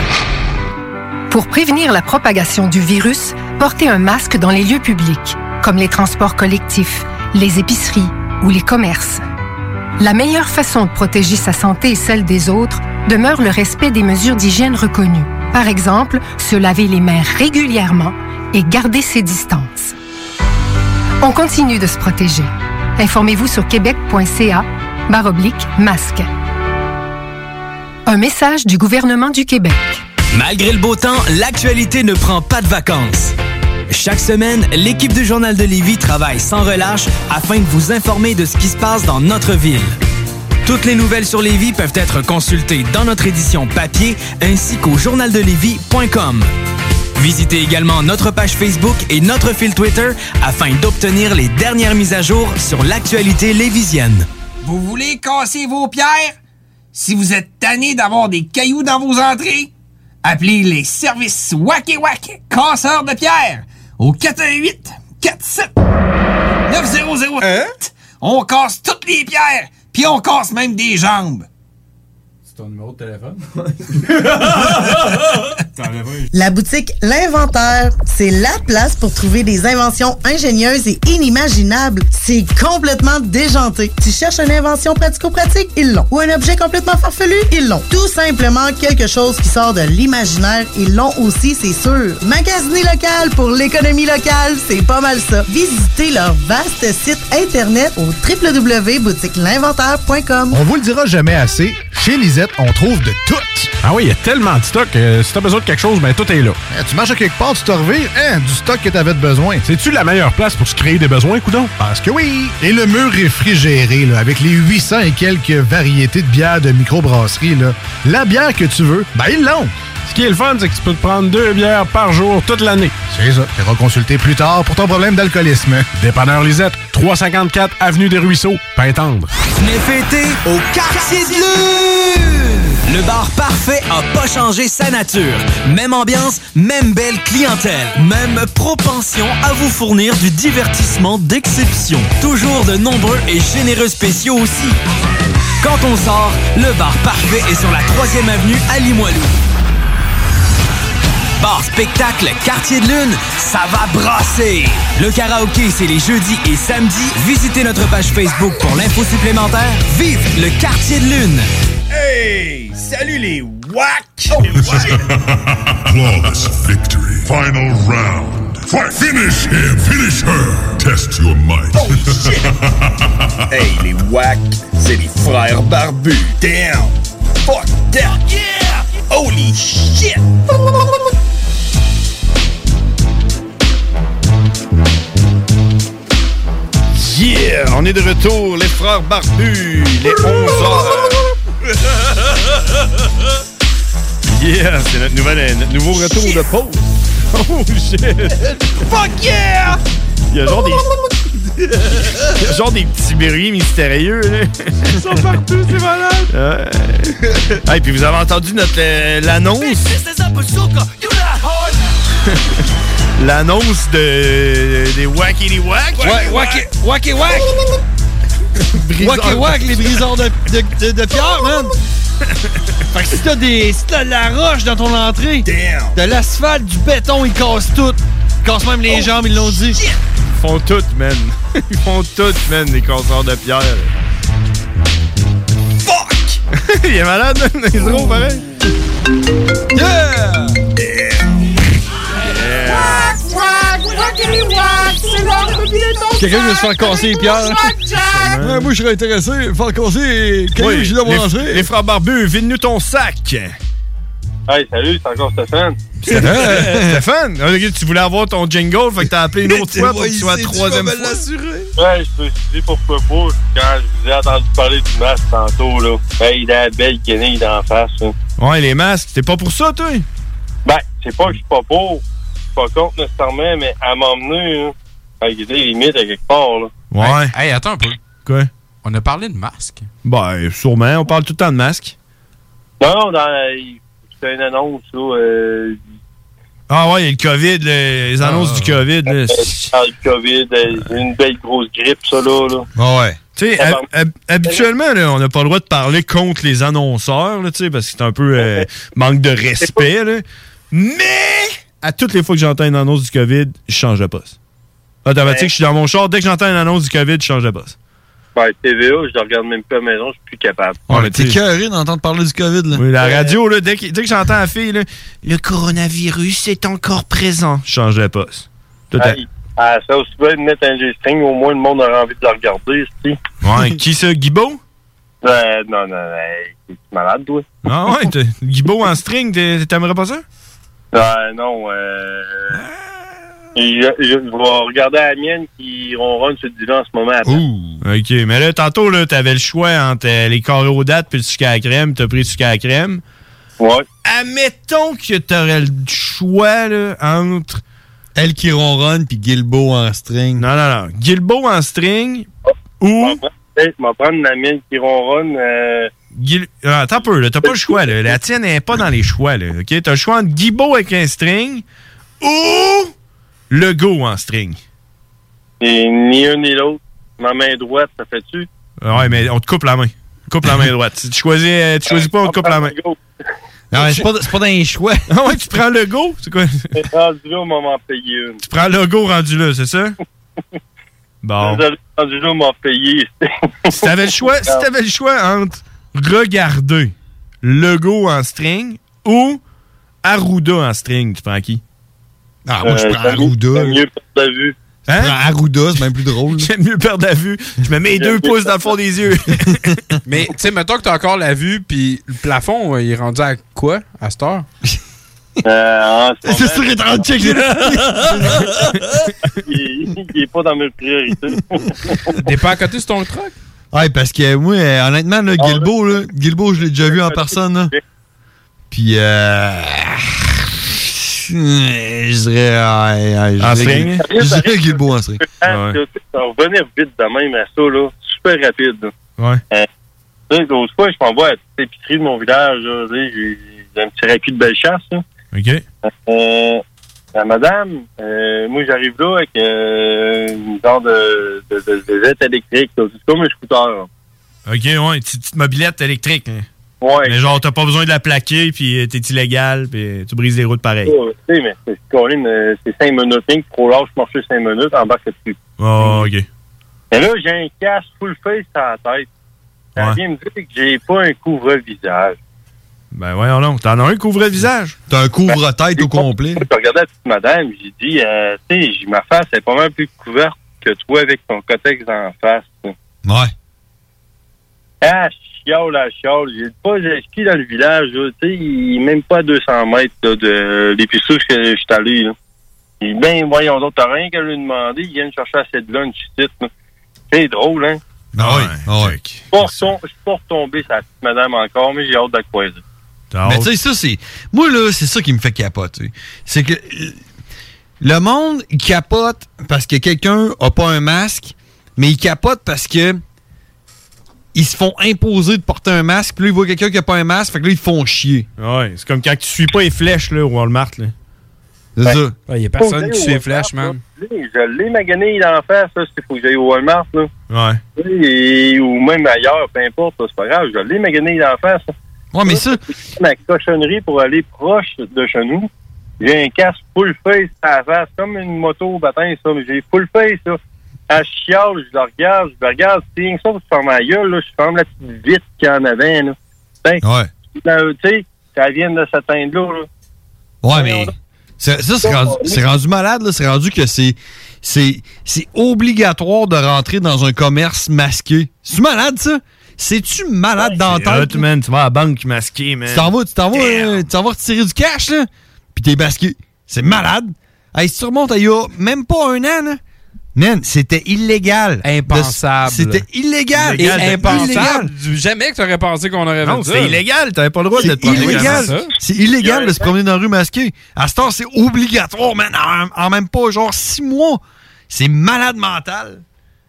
[SPEAKER 21] Pour prévenir la propagation du virus, portez un masque dans les lieux publics, comme les transports collectifs, les épiceries ou les commerces. La meilleure façon de protéger sa santé et celle des autres demeure le respect des mesures d'hygiène reconnues. Par exemple, se laver les mains régulièrement et garder ses distances. On continue de se protéger. Informez-vous sur québec.ca baroblique masque. Un message du gouvernement du Québec.
[SPEAKER 14] Malgré le beau temps, l'actualité ne prend pas de vacances. Chaque semaine, l'équipe du Journal de Lévis travaille sans relâche afin de vous informer de ce qui se passe dans notre ville. Toutes les nouvelles sur Lévis peuvent être consultées dans notre édition papier ainsi qu'au journaldelévis.com. Visitez également notre page Facebook et notre fil Twitter afin d'obtenir les dernières mises à jour sur l'actualité lévisienne.
[SPEAKER 5] Vous voulez casser vos pierres? Si vous êtes tanné d'avoir des cailloux dans vos entrées, appelez les services Wack et Wack casseurs de pierres au 418 47 9008.
[SPEAKER 7] Hein?
[SPEAKER 5] On casse toutes les pierres, puis on casse même des jambes.
[SPEAKER 22] C'est ton numéro de téléphone?
[SPEAKER 16] La boutique L'Inventaire, c'est la place pour trouver des inventions ingénieuses et inimaginables. C'est complètement déjanté. Tu cherches une invention pratico-pratique? Ils l'ont. Ou un objet complètement farfelu? Ils l'ont. Tout simplement quelque chose qui sort de l'imaginaire, ils l'ont aussi, c'est sûr. Magasiner local pour l'économie locale, c'est pas mal ça. Visitez leur vaste site internet au www.boutiquelinventaire.com.
[SPEAKER 15] On vous le dira jamais assez, chez Lisette, on trouve de tout.
[SPEAKER 7] Ah oui, il y a tellement de stock. euh, si t'as besoin de quelque chose, ben tout est là.
[SPEAKER 15] Eh, tu marches à quelque part, tu te revires, hein, du stock que t'avais de besoin. C'est-tu la meilleure place pour se créer des besoins, coudon? Parce que oui! Et le mur réfrigéré, là, avec les 800 et quelques variétés de bières de microbrasserie, là, la bière que tu veux, ben ils l'ont!
[SPEAKER 7] Ce qui est le fun, c'est que tu peux te prendre deux bières par jour toute l'année.
[SPEAKER 15] C'est ça. Tu consulter plus tard pour ton problème d'alcoolisme.
[SPEAKER 7] Dépanneur Lisette, 354 Avenue des Ruisseaux, Pintendre.
[SPEAKER 14] Venez fêter au Quartier de Lune! Le bar parfait a pas changé sa nature. Même ambiance, même belle clientèle, même propension à vous fournir du divertissement d'exception. Toujours de nombreux et généreux spéciaux aussi. Quand on sort, le bar parfait est sur la 3e avenue à Limoilou. Bar spectacle Quartier de Lune, ça va brasser! Le karaoké, c'est les jeudis et samedis. Visitez notre page Facebook pour l'info supplémentaire. Vive le Quartier de Lune!
[SPEAKER 6] Hey! Salut les wacks!
[SPEAKER 23] Flawless victory. Final round. Fight. Finish him. Finish her. Test your might. Oh, shit.
[SPEAKER 6] hey, les wacks, c'est les frères barbus. Damn! Fuck that! Yeah! Holy shit!
[SPEAKER 7] Yeah! On est de retour, les frères barbus, les 11 heures. Yeah! C'est notre, nouvelle, euh, notre nouveau retour de pause. Oh shit!
[SPEAKER 6] Fuck yeah!
[SPEAKER 7] Il y a genre des, il y a genre des petits bruits mystérieux. Là.
[SPEAKER 6] Ils sont partout, c'est malade!
[SPEAKER 7] Euh, hey, puis vous avez entendu notre euh, l'annonce l'annonce de des wacky wack
[SPEAKER 6] Ouais, wacky-
[SPEAKER 7] wacky wack
[SPEAKER 24] Wack et wack, les briseurs de, de, de, de pierre, man! Fait que si t'as des. Si t'as de la roche dans ton entrée, de l'asphalte, du béton, ils cassent tout. Ils cassent même les jambes, ils l'ont dit.
[SPEAKER 7] Ils font tout, man. Ils font tout, man, les concerts de pierre. Fuck! Il est malade, man. Ils seront pareil. Yeah!
[SPEAKER 6] Quelqu'un veut se faire casser les pierres.
[SPEAKER 9] Ouais, moi, je serais intéressé. Faire causer. Quel
[SPEAKER 7] Oui,
[SPEAKER 9] est je dois
[SPEAKER 7] les-
[SPEAKER 9] manger?
[SPEAKER 7] Les frères barbus, vide-nous ton sac.
[SPEAKER 11] Hey, salut, c'est encore Stéphane.
[SPEAKER 7] Stéphane, Stéphane, ok, tu voulais avoir ton jingle, fait que t'as appelé une autre
[SPEAKER 11] T'es
[SPEAKER 7] fois pour que tu
[SPEAKER 11] voyé,
[SPEAKER 7] sois la
[SPEAKER 11] c'est- tu
[SPEAKER 7] troisième
[SPEAKER 11] vas
[SPEAKER 7] fois.
[SPEAKER 11] me Ouais, je me suis dit pourquoi pas quand je vous ai entendu parler du masque tantôt, là. Hey, il a la belle guenille d'en face, là.
[SPEAKER 7] Ouais, les masques, t'es pas pour ça, toi?
[SPEAKER 11] Ben, c'est pas que je suis pas pour, je suis pas contre nécessairement, mais à m'emmener, là. Fait qu'il y a des limites à quelque part, là.
[SPEAKER 7] Ouais.
[SPEAKER 11] Hey, attends un peu.
[SPEAKER 7] Quoi?
[SPEAKER 11] On a parlé de masque.
[SPEAKER 7] Ben, sûrement, on parle tout le temps de masques.
[SPEAKER 11] Non, non, dans- c'est une annonce, là. Euh,
[SPEAKER 7] Ah ouais, il y a le COVID, le- les annonces du COVID. là.
[SPEAKER 11] Euh, dans le COVID, euh, une belle grosse grippe, ça, là. là.
[SPEAKER 7] Ah ouais. Tu sais, hab- hab- habituellement, là, on n'a pas le droit de parler contre les annonceurs, là, tu sais, parce que c'est un peu euh, manque de respect. là. Mais à toutes les fois que j'entends une annonce du COVID, je change de poste. Automatique,
[SPEAKER 11] Ouais.
[SPEAKER 7] je suis dans mon char. Dès que j'entends une annonce du COVID, je change de poste.
[SPEAKER 11] Ben, TVA, je le regarde même pas à la maison, je suis plus capable.
[SPEAKER 7] t'es cœuré d'entendre parler du COVID. Là. Oui, la radio, là, dès que, dès que j'entends la fille, là, le coronavirus est encore présent. Je change de poste. Tout à-
[SPEAKER 11] Hey, ah, ça aussi bien de mettre un G-string, au moins le monde aura envie de le regarder, si.
[SPEAKER 7] Ouais, qui ça, Guibault?
[SPEAKER 11] Euh, non, non, non, hey, t'es malade, toi?
[SPEAKER 7] Ah ouais, t'es- Guibault en string, t'es- t'aimerais pas ça?
[SPEAKER 11] Ah, non, euh...
[SPEAKER 7] Ah.
[SPEAKER 11] Je, je- je vais regarder la mienne qui ronronne sur le divan en ce moment.
[SPEAKER 7] Oh,
[SPEAKER 11] après.
[SPEAKER 7] OK. Mais là, tantôt, là, t'avais le choix entre euh, les carrés aux dates puis le sucre à la crème. T'as pris le sucre à la crème.
[SPEAKER 11] Ouais.
[SPEAKER 7] Admettons que t'aurais le choix, là, entre...
[SPEAKER 10] Elle qui ronronne puis Guilbeault en string.
[SPEAKER 7] Non, non, non. Guilbeault en string ou...
[SPEAKER 11] Hey, je vais prendre la mienne qui ronronne. Euh...
[SPEAKER 7] Guil- Ah, attends un peu, là. T'as pas le choix, là. La tienne n'est pas dans les choix, là. OK? T'as le choix entre Guibault avec un string ou le go en string.
[SPEAKER 11] Et ni un ni l'autre. Ma main droite, ça fait-tu?
[SPEAKER 7] Ah Ouais, mais on te coupe la main. Coupe la main droite. Si tu choisis, euh, tu choisis pas, on te coupe la main.
[SPEAKER 11] mais c'est pas-
[SPEAKER 7] dans les choix. Ah ouais, tu prends le go? C'est quoi? Tu
[SPEAKER 11] C'est rendu là au moment de payer une.
[SPEAKER 7] prends le go rendu là, c'est ça? Bon.
[SPEAKER 11] Vous avez rendu là au moment de payer.
[SPEAKER 7] Si t'avais le choix, si t'avais le choix entre regarder le go en string ou Arruda en string, tu prends qui?
[SPEAKER 10] Ah, moi, je prends Arruda.
[SPEAKER 11] mieux perdre la vue.
[SPEAKER 7] Hein?
[SPEAKER 10] Arruda, c'est même plus drôle.
[SPEAKER 7] J'aime mieux perdre la vue. Je me mets les deux pouces dans le fond des yeux.
[SPEAKER 8] Mais, tu sais, mettons que t'as encore la vue, puis le plafond, euh, il est rendu à quoi, à cette heure?
[SPEAKER 7] Euh,
[SPEAKER 11] C'est sûr qu'il est en
[SPEAKER 8] check.
[SPEAKER 11] il, il est pas dans mes priorités.
[SPEAKER 8] T'es pas à côté sur ton truck?
[SPEAKER 10] Ouais, parce que moi, euh, honnêtement, là,
[SPEAKER 11] Ah,
[SPEAKER 10] Guilbeault, là, Guilbeault, je l'ai déjà vu en personne. là. Puis, euh... Je dirais... ouais, ouais, je
[SPEAKER 11] En
[SPEAKER 10] dirais
[SPEAKER 11] string?
[SPEAKER 10] Guil- Je dirais Guilbeault en string.
[SPEAKER 11] Ah, tu sais, Ça revenait vite de même à ça, là. Super rapide.
[SPEAKER 7] Ouais.
[SPEAKER 11] Euh, tu sais, L'autre fois, je m'en vais à toute l'épicerie de mon village. là. Tu sais, J'ai j'ai un petit rapide de belle chasse.
[SPEAKER 7] OK.
[SPEAKER 11] Euh, la madame, euh, moi, j'arrive là avec euh, une genre de, de, de, de veste électrique. là. C'est comme un scooter.
[SPEAKER 7] OK, ouais, une petite petite mobilette électrique. hein.
[SPEAKER 11] Ouais.
[SPEAKER 7] Mais genre, t'as pas besoin de la plaquer, puis euh, t'es illégal, puis euh, tu brises les routes pareil.
[SPEAKER 11] Ouais, Oh, tu sais, mais c'est Colin, euh, c'est 5 minutes. Rien que trop large, marcher 5 minutes, embarque dessus.
[SPEAKER 7] Oh, OK.
[SPEAKER 11] Mais là, j'ai un casque full face à la tête. Ça vient me dire que j'ai pas un couvre-visage.
[SPEAKER 7] Ben voyons donc, t'en as un couvre-visage. T'as un couvre-tête au complet.
[SPEAKER 11] J'ai regardé la petite madame, j'ai dit, euh, tu sais, j'ai- ma face est pas mal plus couverte que toi avec ton cotex en face.
[SPEAKER 10] Ouais.
[SPEAKER 11] Ah, chiole, ah, chiole. J'ai pas j'ai ski dans le village, là, tu sais, il est même pas à 200 mètres là, de l'épicerie où je je suis allé, là. J'ai dit, ben, voyons donc, t'as rien qu'à lui demander, il vient me chercher à cette lunch, ici, là. C'est drôle, hein?
[SPEAKER 10] Ah oui, ah oui.
[SPEAKER 11] Je suis pas retom- je suis pas retombé sur la petite madame encore, mais j'ai hâte de la croiser.
[SPEAKER 10] Mais tu sais, ça, c'est. Moi, là, c'est ça qui me fait capoter. C'est que euh, le monde il capote parce que quelqu'un a pas un masque, mais il capote parce que ils se font imposer de porter un masque, puis là, ils voient quelqu'un qui a pas un masque, fait que là, ils font chier.
[SPEAKER 7] Ouais, c'est comme quand tu suis pas les flèches, là, au Walmart, là.
[SPEAKER 10] C'est ça.
[SPEAKER 7] Il y a
[SPEAKER 11] Faut que j'aille au Walmart, là. Je l'ai magané d'en face, là, s'il faut que j'aille au Walmart, là.
[SPEAKER 7] Ouais.
[SPEAKER 11] Et- ou même ailleurs, peu importe, là, c'est pas grave, je l'ai magané d'en face.
[SPEAKER 10] Ouais, mais ça.
[SPEAKER 11] c'est Ma cochonnerie pour aller proche de chez nous. J'ai un casque full face à la face, comme une moto au matin, ça, mais j'ai full face, là. À chiale, je la regarde, je la regarde, c'est rien que ça pour se faire ma gueule, là, je ferme la petite vitre qu'il y en avait, là. Putain, là, tu sais, ça vient de s'atteindre là, là.
[SPEAKER 10] Ouais, mais. Ça, ça, c'est rendu, c'est rendu malade, là. C'est rendu que c'est. C'est c'est obligatoire de rentrer dans un commerce masqué. C'est malade, ça?
[SPEAKER 7] C'est-tu malade dans la tête?
[SPEAKER 6] Hot, man, tu vas à la banque masquée, man.
[SPEAKER 7] Tu t'en vas, tu t'en vas, euh, tu t'en vas retirer du cash, là. Puis t'es basqué. C'est malade. Hey, si tu remontes à il y a même pas un an, là. Man, c'était illégal.
[SPEAKER 8] Impensable.
[SPEAKER 7] De- C'était illégal.
[SPEAKER 8] Et
[SPEAKER 7] C'était illégal.
[SPEAKER 8] impensable. Jamais que tu aurais pensé qu'on aurait
[SPEAKER 7] Non,
[SPEAKER 8] fait ça.
[SPEAKER 7] c'est illégal,
[SPEAKER 6] t'avais pas le droit de
[SPEAKER 7] C'est
[SPEAKER 6] te promener
[SPEAKER 7] illégal.
[SPEAKER 6] comme ça.
[SPEAKER 7] C'est illégal de se promener dans la rue masquée. À ce temps, c'est obligatoire, man. En, en même pas, genre, six mois. C'est malade mental.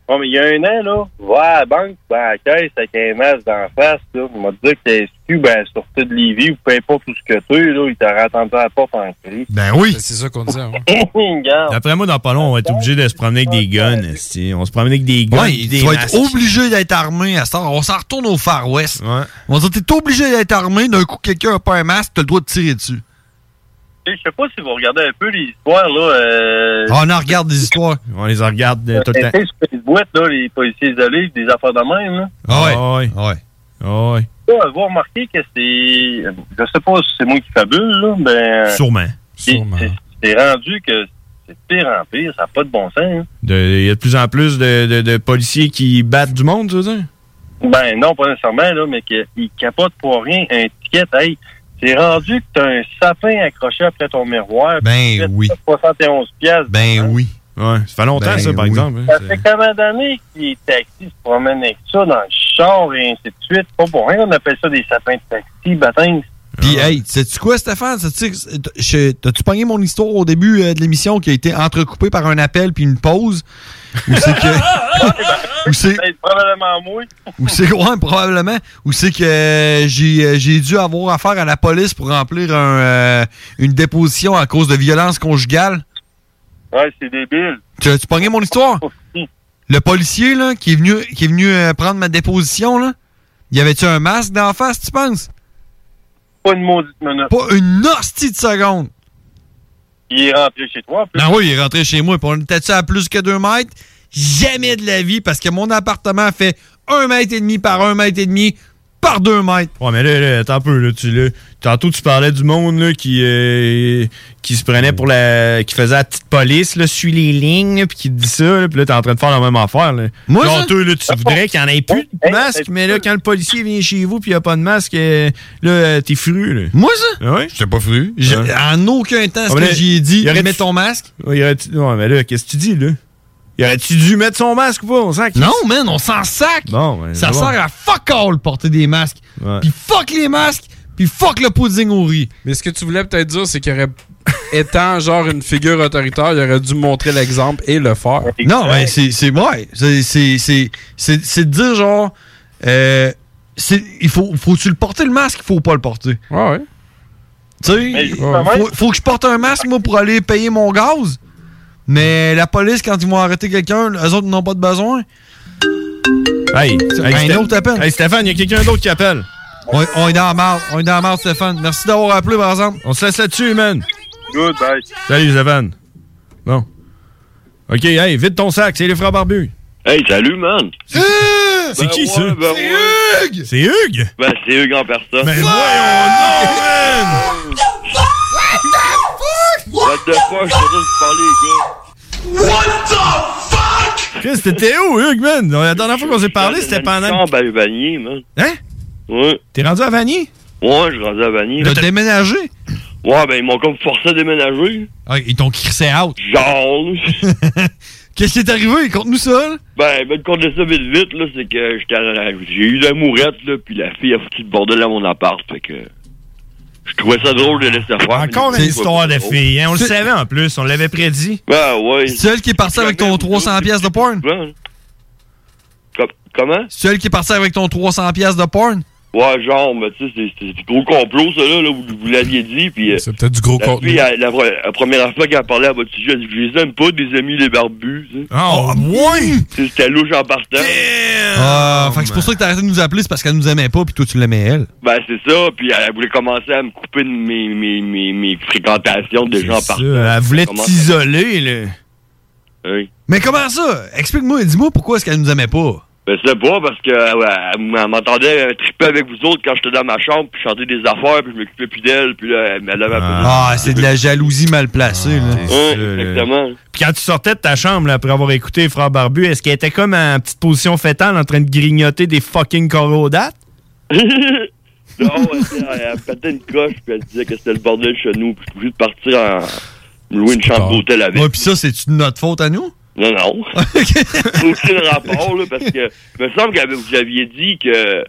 [SPEAKER 11] Bon, mais il y a un an, là, va à la banque, ben, à la caisse, avec un masque d'en face, là. Il m'a dit que t'es SQ, ben, sorti de Lévis, ou peu importe tout ce que tu es, là, il t'aurait attendu à la porte en cri.
[SPEAKER 6] Ben oui.
[SPEAKER 8] C'est ça qu'on disait.
[SPEAKER 11] Regarde.
[SPEAKER 6] D'après moi, dans pas long, on va être obligé de se promener avec des guns. esti. On se promène avec des guns.
[SPEAKER 7] Ouais,
[SPEAKER 6] puis des
[SPEAKER 7] tu vas être
[SPEAKER 6] masques.
[SPEAKER 7] obligé d'être armé à ça. On s'en retourne au Far West. On dit, t'es obligé d'être armé. D'un coup, quelqu'un a pas un masque, t'as le droit de tirer dessus.
[SPEAKER 11] Tu sais, Je sais pas si vous regardez un peu les histoires, là. Euh...
[SPEAKER 7] Ah, on en regarde des histoires.
[SPEAKER 6] On les regarde euh, tout le
[SPEAKER 11] Tu sais,
[SPEAKER 6] temps.
[SPEAKER 11] sur les boîtes, là, les policiers isolés, des affaires de même, là.
[SPEAKER 6] Ah ouais. Ouais. Ah ouais.
[SPEAKER 11] Ça, Avez-vous remarqué que c'est. Je sais pas si c'est moi qui fabule, là, mais.
[SPEAKER 6] Sûrement.
[SPEAKER 11] C'est- c'est- C'est rendu que c'est pire en pire, ça n'a pas de bon sens. hein.
[SPEAKER 6] De- Il y a de plus en plus de, de- de policiers qui battent du monde, tu veux dire?
[SPEAKER 11] Ben non, pas nécessairement, là, mais qu'ils capotent pour rien un ticket. Hey, c'est rendu que t'as un sapin accroché après ton miroir.
[SPEAKER 6] Ben
[SPEAKER 11] puis tu
[SPEAKER 6] oui.
[SPEAKER 11] fais 71 piastres.
[SPEAKER 7] Ben oui.
[SPEAKER 6] Ouais, ça fait longtemps,
[SPEAKER 11] Ben
[SPEAKER 6] ça, par
[SPEAKER 11] oui.
[SPEAKER 6] exemple. hein.
[SPEAKER 11] Ça fait combien d'années que les taxis se promènent avec ça dans le char et ainsi de suite? Pas pour rien, on appelle ça des sapins de taxi, bâtins.
[SPEAKER 7] Puis,
[SPEAKER 6] Ah.
[SPEAKER 7] hey, sais-tu quoi, Stéphane? Sais-tu- je- T'as-tu pogné mon histoire au début euh, de l'émission qui a été entrecoupée par un appel puis une pause? Ou c'est que. Ou c'est.
[SPEAKER 11] C'est probablement moi.
[SPEAKER 7] Ou c'est ouais, probablement. Ou c'est que euh, j'ai, euh, j'ai dû avoir affaire à la police pour remplir un, euh, une déposition à cause de violence conjugale.
[SPEAKER 11] Ouais, c'est débile. Oh,
[SPEAKER 7] Tu as pogné mon histoire? Le policier là, qui est venu, qui est venu euh, prendre ma déposition, là, y avait-tu un masque d'en face, tu penses?
[SPEAKER 11] Pas une maudite minute.
[SPEAKER 7] Pas une hostie de seconde.
[SPEAKER 11] Il est rentré chez toi. en plus.
[SPEAKER 7] Non, Ben oui, il est rentré chez moi. Puis on était-tu à plus que 2 mètres? Jamais de la vie, parce que mon appartement fait 1 mètre et demi par 1 mètre et demi par 2 mètres.
[SPEAKER 6] Ouais, mais là, là, attends un peu, là, tu, là, tantôt tu parlais du monde là, qui, euh, qui se prenait pour la. qui faisait la petite police, là, suis les lignes, là, puis qui te dit ça, là, puis là, t'es en train de faire la même affaire. Là.
[SPEAKER 7] Moi,
[SPEAKER 6] Genre,
[SPEAKER 7] ça?
[SPEAKER 6] toi, là, tu voudrais qu'il n'y en ait plus de masque, mais là, quand le policier vient chez vous, puis il n'y a pas de masque, euh, là, euh, t'es fru, là. Ben
[SPEAKER 7] Moi, ça?
[SPEAKER 6] Ouais?
[SPEAKER 7] J'étais pas fru. En aucun temps, ce
[SPEAKER 6] Ah, mais
[SPEAKER 7] que
[SPEAKER 6] là,
[SPEAKER 7] j'y ai dit,
[SPEAKER 6] il aurait
[SPEAKER 7] mets
[SPEAKER 6] dû-
[SPEAKER 7] ton masque.
[SPEAKER 6] Ouais, il aurait- ouais, mais là, qu'est-ce que tu dis, là? Il aurait-tu dû mettre son masque ou pas? On s'en
[SPEAKER 7] Non, man, on s'en sac.
[SPEAKER 6] Bon, ouais,
[SPEAKER 7] ça
[SPEAKER 6] c'est
[SPEAKER 7] sert
[SPEAKER 6] bon.
[SPEAKER 7] à fuck all porter des masques.
[SPEAKER 6] Ouais.
[SPEAKER 7] Puis fuck les masques, puis fuck le pudding au riz.
[SPEAKER 8] Mais ce que tu voulais peut-être dire, c'est qu'il aurait, étant genre une figure autoritaire, il aurait dû montrer l'exemple et le faire.
[SPEAKER 7] Non, mais c'est c'est vrai. C'est- c'est- C'est c'est- c'est de dire genre. euh, c'est- il faut, faut-tu le porter le masque, il faut pas le porter.
[SPEAKER 8] Ouais, ouais.
[SPEAKER 7] Tu sais, faut, faut que je porte un masque, moi, pour aller payer mon gaz. Mais la police, quand ils vont arrêter quelqu'un, eux autres ils n'ont pas de besoin.
[SPEAKER 6] Hey,
[SPEAKER 7] un
[SPEAKER 6] Sté-
[SPEAKER 7] autre appel.
[SPEAKER 6] Hey, Stéphane, il y a quelqu'un d'autre qui appelle.
[SPEAKER 7] On, on est dans la marde, on est dans la marde, Stéphane. Merci d'avoir appelé, par exemple.
[SPEAKER 6] On se laisse là-dessus, man.
[SPEAKER 11] Good, bye.
[SPEAKER 6] Salut, Stéphane. Non. OK, hey, vide ton sac, c'est les frères barbus.
[SPEAKER 3] Hey, salut, man!
[SPEAKER 7] C'est
[SPEAKER 6] C'est
[SPEAKER 7] Ben,
[SPEAKER 6] qui, ça?
[SPEAKER 3] c'est
[SPEAKER 7] Hugues!
[SPEAKER 6] C'est Hugues?
[SPEAKER 3] Ben, c'est Hugues en personne.
[SPEAKER 6] Mais voyons
[SPEAKER 3] non, man! What the fuck? What the fuck? Je suis en train de vous parler, les gars.
[SPEAKER 6] What the fuck? Chris, t'étais où, Hugues, man? La dernière fois qu'on s'est parlé, c'était pendant...
[SPEAKER 3] Je suis Vanier, man.
[SPEAKER 6] Hein?
[SPEAKER 3] Ouais.
[SPEAKER 6] T'es rendu à Vanier?
[SPEAKER 3] Ouais, je suis rendu à Vanier.
[SPEAKER 7] T'as déménagé?
[SPEAKER 3] Ouais, ben, ils m'ont comme forcé à déménager.
[SPEAKER 7] Ah, ils t'ont crissé
[SPEAKER 6] Ben,
[SPEAKER 7] out.
[SPEAKER 3] Genre, là.
[SPEAKER 7] Qu'est-ce qui est arrivé? Conte-nous ça, là.
[SPEAKER 3] Ben, ben, le compte de ça vite vite, là, c'est que j'étais à la- j'ai eu la mourette, là, puis la fille a foutu le bordel à mon appart, fait que... Je trouvais ça drôle de laisser faire.
[SPEAKER 6] Encore
[SPEAKER 3] mais
[SPEAKER 6] une
[SPEAKER 3] des fois,
[SPEAKER 6] histoire de
[SPEAKER 3] pas drôle.
[SPEAKER 6] fille, hein? On le savait, en plus. On l'avait prédit.
[SPEAKER 3] Ben, ouais.
[SPEAKER 7] C'est elle qui est partie avec ton 300 pièces de porn?
[SPEAKER 3] Com- comment?
[SPEAKER 7] C'est elle qui est partie avec ton 300 pièces de porn?
[SPEAKER 3] Ouais, genre, mais tu sais, c'est- c'est du gros complot, ça, là, là, vous, vous l'aviez dit, puis... euh,
[SPEAKER 8] C'est peut-être du gros
[SPEAKER 3] la
[SPEAKER 8] contenu.
[SPEAKER 3] fille, elle- la, la première fois qu'elle parlait à votre sujet, elle dit, je les aime pas, des amis, les barbus, tu sais.
[SPEAKER 6] Oh, ouais!
[SPEAKER 3] Tu sais, C'était louche en partant.
[SPEAKER 6] Euh, oh,
[SPEAKER 7] Ah, fait que c'est pour ça que t'as arrêté de nous appeler, c'est parce qu'elle nous aimait pas, puis toi, tu l'aimais elle.
[SPEAKER 3] Ben, c'est ça, puis elle, elle voulait commencer à me couper de mes, mes, mes, mes fréquentations de gens
[SPEAKER 6] Ça,
[SPEAKER 3] partant.
[SPEAKER 6] elle voulait
[SPEAKER 3] Ah, Comment-
[SPEAKER 6] t'isoler, là.
[SPEAKER 3] Oui.
[SPEAKER 7] Mais comment ça? Explique-moi, dis-moi pourquoi est-ce qu'elle nous aimait pas.
[SPEAKER 3] Ben, c'est pas parce que euh, ouais, elle m- elle m'entendait euh, triper avec vous autres quand j'étais dans ma chambre, puis chanter des affaires, puis je m'occupais plus d'elle, puis là, elle m'avait un peu...
[SPEAKER 24] Ah, c'est de la jalousie mal placée.
[SPEAKER 7] Ah,
[SPEAKER 24] là.
[SPEAKER 3] Ouais, exactement.
[SPEAKER 7] Puis quand tu sortais de ta chambre là, après avoir écouté les Frères Barbus, est-ce qu'elle était comme en petite position fétale en train de grignoter des fucking corrodates?
[SPEAKER 3] non, elle, était- elle, elle pétait une coche, puis elle disait que c'était le bordel chez nous, puis je suis obligé de partir en... me louer une chambre d'hôtel avec.
[SPEAKER 24] Ouais, puis ça, c'est-tu de notre faute à nous?
[SPEAKER 3] Non, non. Aucun rapport, là, parce que me semble que vous aviez dit que,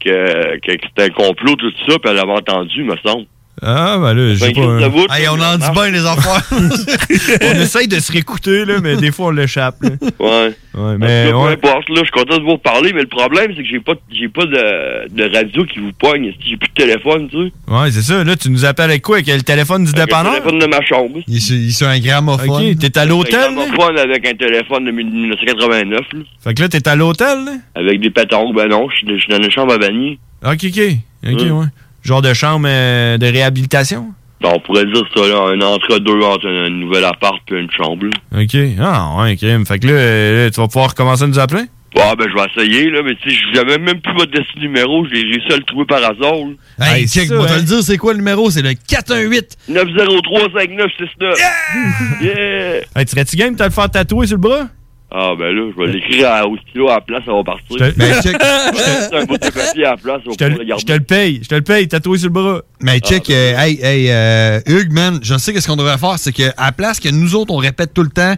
[SPEAKER 3] que, que c'était un complot, tout ça, puis elle avait entendu, me semble.
[SPEAKER 7] Ah, ben là,
[SPEAKER 3] Ben,
[SPEAKER 7] j'ai pas...
[SPEAKER 3] Christophe Wood,
[SPEAKER 24] Hey, on en dit bien, les enfants.
[SPEAKER 7] on essaye de se réécouter, là, mais des fois, on l'échappe. là.
[SPEAKER 3] Ouais.
[SPEAKER 7] Ouais,
[SPEAKER 3] En
[SPEAKER 7] mais...
[SPEAKER 3] tout cas,
[SPEAKER 7] ouais.
[SPEAKER 3] peu importe, là, je suis content de vous reparler, mais le problème, c'est que j'ai pas, j'ai pas de, de radio qui vous pogne. est-ce que J'ai plus de téléphone, tu sais.
[SPEAKER 7] Ouais, c'est ça. Là, tu nous appelles avec quoi? Avec le téléphone du
[SPEAKER 3] Avec
[SPEAKER 7] dépanneur?
[SPEAKER 3] Le téléphone de ma chambre. Ben,
[SPEAKER 24] Il est sur, il est sur un gramophone.
[SPEAKER 7] OK, t'es à l'hôtel?
[SPEAKER 3] Un téléphone avec un téléphone de 1989, là.
[SPEAKER 7] Fait que là, t'es à l'hôtel? là?
[SPEAKER 3] Avec des pétons, ben non, je suis je suis dans une chambre à Vanier.
[SPEAKER 7] Ah, OK, OK. OK, ouais. Euh. Genre de chambre euh, de réhabilitation?
[SPEAKER 3] Ben, on pourrait dire ça, là, un entre-deux entre un, un nouvel appart et une chambre, là.
[SPEAKER 7] OK. Ah, ouais, crime. Fait que là, euh, là, tu vas pouvoir commencer à nous appeler?
[SPEAKER 3] Ah, ben, je vais essayer, là, mais tu sais, j'avais même plus votre destin numéro, j'ai réussi à le trouver par hasard, là.
[SPEAKER 24] Hey, check,
[SPEAKER 3] ça,
[SPEAKER 24] moi, te
[SPEAKER 3] hein.
[SPEAKER 24] le dire, c'est quoi le numéro? C'est le 418.
[SPEAKER 3] 903-5969. Yeah!
[SPEAKER 7] Hey, tu serais-tu game de te le faire tatouer sur le bras?
[SPEAKER 3] Ah, ben là, je vais l'écrire à- au stylo à la place, ça va
[SPEAKER 7] Je
[SPEAKER 3] partir.
[SPEAKER 7] te- Ben, check.
[SPEAKER 3] C'est un bout de papier à la place, on va
[SPEAKER 7] Je te
[SPEAKER 3] pouvoir le
[SPEAKER 7] le- je te
[SPEAKER 3] garder.
[SPEAKER 7] le paye. Je te le paye, tatoué sur le bras.
[SPEAKER 24] Mais check,
[SPEAKER 7] ben.
[SPEAKER 24] euh, hey, hey, euh, Hugues, man, je sais que ce qu'on devrait faire, c'est que à la place que nous autres, on répète tout le temps,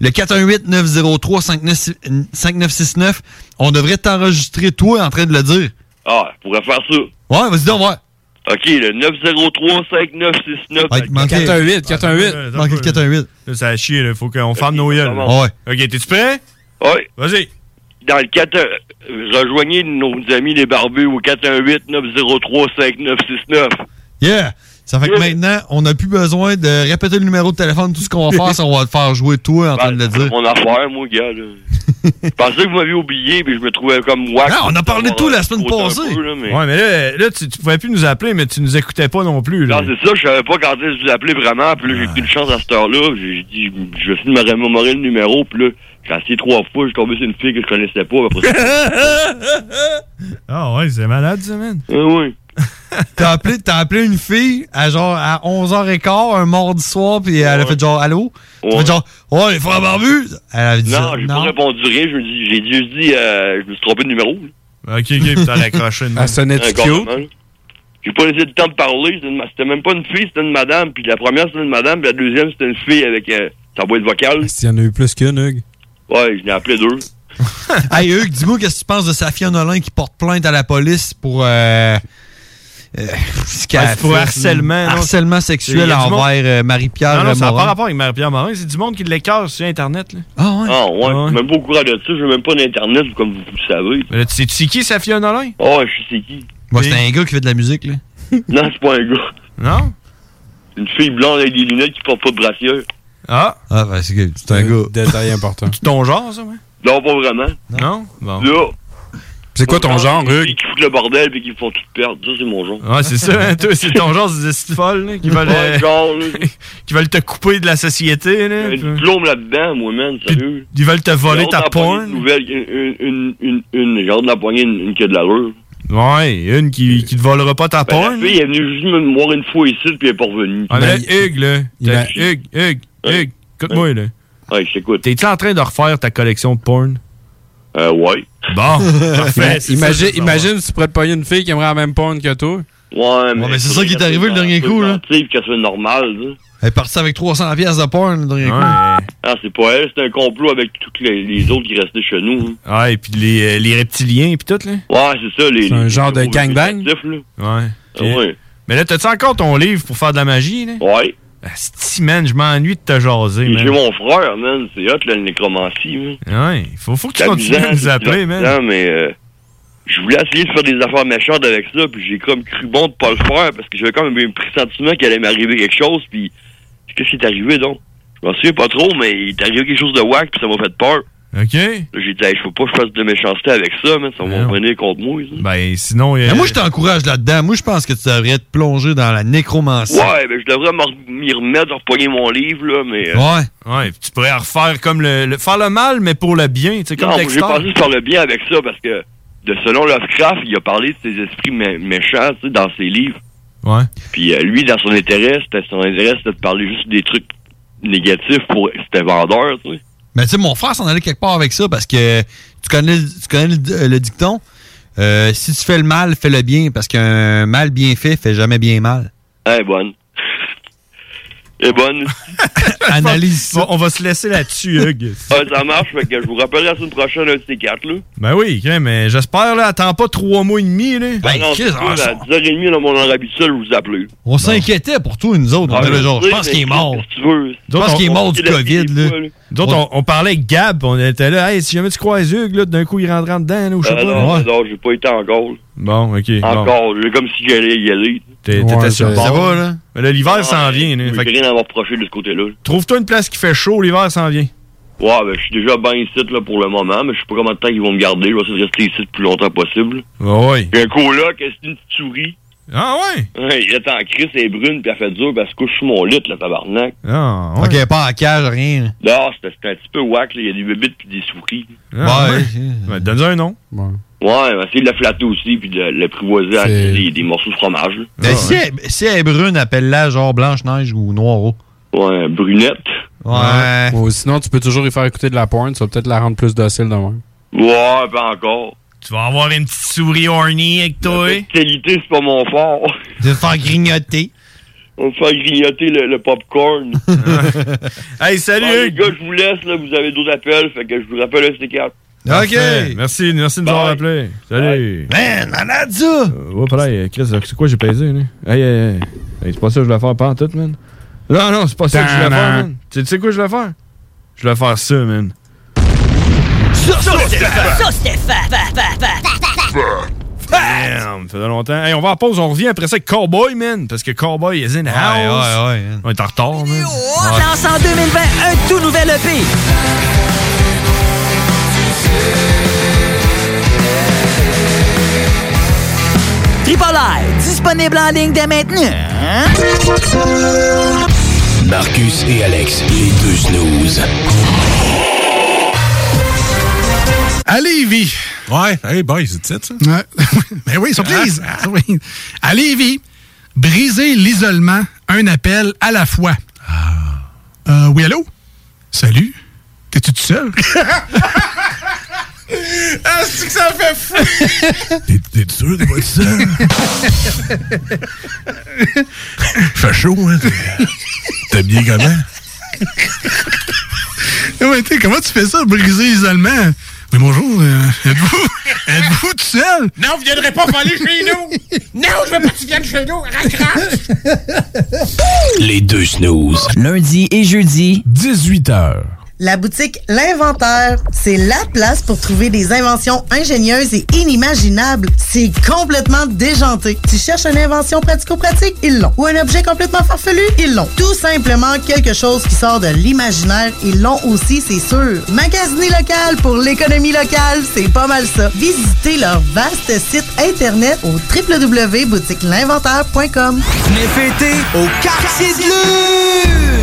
[SPEAKER 24] le 418-903-5969, on devrait t'enregistrer, toi, en train de le dire.
[SPEAKER 3] Ah, je pourrais faire ça.
[SPEAKER 24] Ouais, vas-y, donc, ouais.
[SPEAKER 3] OK, le 903-5969.
[SPEAKER 7] Ah,
[SPEAKER 24] Ouais, manquait- Manquait le 418.
[SPEAKER 7] Là, ça a chier, là. Faut qu'on ferme nos yeux.
[SPEAKER 3] commence.
[SPEAKER 7] Ah Ouais. OK, t'es-tu prêt?
[SPEAKER 3] Ouais.
[SPEAKER 7] Vas-y.
[SPEAKER 3] Dans le 4... euh, Rejoignez nos amis les barbus au 418-903-5969.
[SPEAKER 24] Yeah! Ça fait que maintenant, on n'a plus besoin de répéter le numéro de téléphone. Tout ce qu'on va faire, c'est on va te faire jouer toi en train de le dire.
[SPEAKER 3] Ah, Mon affaire, moi, gars, là. Je pensais que vous m'aviez oublié, puis je me trouvais comme wack.
[SPEAKER 7] Ah, on a parlé
[SPEAKER 3] de
[SPEAKER 7] tout la semaine
[SPEAKER 3] Peu, là, mais...
[SPEAKER 7] Ouais, mais là, là tu, tu pouvais plus nous appeler, mais tu nous écoutais pas non plus. Là.
[SPEAKER 3] Non, c'est ça, je savais pas quand est-ce que je vous appelais vraiment, puis là, j'ai eu une chance à cette heure-là, j'ai j'ai dit, je- je vais essayer de me remémorer le numéro, puis là, j'ai essayé trois fois, j'ai tombé sur une fille que je connaissais pas, après ça...
[SPEAKER 7] Ah ouais, c'est malade, ça, man.
[SPEAKER 3] oui.
[SPEAKER 24] T'as appelé, t'as appelé une fille à genre à 11h15 un mardi soir, puis elle a fait genre Allô? Elle a fait genre Oh, les frères barbus! Elle avait dit
[SPEAKER 3] non, j'ai pas répondu rien, je me dis- j'ai juste dit, euh, je me suis trompé de numéro.
[SPEAKER 7] Ok, ok, puis t'as raccroché une.
[SPEAKER 3] Encore demain. J'ai pas laissé le temps de parler, c'était une ma- c'était même pas une fille, c'était une madame, puis la première c'était une madame, puis la deuxième c'était une fille avec euh, sa boîte
[SPEAKER 7] Ah,
[SPEAKER 3] vocale.
[SPEAKER 8] S'il y en a eu plus qu'une, Hugues.
[SPEAKER 3] Ouais, je l'ai appelé deux.
[SPEAKER 24] hey Hugues, dis-moi qu'est-ce que tu penses de Safia Nolin qui porte plainte à la police pour euh, euh, ce qu'elle
[SPEAKER 7] Ouais,
[SPEAKER 24] a
[SPEAKER 7] pour
[SPEAKER 24] fait,
[SPEAKER 7] harcèlement, non?
[SPEAKER 24] harcèlement
[SPEAKER 7] Il y
[SPEAKER 24] sexuel
[SPEAKER 7] a du monde-
[SPEAKER 24] envers euh, Marie-Pierre
[SPEAKER 7] non, non, ça n'a
[SPEAKER 24] Morin.
[SPEAKER 7] pas rapport avec Marie-Pierre Morin. C'est du monde qui l'écœure sur Internet. Là.
[SPEAKER 24] Ah ouais?
[SPEAKER 3] Ah ouais, je suis même pas au courant de ça, j'ai même pas d'internet, comme vous, vous le savez.
[SPEAKER 7] Mais là, tu sais c'est qui, Safia Nolin?
[SPEAKER 3] Oh, je sais c'est qui.
[SPEAKER 24] Moi, c'est un gars qui fait de la musique, là.
[SPEAKER 3] Non, c'est pas un gars.
[SPEAKER 7] Non?
[SPEAKER 3] Une fille blonde avec des lunettes qui porte pas de brassière.
[SPEAKER 7] Ah!
[SPEAKER 24] Ah, ben, c'est que c'est un gars.
[SPEAKER 8] Détail important.
[SPEAKER 7] C'est ton genre, ça, ouais?
[SPEAKER 3] Non, pas vraiment.
[SPEAKER 7] Non? Bon.
[SPEAKER 3] Là.
[SPEAKER 8] C'est quoi ton genre,
[SPEAKER 3] Hugues? Qui foutent le bordel puis qui me font tout perdre. Ça, c'est mon genre.
[SPEAKER 7] Ouais, c'est ça, hein, toi, c'est ton genre, c'est des folles, là, qui veulent, euh,
[SPEAKER 3] Ouais, genre, là.
[SPEAKER 7] qui veulent te couper de la société, là.
[SPEAKER 3] J'ai un diplôme là-dedans, moi, man, sérieux.
[SPEAKER 7] Ils veulent te voler
[SPEAKER 3] J'ai
[SPEAKER 7] ta
[SPEAKER 3] hâte d'en pogner
[SPEAKER 7] porn.
[SPEAKER 3] Une nouvelle, une, une, une, une, une, j'ai hâte de la poignée, une, une qui a de l'allure.
[SPEAKER 7] Ouais, une qui, qui te volera pas ta
[SPEAKER 3] Euh, Ben,
[SPEAKER 7] porn.
[SPEAKER 3] la fille, elle est venue juste me voir une fois ici, puis elle est pas revenue. Ben,
[SPEAKER 7] Ah, mais là, Hugues, là. t'as- Hugues, Hugues, Hugues, écoute-moi, là.
[SPEAKER 3] Hein? Ouais, je t'écoute.
[SPEAKER 7] T'es-tu en train de refaire ta collection de porn?
[SPEAKER 3] Euh, ouais.
[SPEAKER 7] Bon,
[SPEAKER 8] Ima-
[SPEAKER 7] parfait. c'est ça que je
[SPEAKER 8] imagine,
[SPEAKER 7] veux
[SPEAKER 8] imagine si tu pourrais te pogner une fille qui aimerait la même porn que toi.
[SPEAKER 3] Ouais, mais.
[SPEAKER 8] mais c'est ça qui est arrivé le dernier coup, là.
[SPEAKER 3] Tu sais, qu'elle soit normale, là.
[SPEAKER 24] Elle est partie avec 300 pièces de porn, le dernier coup.
[SPEAKER 3] Ah, c'est pas elle, c'est un complot avec tous les, les autres qui restaient chez nous. hein.
[SPEAKER 7] Ouais, et puis les, euh, les reptiliens, puis tout, là.
[SPEAKER 3] Ouais, c'est ça, les.
[SPEAKER 7] C'est un
[SPEAKER 3] les-
[SPEAKER 7] genre de
[SPEAKER 3] les-
[SPEAKER 7] gangbang?
[SPEAKER 3] les actifs, là.
[SPEAKER 7] Ouais.
[SPEAKER 3] Ah ouais.
[SPEAKER 7] Mais là, t'as-tu encore ton livre pour faire de la magie, là?
[SPEAKER 3] Ouais.
[SPEAKER 7] Asti, man, je m'ennuie de te jaser,
[SPEAKER 3] J'ai
[SPEAKER 7] man.
[SPEAKER 3] mon frère, man. C'est hot, la nécromancie, man.
[SPEAKER 7] Ouais, faut, faut que tu
[SPEAKER 3] C'est
[SPEAKER 7] continues à
[SPEAKER 3] amusant,
[SPEAKER 7] nous appeler,
[SPEAKER 3] c'est
[SPEAKER 7] man.
[SPEAKER 3] amusant, mais euh, je voulais essayer de faire des affaires méchantes avec ça, puis j'ai comme cru bon de pas le faire parce que j'avais quand même eu un pressentiment qu'il allait m'arriver quelque chose, puis qu'est-ce qui est arrivé donc Je m'en souviens pas trop, mais il est arrivé quelque chose de whack, puis ça m'a fait peur.
[SPEAKER 7] OK.
[SPEAKER 3] Là, J'ai dit, Hey, je peux pas que je fasse de méchanceté avec ça, mais ça va venir contre moi. ça.
[SPEAKER 7] Ben, sinon.
[SPEAKER 3] euh,
[SPEAKER 25] Mais moi, je t'encourage là-dedans. Moi, je pense que tu devrais te plonger dans la nécromancie.
[SPEAKER 3] Ouais, ben je devrais m'en- m'y remettre, repogner mon livre, là, mais. euh,
[SPEAKER 7] Ouais, puis tu pourrais refaire comme le, le- Faire le mal, mais pour le bien, tu sais, comme
[SPEAKER 3] Non, moi, j'ai
[SPEAKER 7] Dexter.
[SPEAKER 3] pensé faire le bien avec ça parce que, de selon Lovecraft, il a parlé de ses esprits mé- méchants tu sais, dans ses livres.
[SPEAKER 7] Ouais.
[SPEAKER 3] Puis euh, lui, dans son intérêt, c'était son intérêt, c'était de parler juste des trucs négatifs pour. C'était vendeur, tu sais.
[SPEAKER 25] Mais tu sais, mon frère s'en allait quelque part avec ça parce que tu connais, tu connais le, le dicton. euh, si tu fais le mal, fais le bien parce qu'un mal bien fait fait jamais bien mal.
[SPEAKER 3] Elle est bonne. Elle est bonne.
[SPEAKER 25] Analyse.
[SPEAKER 7] on va se laisser là-dessus, Hugues.
[SPEAKER 3] Ah, ça marche, fait que je vous rappellerai la semaine prochaine un de ces quatre, là.
[SPEAKER 7] Ben oui, ok, mais j'espère, là, attends pas trois mois et demi, là.
[SPEAKER 25] Ben,
[SPEAKER 3] Ah non, c'est cool, à 10h30 dans mon heure habituelle, je vous appelez.
[SPEAKER 25] On s'inquiétait pour toi, nous autres.
[SPEAKER 3] Ah,
[SPEAKER 25] On était
[SPEAKER 3] je
[SPEAKER 25] là, genre,
[SPEAKER 3] sais,
[SPEAKER 25] je pense
[SPEAKER 3] mais
[SPEAKER 25] qu'il est
[SPEAKER 3] Chris,
[SPEAKER 25] mort.
[SPEAKER 3] qu'est-ce que tu veux?
[SPEAKER 25] Je pense qu'il est mort du
[SPEAKER 3] Il a fini
[SPEAKER 25] COVID, là.
[SPEAKER 3] fois, là.
[SPEAKER 7] D'autres, on, on parlait avec Gab, on était là, hey, si jamais tu croises Hugues, là, d'un coup, il rentre en dedans, là, ou je sais
[SPEAKER 3] Ah
[SPEAKER 7] pas.
[SPEAKER 3] non,
[SPEAKER 7] Ouais.
[SPEAKER 3] non, j'ai pas été encore. là.
[SPEAKER 7] Bon, ok. bon.
[SPEAKER 3] Encore, là, comme si j'allais y aller.
[SPEAKER 7] T'es- T'étais sur le bord. Mais là, l'hiver s'en vient, là.
[SPEAKER 3] J'ai
[SPEAKER 7] Fait que
[SPEAKER 3] rien à me reprocher de ce côté-là.
[SPEAKER 7] Trouve-toi une place qui fait chaud, l'hiver s'en vient.
[SPEAKER 3] Ouais, ben, je suis déjà bien ici, là, pour le moment, mais je sais pas combien de temps ils vont me garder. Je vais essayer de rester ici le plus longtemps possible.
[SPEAKER 7] Ah Ouais.
[SPEAKER 3] J'ai un coloc, c'est une petite souris.
[SPEAKER 7] Ah ouais?
[SPEAKER 3] Ouais, il est en crise, elle est brune, puis elle fait dur, parce que je suis mon lit, là, tabarnak.
[SPEAKER 7] Ah,
[SPEAKER 25] Ok, pas en cage, rien.
[SPEAKER 3] Non, c'était c'était un petit peu whack, là. Il y a des bébites puis des souris.
[SPEAKER 7] ouais. Ben, donne-lui un nom.
[SPEAKER 3] Ouais, ben, essayer de la flatter aussi, puis de l'apprivoiser avec des, des morceaux de fromage. là.
[SPEAKER 7] Ah,
[SPEAKER 25] Mais Ben, si, elle, si elle est brune, appelle-la genre Blanche-Neige ou Noiro.
[SPEAKER 3] Ouais, brunette.
[SPEAKER 25] Ouais.
[SPEAKER 8] Ou sinon, tu peux toujours y faire écouter de la pointe. Ça va peut-être la rendre plus docile de même.
[SPEAKER 3] Ouais, pas encore.
[SPEAKER 7] Tu vas avoir une petite souris horny avec toi.
[SPEAKER 3] La qualité, c'est pas mon fort.
[SPEAKER 25] De faire grignoter.
[SPEAKER 3] On va faire grignoter le, le popcorn.
[SPEAKER 7] hey, salut!
[SPEAKER 3] les gars, je vous laisse, là. Vous avez d'autres appels, fait que je vous rappelle un C4.
[SPEAKER 7] Parfait. Merci, merci de nous avoir appelé. Salut.
[SPEAKER 25] Man, malade ça!
[SPEAKER 7] ouais, là, euh, Chris, euh, c'est quoi j'ai pesé, là? Hey, hey, hey. Hey, c'est pas ça que je voulais faire, pas en tout, man. Non, non, c'est pas ça que je voulais faire,
[SPEAKER 8] Ta-da.
[SPEAKER 7] man. Tu tu sais quoi je voulais faire? Je voulais faire ça, man.
[SPEAKER 26] Ça,
[SPEAKER 7] Stéphane.
[SPEAKER 26] Ça, Stéphane.
[SPEAKER 7] Damn, ça fait longtemps. Hey, on va en pause, on revient après ça avec Cowboy, man. Parce que Cowboy is in the house.
[SPEAKER 25] Ouais, hein. ouais, ouais.
[SPEAKER 7] On est en retard, man. Ah,
[SPEAKER 26] Lance en 2020 un tout nouvel EP. Tripolaire, disponible en ligne dès maintenant.
[SPEAKER 2] Marcus et Alex, les deux snooze.
[SPEAKER 15] À Lévis.
[SPEAKER 6] Ouais, hey boy, c'est ça, ça? Ah.
[SPEAKER 15] Ouais. Mais oui, surprise. Oui. À Lévis, briser l'isolement, un appel à la fois.
[SPEAKER 6] Ah.
[SPEAKER 15] Euh, oui, allô? Salut? T'es-tu tout seul?
[SPEAKER 6] Ah, c'est que ça fait fou! T'es t'es sûr, t'es pas tout seul? fait chaud, hein? T'es- T'es bien comment?
[SPEAKER 15] Non, mais Eh t'sais, comment tu fais ça, briser l'isolement? Mais bonjour, euh, êtes-vous êtes-vous tout seul?
[SPEAKER 6] Non, vous viendrez pas voler chez nous! Non, je veux pas que tu viennes chez nous!
[SPEAKER 2] Les deux snooze. Lundi et jeudi, 18h.
[SPEAKER 16] La boutique L'Inventaire, c'est la place pour trouver des inventions ingénieuses et inimaginables. C'est complètement déjanté. Tu cherches une invention pratico-pratique? Ils l'ont. Ou un objet complètement farfelu? Ils l'ont. Tout simplement quelque chose qui sort de l'imaginaire, ils l'ont aussi, c'est sûr. Magasiner local pour l'économie locale, c'est pas mal ça. Visitez leur vaste site internet au www.boutiquelinventaire.com.
[SPEAKER 14] Venez fêter au Quartier de Lune!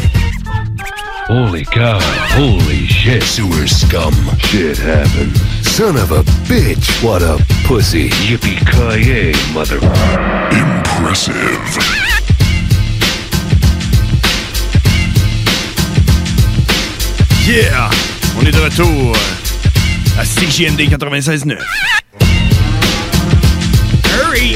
[SPEAKER 2] Holy cow. Holy shit. Sewer scum. Shit happened. Son of a bitch. What a pussy. Yippee-ki-yay, mother... Impressive.
[SPEAKER 7] Yeah! On est de retour à CJMD 96.9.
[SPEAKER 6] Hurry!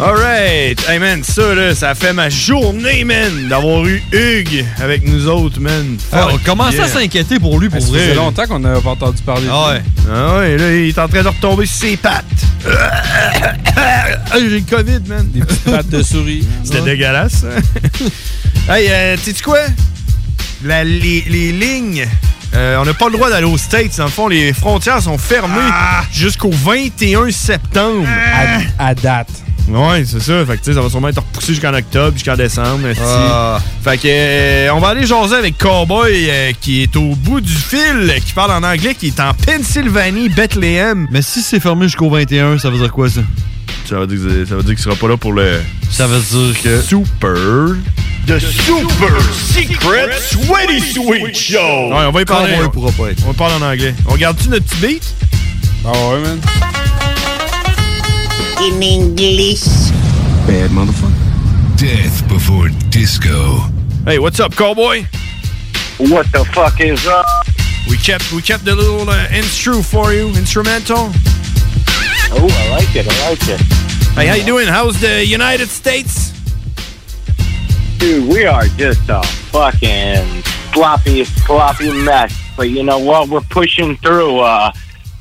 [SPEAKER 7] Alright! Hey man, ça là, ça fait ma journée, man, d'avoir eu Hugues avec nous autres, man.
[SPEAKER 9] Ah, on commence à s'inquiéter pour lui, pour
[SPEAKER 7] Ça
[SPEAKER 9] vrai,
[SPEAKER 7] faisait
[SPEAKER 9] là.
[SPEAKER 7] longtemps qu'on n'avait pas entendu parler ah ouais. Ah ouais, là, il est en train de retomber sur ses pattes. Ah, J'ai le COVID, man. Des petites pattes de souris. C'était dégueulasse. hey, euh, sais-tu quoi? La- les, les lignes... euh, on n'a pas le droit d'aller aux States. Dans le fond, les frontières sont fermées
[SPEAKER 9] Ah.
[SPEAKER 7] jusqu'au 21 septembre. À, date. Ouais, c'est ça. Fait que, tu sais, ça va sûrement être repoussé jusqu'en octobre, jusqu'en décembre. esti.
[SPEAKER 9] Ah.
[SPEAKER 7] Fait que, euh, on va aller jaser avec Cowboy euh, qui est au bout du fil, euh, qui parle en anglais, qui est en Pennsylvanie, Bethléem.
[SPEAKER 9] Mais si c'est fermé jusqu'au 21, ça veut dire quoi, ça?
[SPEAKER 7] Ça veut dire que- ça veut dire qu'il sera pas là pour le.
[SPEAKER 9] Ça veut dire que.
[SPEAKER 7] Super.
[SPEAKER 6] The Super Secret Sweaty Sweet Show.
[SPEAKER 7] Ouais, on va y parler.
[SPEAKER 6] Cowboy
[SPEAKER 7] on,
[SPEAKER 6] pourra
[SPEAKER 9] pas
[SPEAKER 7] on parle en anglais. On garde-tu notre petit beat? Ah ouais, man.
[SPEAKER 27] In English.
[SPEAKER 11] Bad motherfucker. Death before disco.
[SPEAKER 7] Hey, what's up, Cowboy?
[SPEAKER 27] What the fuck is up?
[SPEAKER 7] We kept we kept the little uh, instru for you, instrumental.
[SPEAKER 27] Oh, I like it. I like it.
[SPEAKER 7] Hey, how you doing? How's the United States?
[SPEAKER 27] Dude, we are just a fucking sloppy, sloppy mess. But you know what? We're pushing through. Uh,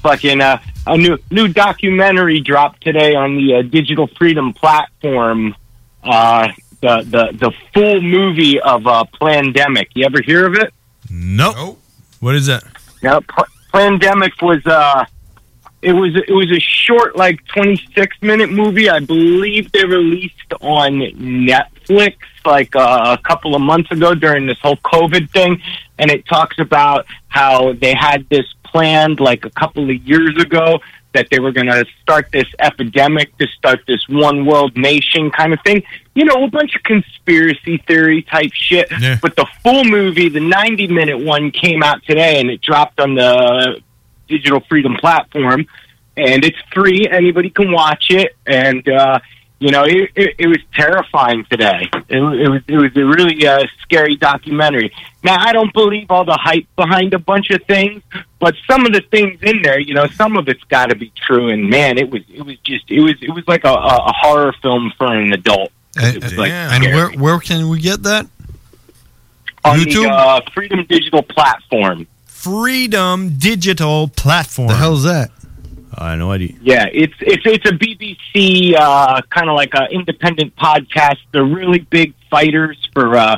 [SPEAKER 27] fucking uh, a new new documentary dropped today on the uh, digital freedom platform. Uh, the the the full movie of uh, Plandemic. You ever hear of it?
[SPEAKER 7] No. What is that?
[SPEAKER 27] Now, Pl- Plandemic was uh, it was it was a short, like twenty six minute movie. I believe they released on Netflix like uh, a couple of months ago during this whole COVID thing, and it talks about how they had this planned like a couple of years ago that they were going to start this epidemic to start this one world nation kind of thing. You know, a bunch of conspiracy theory type shit. But the full movie, the 90 minute one, came out today and it dropped on the digital freedom platform. And it's free. Anybody can watch it. And, uh, you know, it, it, it was terrifying today. It, it was it was a really uh, scary documentary. Now, I don't believe all the hype behind a bunch of things, but some of the things in there, you know, some of it's got to be true. And man, it was it was just it was it was like a, a a horror film for an adult. It was like
[SPEAKER 9] And where, where can we get that?
[SPEAKER 27] on
[SPEAKER 9] YouTube?
[SPEAKER 27] the uh, Freedom Digital platform.
[SPEAKER 7] Freedom Digital Platform. The
[SPEAKER 9] hell's that?
[SPEAKER 7] I have no idea.
[SPEAKER 27] Yeah, it's it's it's a BBC uh, kind of like an independent podcast. They're really big fighters for uh,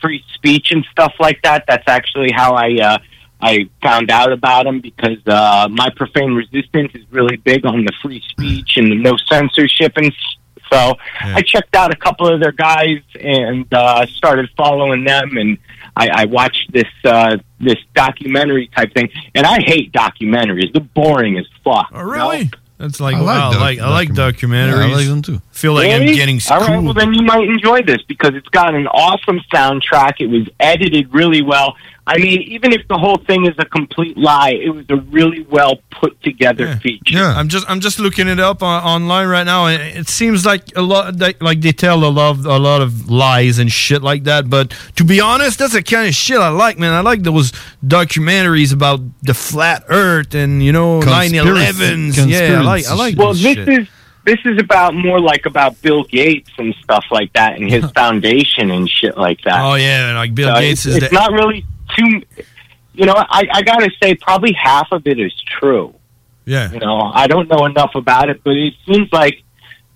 [SPEAKER 27] free speech and stuff like that. That's actually how I uh, I found out about them because uh, my profane resistance is really big on the free speech and the no censorship and s- so I checked out a couple of their guys and uh, started following them and I, I watched this uh, this documentary type thing and I hate documentaries. They're boring as fuck.
[SPEAKER 7] Oh, really? That's like,
[SPEAKER 27] I
[SPEAKER 7] I
[SPEAKER 27] like
[SPEAKER 7] wow,
[SPEAKER 27] doc-
[SPEAKER 7] I like I like
[SPEAKER 27] document-
[SPEAKER 7] documentaries.
[SPEAKER 27] Yeah, I like them too.
[SPEAKER 7] Feel like I'm
[SPEAKER 27] Really?
[SPEAKER 7] getting
[SPEAKER 27] All right, well,
[SPEAKER 7] schooled.
[SPEAKER 27] then you might enjoy this because it's got an awesome soundtrack. It was edited really well. I mean, even if the whole thing is a complete lie, it was a really well put together feature.
[SPEAKER 7] Yeah, I'm just I'm just looking it up on, online right now, and it seems like a lot like, like they tell a lot of- a lot of lies and shit like that. But to be honest, that's the kind of shit I like, man. I like those documentaries about the flat Earth and you know Oh, nine
[SPEAKER 27] Conspiracy-
[SPEAKER 7] elevens. Yeah, I like I like.
[SPEAKER 27] Well,
[SPEAKER 7] that
[SPEAKER 27] this
[SPEAKER 7] shit.
[SPEAKER 27] is this is about more like about Bill Gates and stuff like that, and his foundation and shit like that.
[SPEAKER 7] Oh yeah, like Bill
[SPEAKER 27] So it's,
[SPEAKER 7] Gates is
[SPEAKER 27] it's
[SPEAKER 7] the
[SPEAKER 27] not really too. You know, I, I gotta say, probably half of it is true.
[SPEAKER 7] yeah.
[SPEAKER 27] You know, I don't know enough about it, but it seems like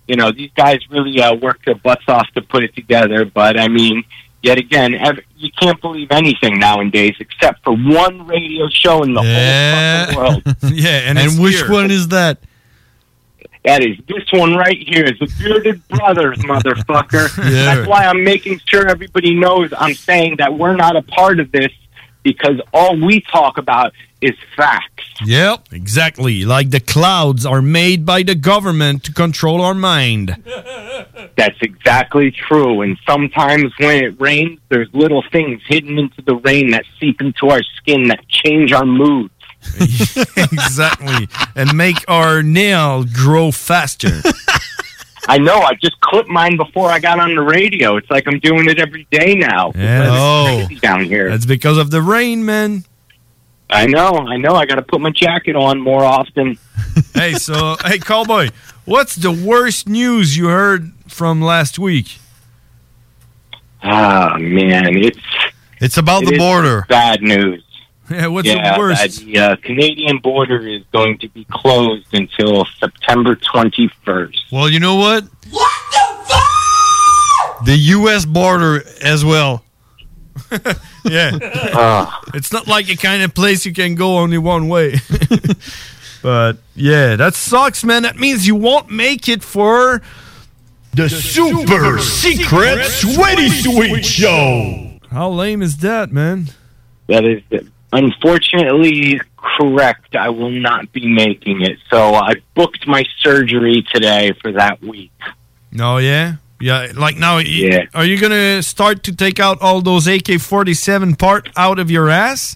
[SPEAKER 27] you know these guys really uh, work their butts off to put it together. But I mean, yet again, ev you can't believe anything nowadays except for one radio show in the whole fucking world.
[SPEAKER 7] yeah, and,
[SPEAKER 27] it's
[SPEAKER 9] which
[SPEAKER 27] here.
[SPEAKER 9] one is that?
[SPEAKER 27] That is this one right here is the bearded brothers, motherfucker.
[SPEAKER 9] Yeah.
[SPEAKER 27] That's why I'm making sure everybody knows I'm saying that we're not a part of this because all we talk about is facts.
[SPEAKER 7] Yep, exactly. Like the clouds are made by the government to control our mind.
[SPEAKER 27] That's exactly true. And sometimes when it rains, there's little things hidden into the rain that seep into our skin that change our mood.
[SPEAKER 7] exactly. And make our nail grow faster.
[SPEAKER 27] I know. I just clipped mine before I got on the radio. It's like I'm doing it every day now.
[SPEAKER 7] Yeah.
[SPEAKER 27] It's
[SPEAKER 7] Oh.
[SPEAKER 27] crazy down here.
[SPEAKER 7] That's because of the rain, man.
[SPEAKER 27] I know. I know. I got to put my jacket on more often.
[SPEAKER 7] hey, so hey, cowboy, What's the worst news you heard from last week?
[SPEAKER 27] Ah, man, it's
[SPEAKER 9] it's about
[SPEAKER 7] the border.
[SPEAKER 27] Bad news.
[SPEAKER 7] Yeah, what's
[SPEAKER 27] yeah,
[SPEAKER 7] the worst?
[SPEAKER 27] uh, The uh, Canadian border is going to be closed until September 21st.
[SPEAKER 9] Well, you know what? What the fuck? The U.S. border as well.
[SPEAKER 7] yeah. It's not like the kind of place you can go only one way. but yeah, that sucks, man. That means you won't make it for the, super, secret sweaty sweet show. How lame is that, man?
[SPEAKER 27] That is unfortunately correct. I will not be making it. So I booked my surgery today for that week.
[SPEAKER 7] No, yeah. Yeah, like now, yeah. are you going to start to take out all those AK 47 part out of your ass?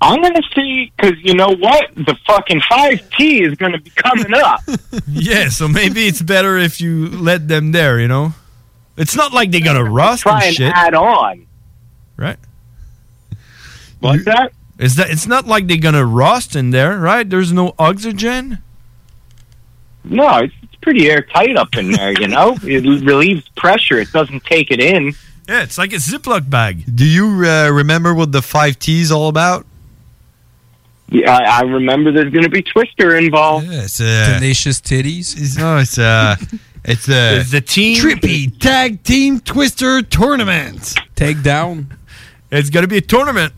[SPEAKER 27] I'm going to see, because you know what? The fucking 5T is going to be coming up.
[SPEAKER 7] yeah, so maybe it's better if you let them there, you know? It's not like they gotta rust
[SPEAKER 27] Try
[SPEAKER 7] and
[SPEAKER 27] and
[SPEAKER 7] shit.
[SPEAKER 27] add on.
[SPEAKER 7] Right?
[SPEAKER 27] What's that?
[SPEAKER 7] Is that it's not like they're gonna rust in there, right? There's no oxygen?
[SPEAKER 27] No, it's, it's pretty airtight up in there, you know? It relieves pressure, it doesn't take it in.
[SPEAKER 7] Yeah, it's like a Ziploc bag.
[SPEAKER 9] Do you uh, remember what the five T's all about?
[SPEAKER 27] Yeah, I, I remember there's going to be Twister involved.
[SPEAKER 9] It's uh,
[SPEAKER 8] tenacious titties.
[SPEAKER 9] no, it's uh, it's uh,
[SPEAKER 7] It's the team
[SPEAKER 9] trippy tag team twister tournament.
[SPEAKER 8] Take down.
[SPEAKER 7] It's gonna be a tournament.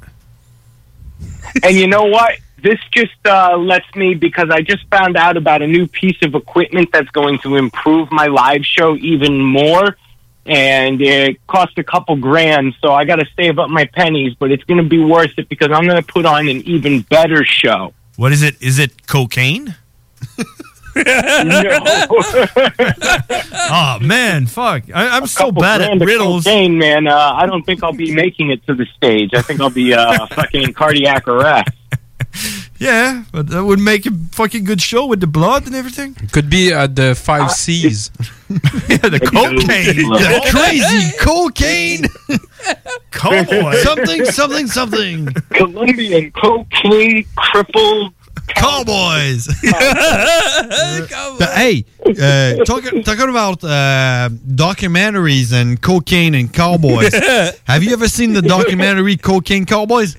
[SPEAKER 27] and you know what? This just uh, lets me because I just found out about a new piece of equipment that's going to improve my live show even more. And it cost a couple grand, so I got to save up my pennies, but it's going to be worth it because I'm going to put on an even better show.
[SPEAKER 7] What is it? Is it cocaine? oh man, fuck! I, I'm so bad at riddles.
[SPEAKER 27] Cocaine, man. Uh, I don't think I'll be making it to the stage. I think I'll be uh, fucking cardiac arrest.
[SPEAKER 7] Yeah, but that would make a fucking good show with the blood and everything.
[SPEAKER 8] Could be at the five C's.
[SPEAKER 7] yeah, the cocaine,
[SPEAKER 9] The crazy cocaine
[SPEAKER 7] cowboy,
[SPEAKER 9] something, something, something.
[SPEAKER 27] Colombian cocaine crippled
[SPEAKER 9] cowboys. Uh, hey, uh, talking talking about uh, documentaries and cocaine and cowboys. Have you ever seen the documentary Cocaine Cowboys?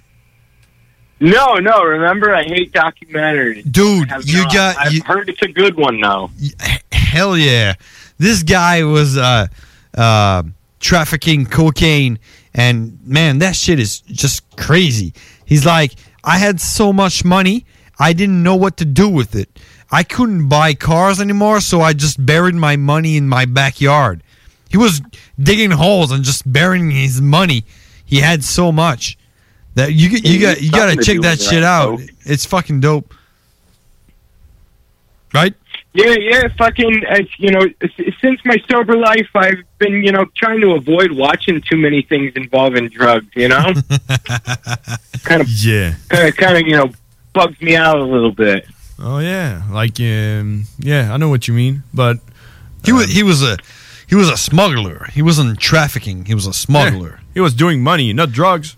[SPEAKER 27] No, no. Remember, I hate documentaries.
[SPEAKER 9] Dude, you got-
[SPEAKER 27] I've heard it's a good one though.
[SPEAKER 9] Hell yeah! This guy was uh, uh, trafficking cocaine, and man, that shit is just crazy. He's like, I had so much money, I didn't know what to do with it. I couldn't buy cars anymore, so I just buried my money in my backyard. He was digging holes and just burying his money. He had so much that you you got you got to check that shit out. It's fucking dope, right?
[SPEAKER 27] Yeah, yeah. Fucking, it's, you know, s- since my sober life, I've been, you know, trying to avoid watching too many things involving drugs. You know, kind of,
[SPEAKER 7] yeah,
[SPEAKER 27] kind of, you know, bugs me out a little bit.
[SPEAKER 7] Oh yeah, like um, yeah, I know what you mean, but um,
[SPEAKER 9] he was he was a he was a smuggler. He wasn't trafficking. He was a smuggler.
[SPEAKER 7] he was doing money, not drugs.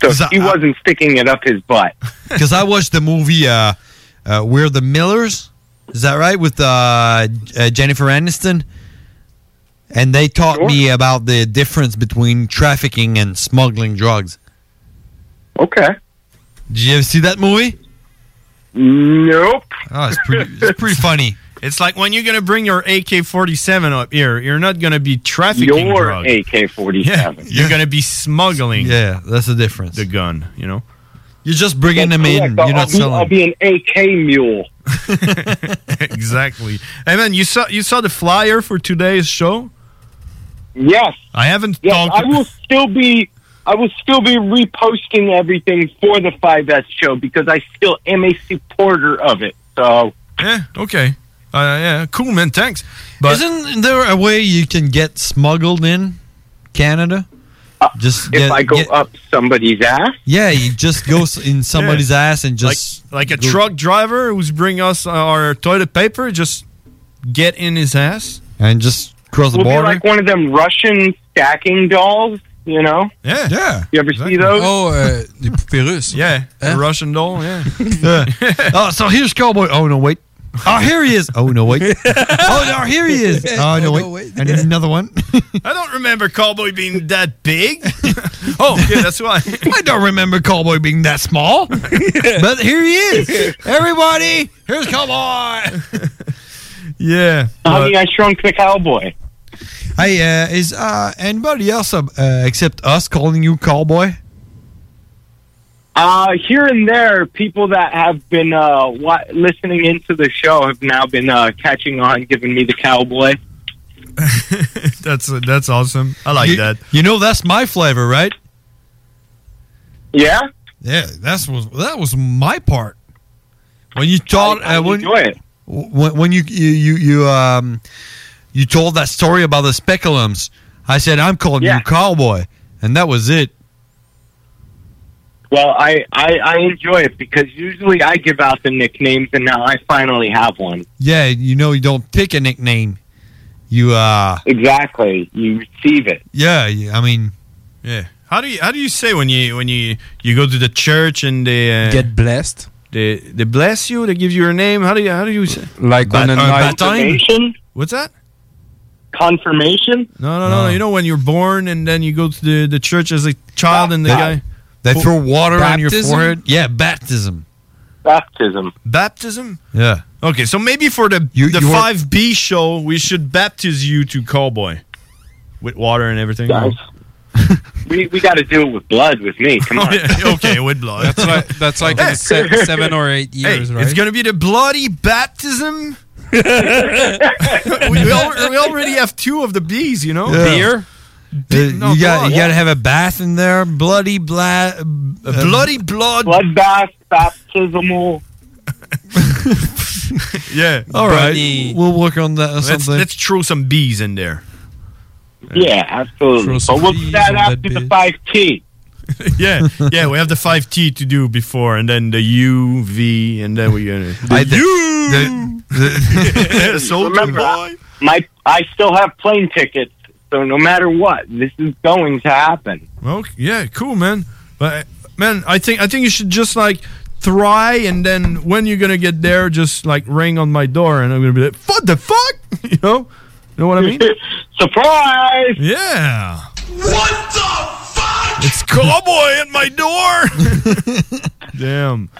[SPEAKER 27] So he wasn't sticking it up his butt.
[SPEAKER 9] Because I watched the movie uh, uh, "We're the Millers." Is that right with uh, uh, Jennifer Aniston? And they taught me about the difference between trafficking and smuggling drugs.
[SPEAKER 27] Okay.
[SPEAKER 9] Did you ever see that movie?
[SPEAKER 27] Nope.
[SPEAKER 9] Oh, it's pretty, it's pretty funny.
[SPEAKER 7] It's like when you're gonna bring your AK-47 up here, you're not gonna be trafficking
[SPEAKER 9] Your
[SPEAKER 7] drugs.
[SPEAKER 27] AK-47.
[SPEAKER 7] Yeah, you're gonna be smuggling.
[SPEAKER 9] Yeah, that's the difference. The
[SPEAKER 7] gun, you know.
[SPEAKER 9] You're just bringing them in. You're
[SPEAKER 27] I'll,
[SPEAKER 9] not
[SPEAKER 27] be,
[SPEAKER 9] selling.
[SPEAKER 27] I'll be an AK mule.
[SPEAKER 7] exactly. Hey man, you saw you saw the flyer for today's show?
[SPEAKER 27] Yes.
[SPEAKER 7] I haven't
[SPEAKER 27] Yes,
[SPEAKER 7] talked.
[SPEAKER 27] I will still be I will still be reposting everything for the 5S show because I still am a supporter of it. So
[SPEAKER 7] Yeah. Okay. Uh, yeah. Cool, man. Thanks. But
[SPEAKER 9] Isn't there a way you can get smuggled in Canada? Just
[SPEAKER 27] uh, if I go up somebody's ass,
[SPEAKER 9] Yeah, you just go s- in somebody's ass and just
[SPEAKER 7] like a
[SPEAKER 9] go-
[SPEAKER 7] truck driver who's bring us our toilet paper, just get in his ass.
[SPEAKER 9] and just cross the
[SPEAKER 27] we'll be
[SPEAKER 9] border.
[SPEAKER 27] like one of them Russian stacking dolls, you know?
[SPEAKER 7] Yeah,
[SPEAKER 9] yeah.
[SPEAKER 27] You ever see those?
[SPEAKER 8] Oh, uh, des poupées russes.
[SPEAKER 7] Yeah, Russian doll. Yeah.
[SPEAKER 9] oh, so here's cowboy. Oh no, wait.
[SPEAKER 24] Oh, here he is. Oh, no, wait. oh, no, here he is. Oh, no, wait. I need another one.
[SPEAKER 7] I don't remember Cowboy being that big. oh, yeah, that's why.
[SPEAKER 24] I don't remember Cowboy being that small. but here he is. Everybody, here's Cowboy.
[SPEAKER 9] Yeah.
[SPEAKER 27] Honey, I shrunk the cowboy.
[SPEAKER 24] Hey, uh, is uh, anybody else uh, except us calling you Cowboy?
[SPEAKER 27] Uh, here and there, people that have been uh, wa- listening into the show have now been uh, catching on, giving me the cowboy.
[SPEAKER 7] that's that's awesome. I like that.
[SPEAKER 24] You know that's my flavor, right?
[SPEAKER 27] Yeah.
[SPEAKER 24] Yeah, that's was that was my part. When you told uh, when, when when you you you, you um you told that story about the speculums, I said I'm calling you cowboy, and that was it.
[SPEAKER 27] Well, I, I, I enjoy it because usually I give out the nicknames, and now I finally have one.
[SPEAKER 24] Yeah, you know you don't pick a nickname. You uh
[SPEAKER 27] exactly. You receive it.
[SPEAKER 24] Yeah, yeah, I mean
[SPEAKER 7] Yeah. How do you how do you say when you when you you go to the church and they uh,
[SPEAKER 8] Get blessed?
[SPEAKER 7] They they bless you. They give you a name. How do you how do you uh, say
[SPEAKER 8] like
[SPEAKER 27] on a night- Confirmation?
[SPEAKER 7] What's that?
[SPEAKER 27] Confirmation?
[SPEAKER 7] No, no, no, no. You know when you're born and then you go to the, the church as a child and the
[SPEAKER 24] Bap-
[SPEAKER 7] guy
[SPEAKER 24] They throw water on your
[SPEAKER 7] Baptism?
[SPEAKER 24] forehead. Yeah, baptism.
[SPEAKER 27] Baptism.
[SPEAKER 7] Baptism.
[SPEAKER 24] Yeah.
[SPEAKER 7] Okay, so maybe for the the
[SPEAKER 24] you are-
[SPEAKER 7] five B show, we should baptize you to cowboy with water and everything.
[SPEAKER 27] We, we got to do it with blood with me. Come on.
[SPEAKER 7] Oh, okay, with blood.
[SPEAKER 27] That's like- that's like in se- seven or eight years,
[SPEAKER 7] hey,
[SPEAKER 27] right?
[SPEAKER 7] It's gonna be the bloody baptism. we, we, al- we already have two of the bees, you know.
[SPEAKER 24] Yeah.
[SPEAKER 7] Beer.
[SPEAKER 24] Uh, you got
[SPEAKER 7] blood.
[SPEAKER 24] you got to have a bath in there. Bloody bla- um,
[SPEAKER 7] bloody blood.
[SPEAKER 27] Bloodbath, baptismal.
[SPEAKER 7] Yeah.
[SPEAKER 24] All right. We'll work on that. Or
[SPEAKER 7] Let's,
[SPEAKER 24] something.
[SPEAKER 7] let's throw some bees in there.
[SPEAKER 27] Yeah, absolutely. But we'll do that after the five T.
[SPEAKER 7] yeah, yeah. We have the five T to do before, and then the U V, and then we gonna the
[SPEAKER 27] I- the-
[SPEAKER 7] U. Soldier
[SPEAKER 27] Remember,
[SPEAKER 7] boy.
[SPEAKER 27] My I still have plane tickets, so no matter what, this is going to happen.
[SPEAKER 7] Okay, yeah, cool, man. But man, I think I think you should just like try, and then when you're gonna get there, just like ring on my door, and I'm gonna be like, "What the fuck?" You know, you know what I mean?
[SPEAKER 27] Surprise!
[SPEAKER 7] Yeah. What the fuck? It's cowboy at my door. Damn.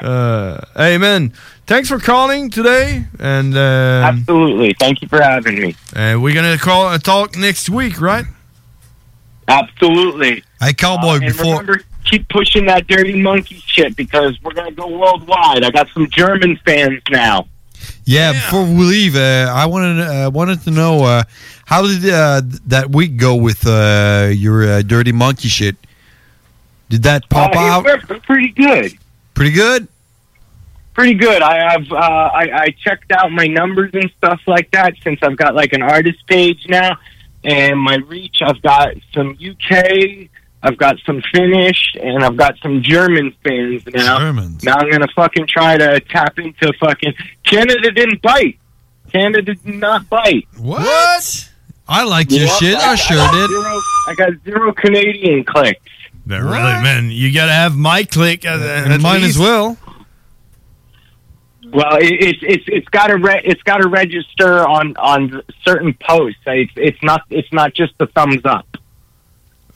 [SPEAKER 7] Uh, hey, man. Thanks for calling today, and uh,
[SPEAKER 27] absolutely. Thank you for having me.
[SPEAKER 7] Uh, we're gonna call uh, talk next week, right?
[SPEAKER 27] Absolutely. Uh,
[SPEAKER 24] Hey, cowboy.
[SPEAKER 27] and remember, keep pushing that dirty monkey shit because we're gonna go worldwide. I got some German fans now.
[SPEAKER 24] Yeah, before we leave, uh, I wanted uh, wanted to know uh, how did uh, th- that week go with uh, your uh, dirty monkey shit? Did that pop
[SPEAKER 27] Uh, it
[SPEAKER 24] out?
[SPEAKER 27] went pretty good.
[SPEAKER 24] Pretty good.
[SPEAKER 27] Pretty good. I have uh, I, I checked out my numbers and stuff like that since I've got like an artist page now, and my reach. I've got some UK, I've got some Finnish, and I've got some German fans now.
[SPEAKER 24] Germans.
[SPEAKER 27] Now I'm gonna fucking try to tap into fucking Canada didn't bite. Canada did not bite.
[SPEAKER 24] What? I like your
[SPEAKER 27] Yeah,
[SPEAKER 24] shit. I,
[SPEAKER 27] got-
[SPEAKER 24] sure
[SPEAKER 27] got
[SPEAKER 24] did.
[SPEAKER 27] zero- I got zero Canadian clicks.
[SPEAKER 7] But really, man, you gotta have my click uh, at
[SPEAKER 27] mine
[SPEAKER 7] least.
[SPEAKER 27] as well. Well, it- it's it's it's got to re- it's got to register on on certain posts. It's it's not it's not just the thumbs up.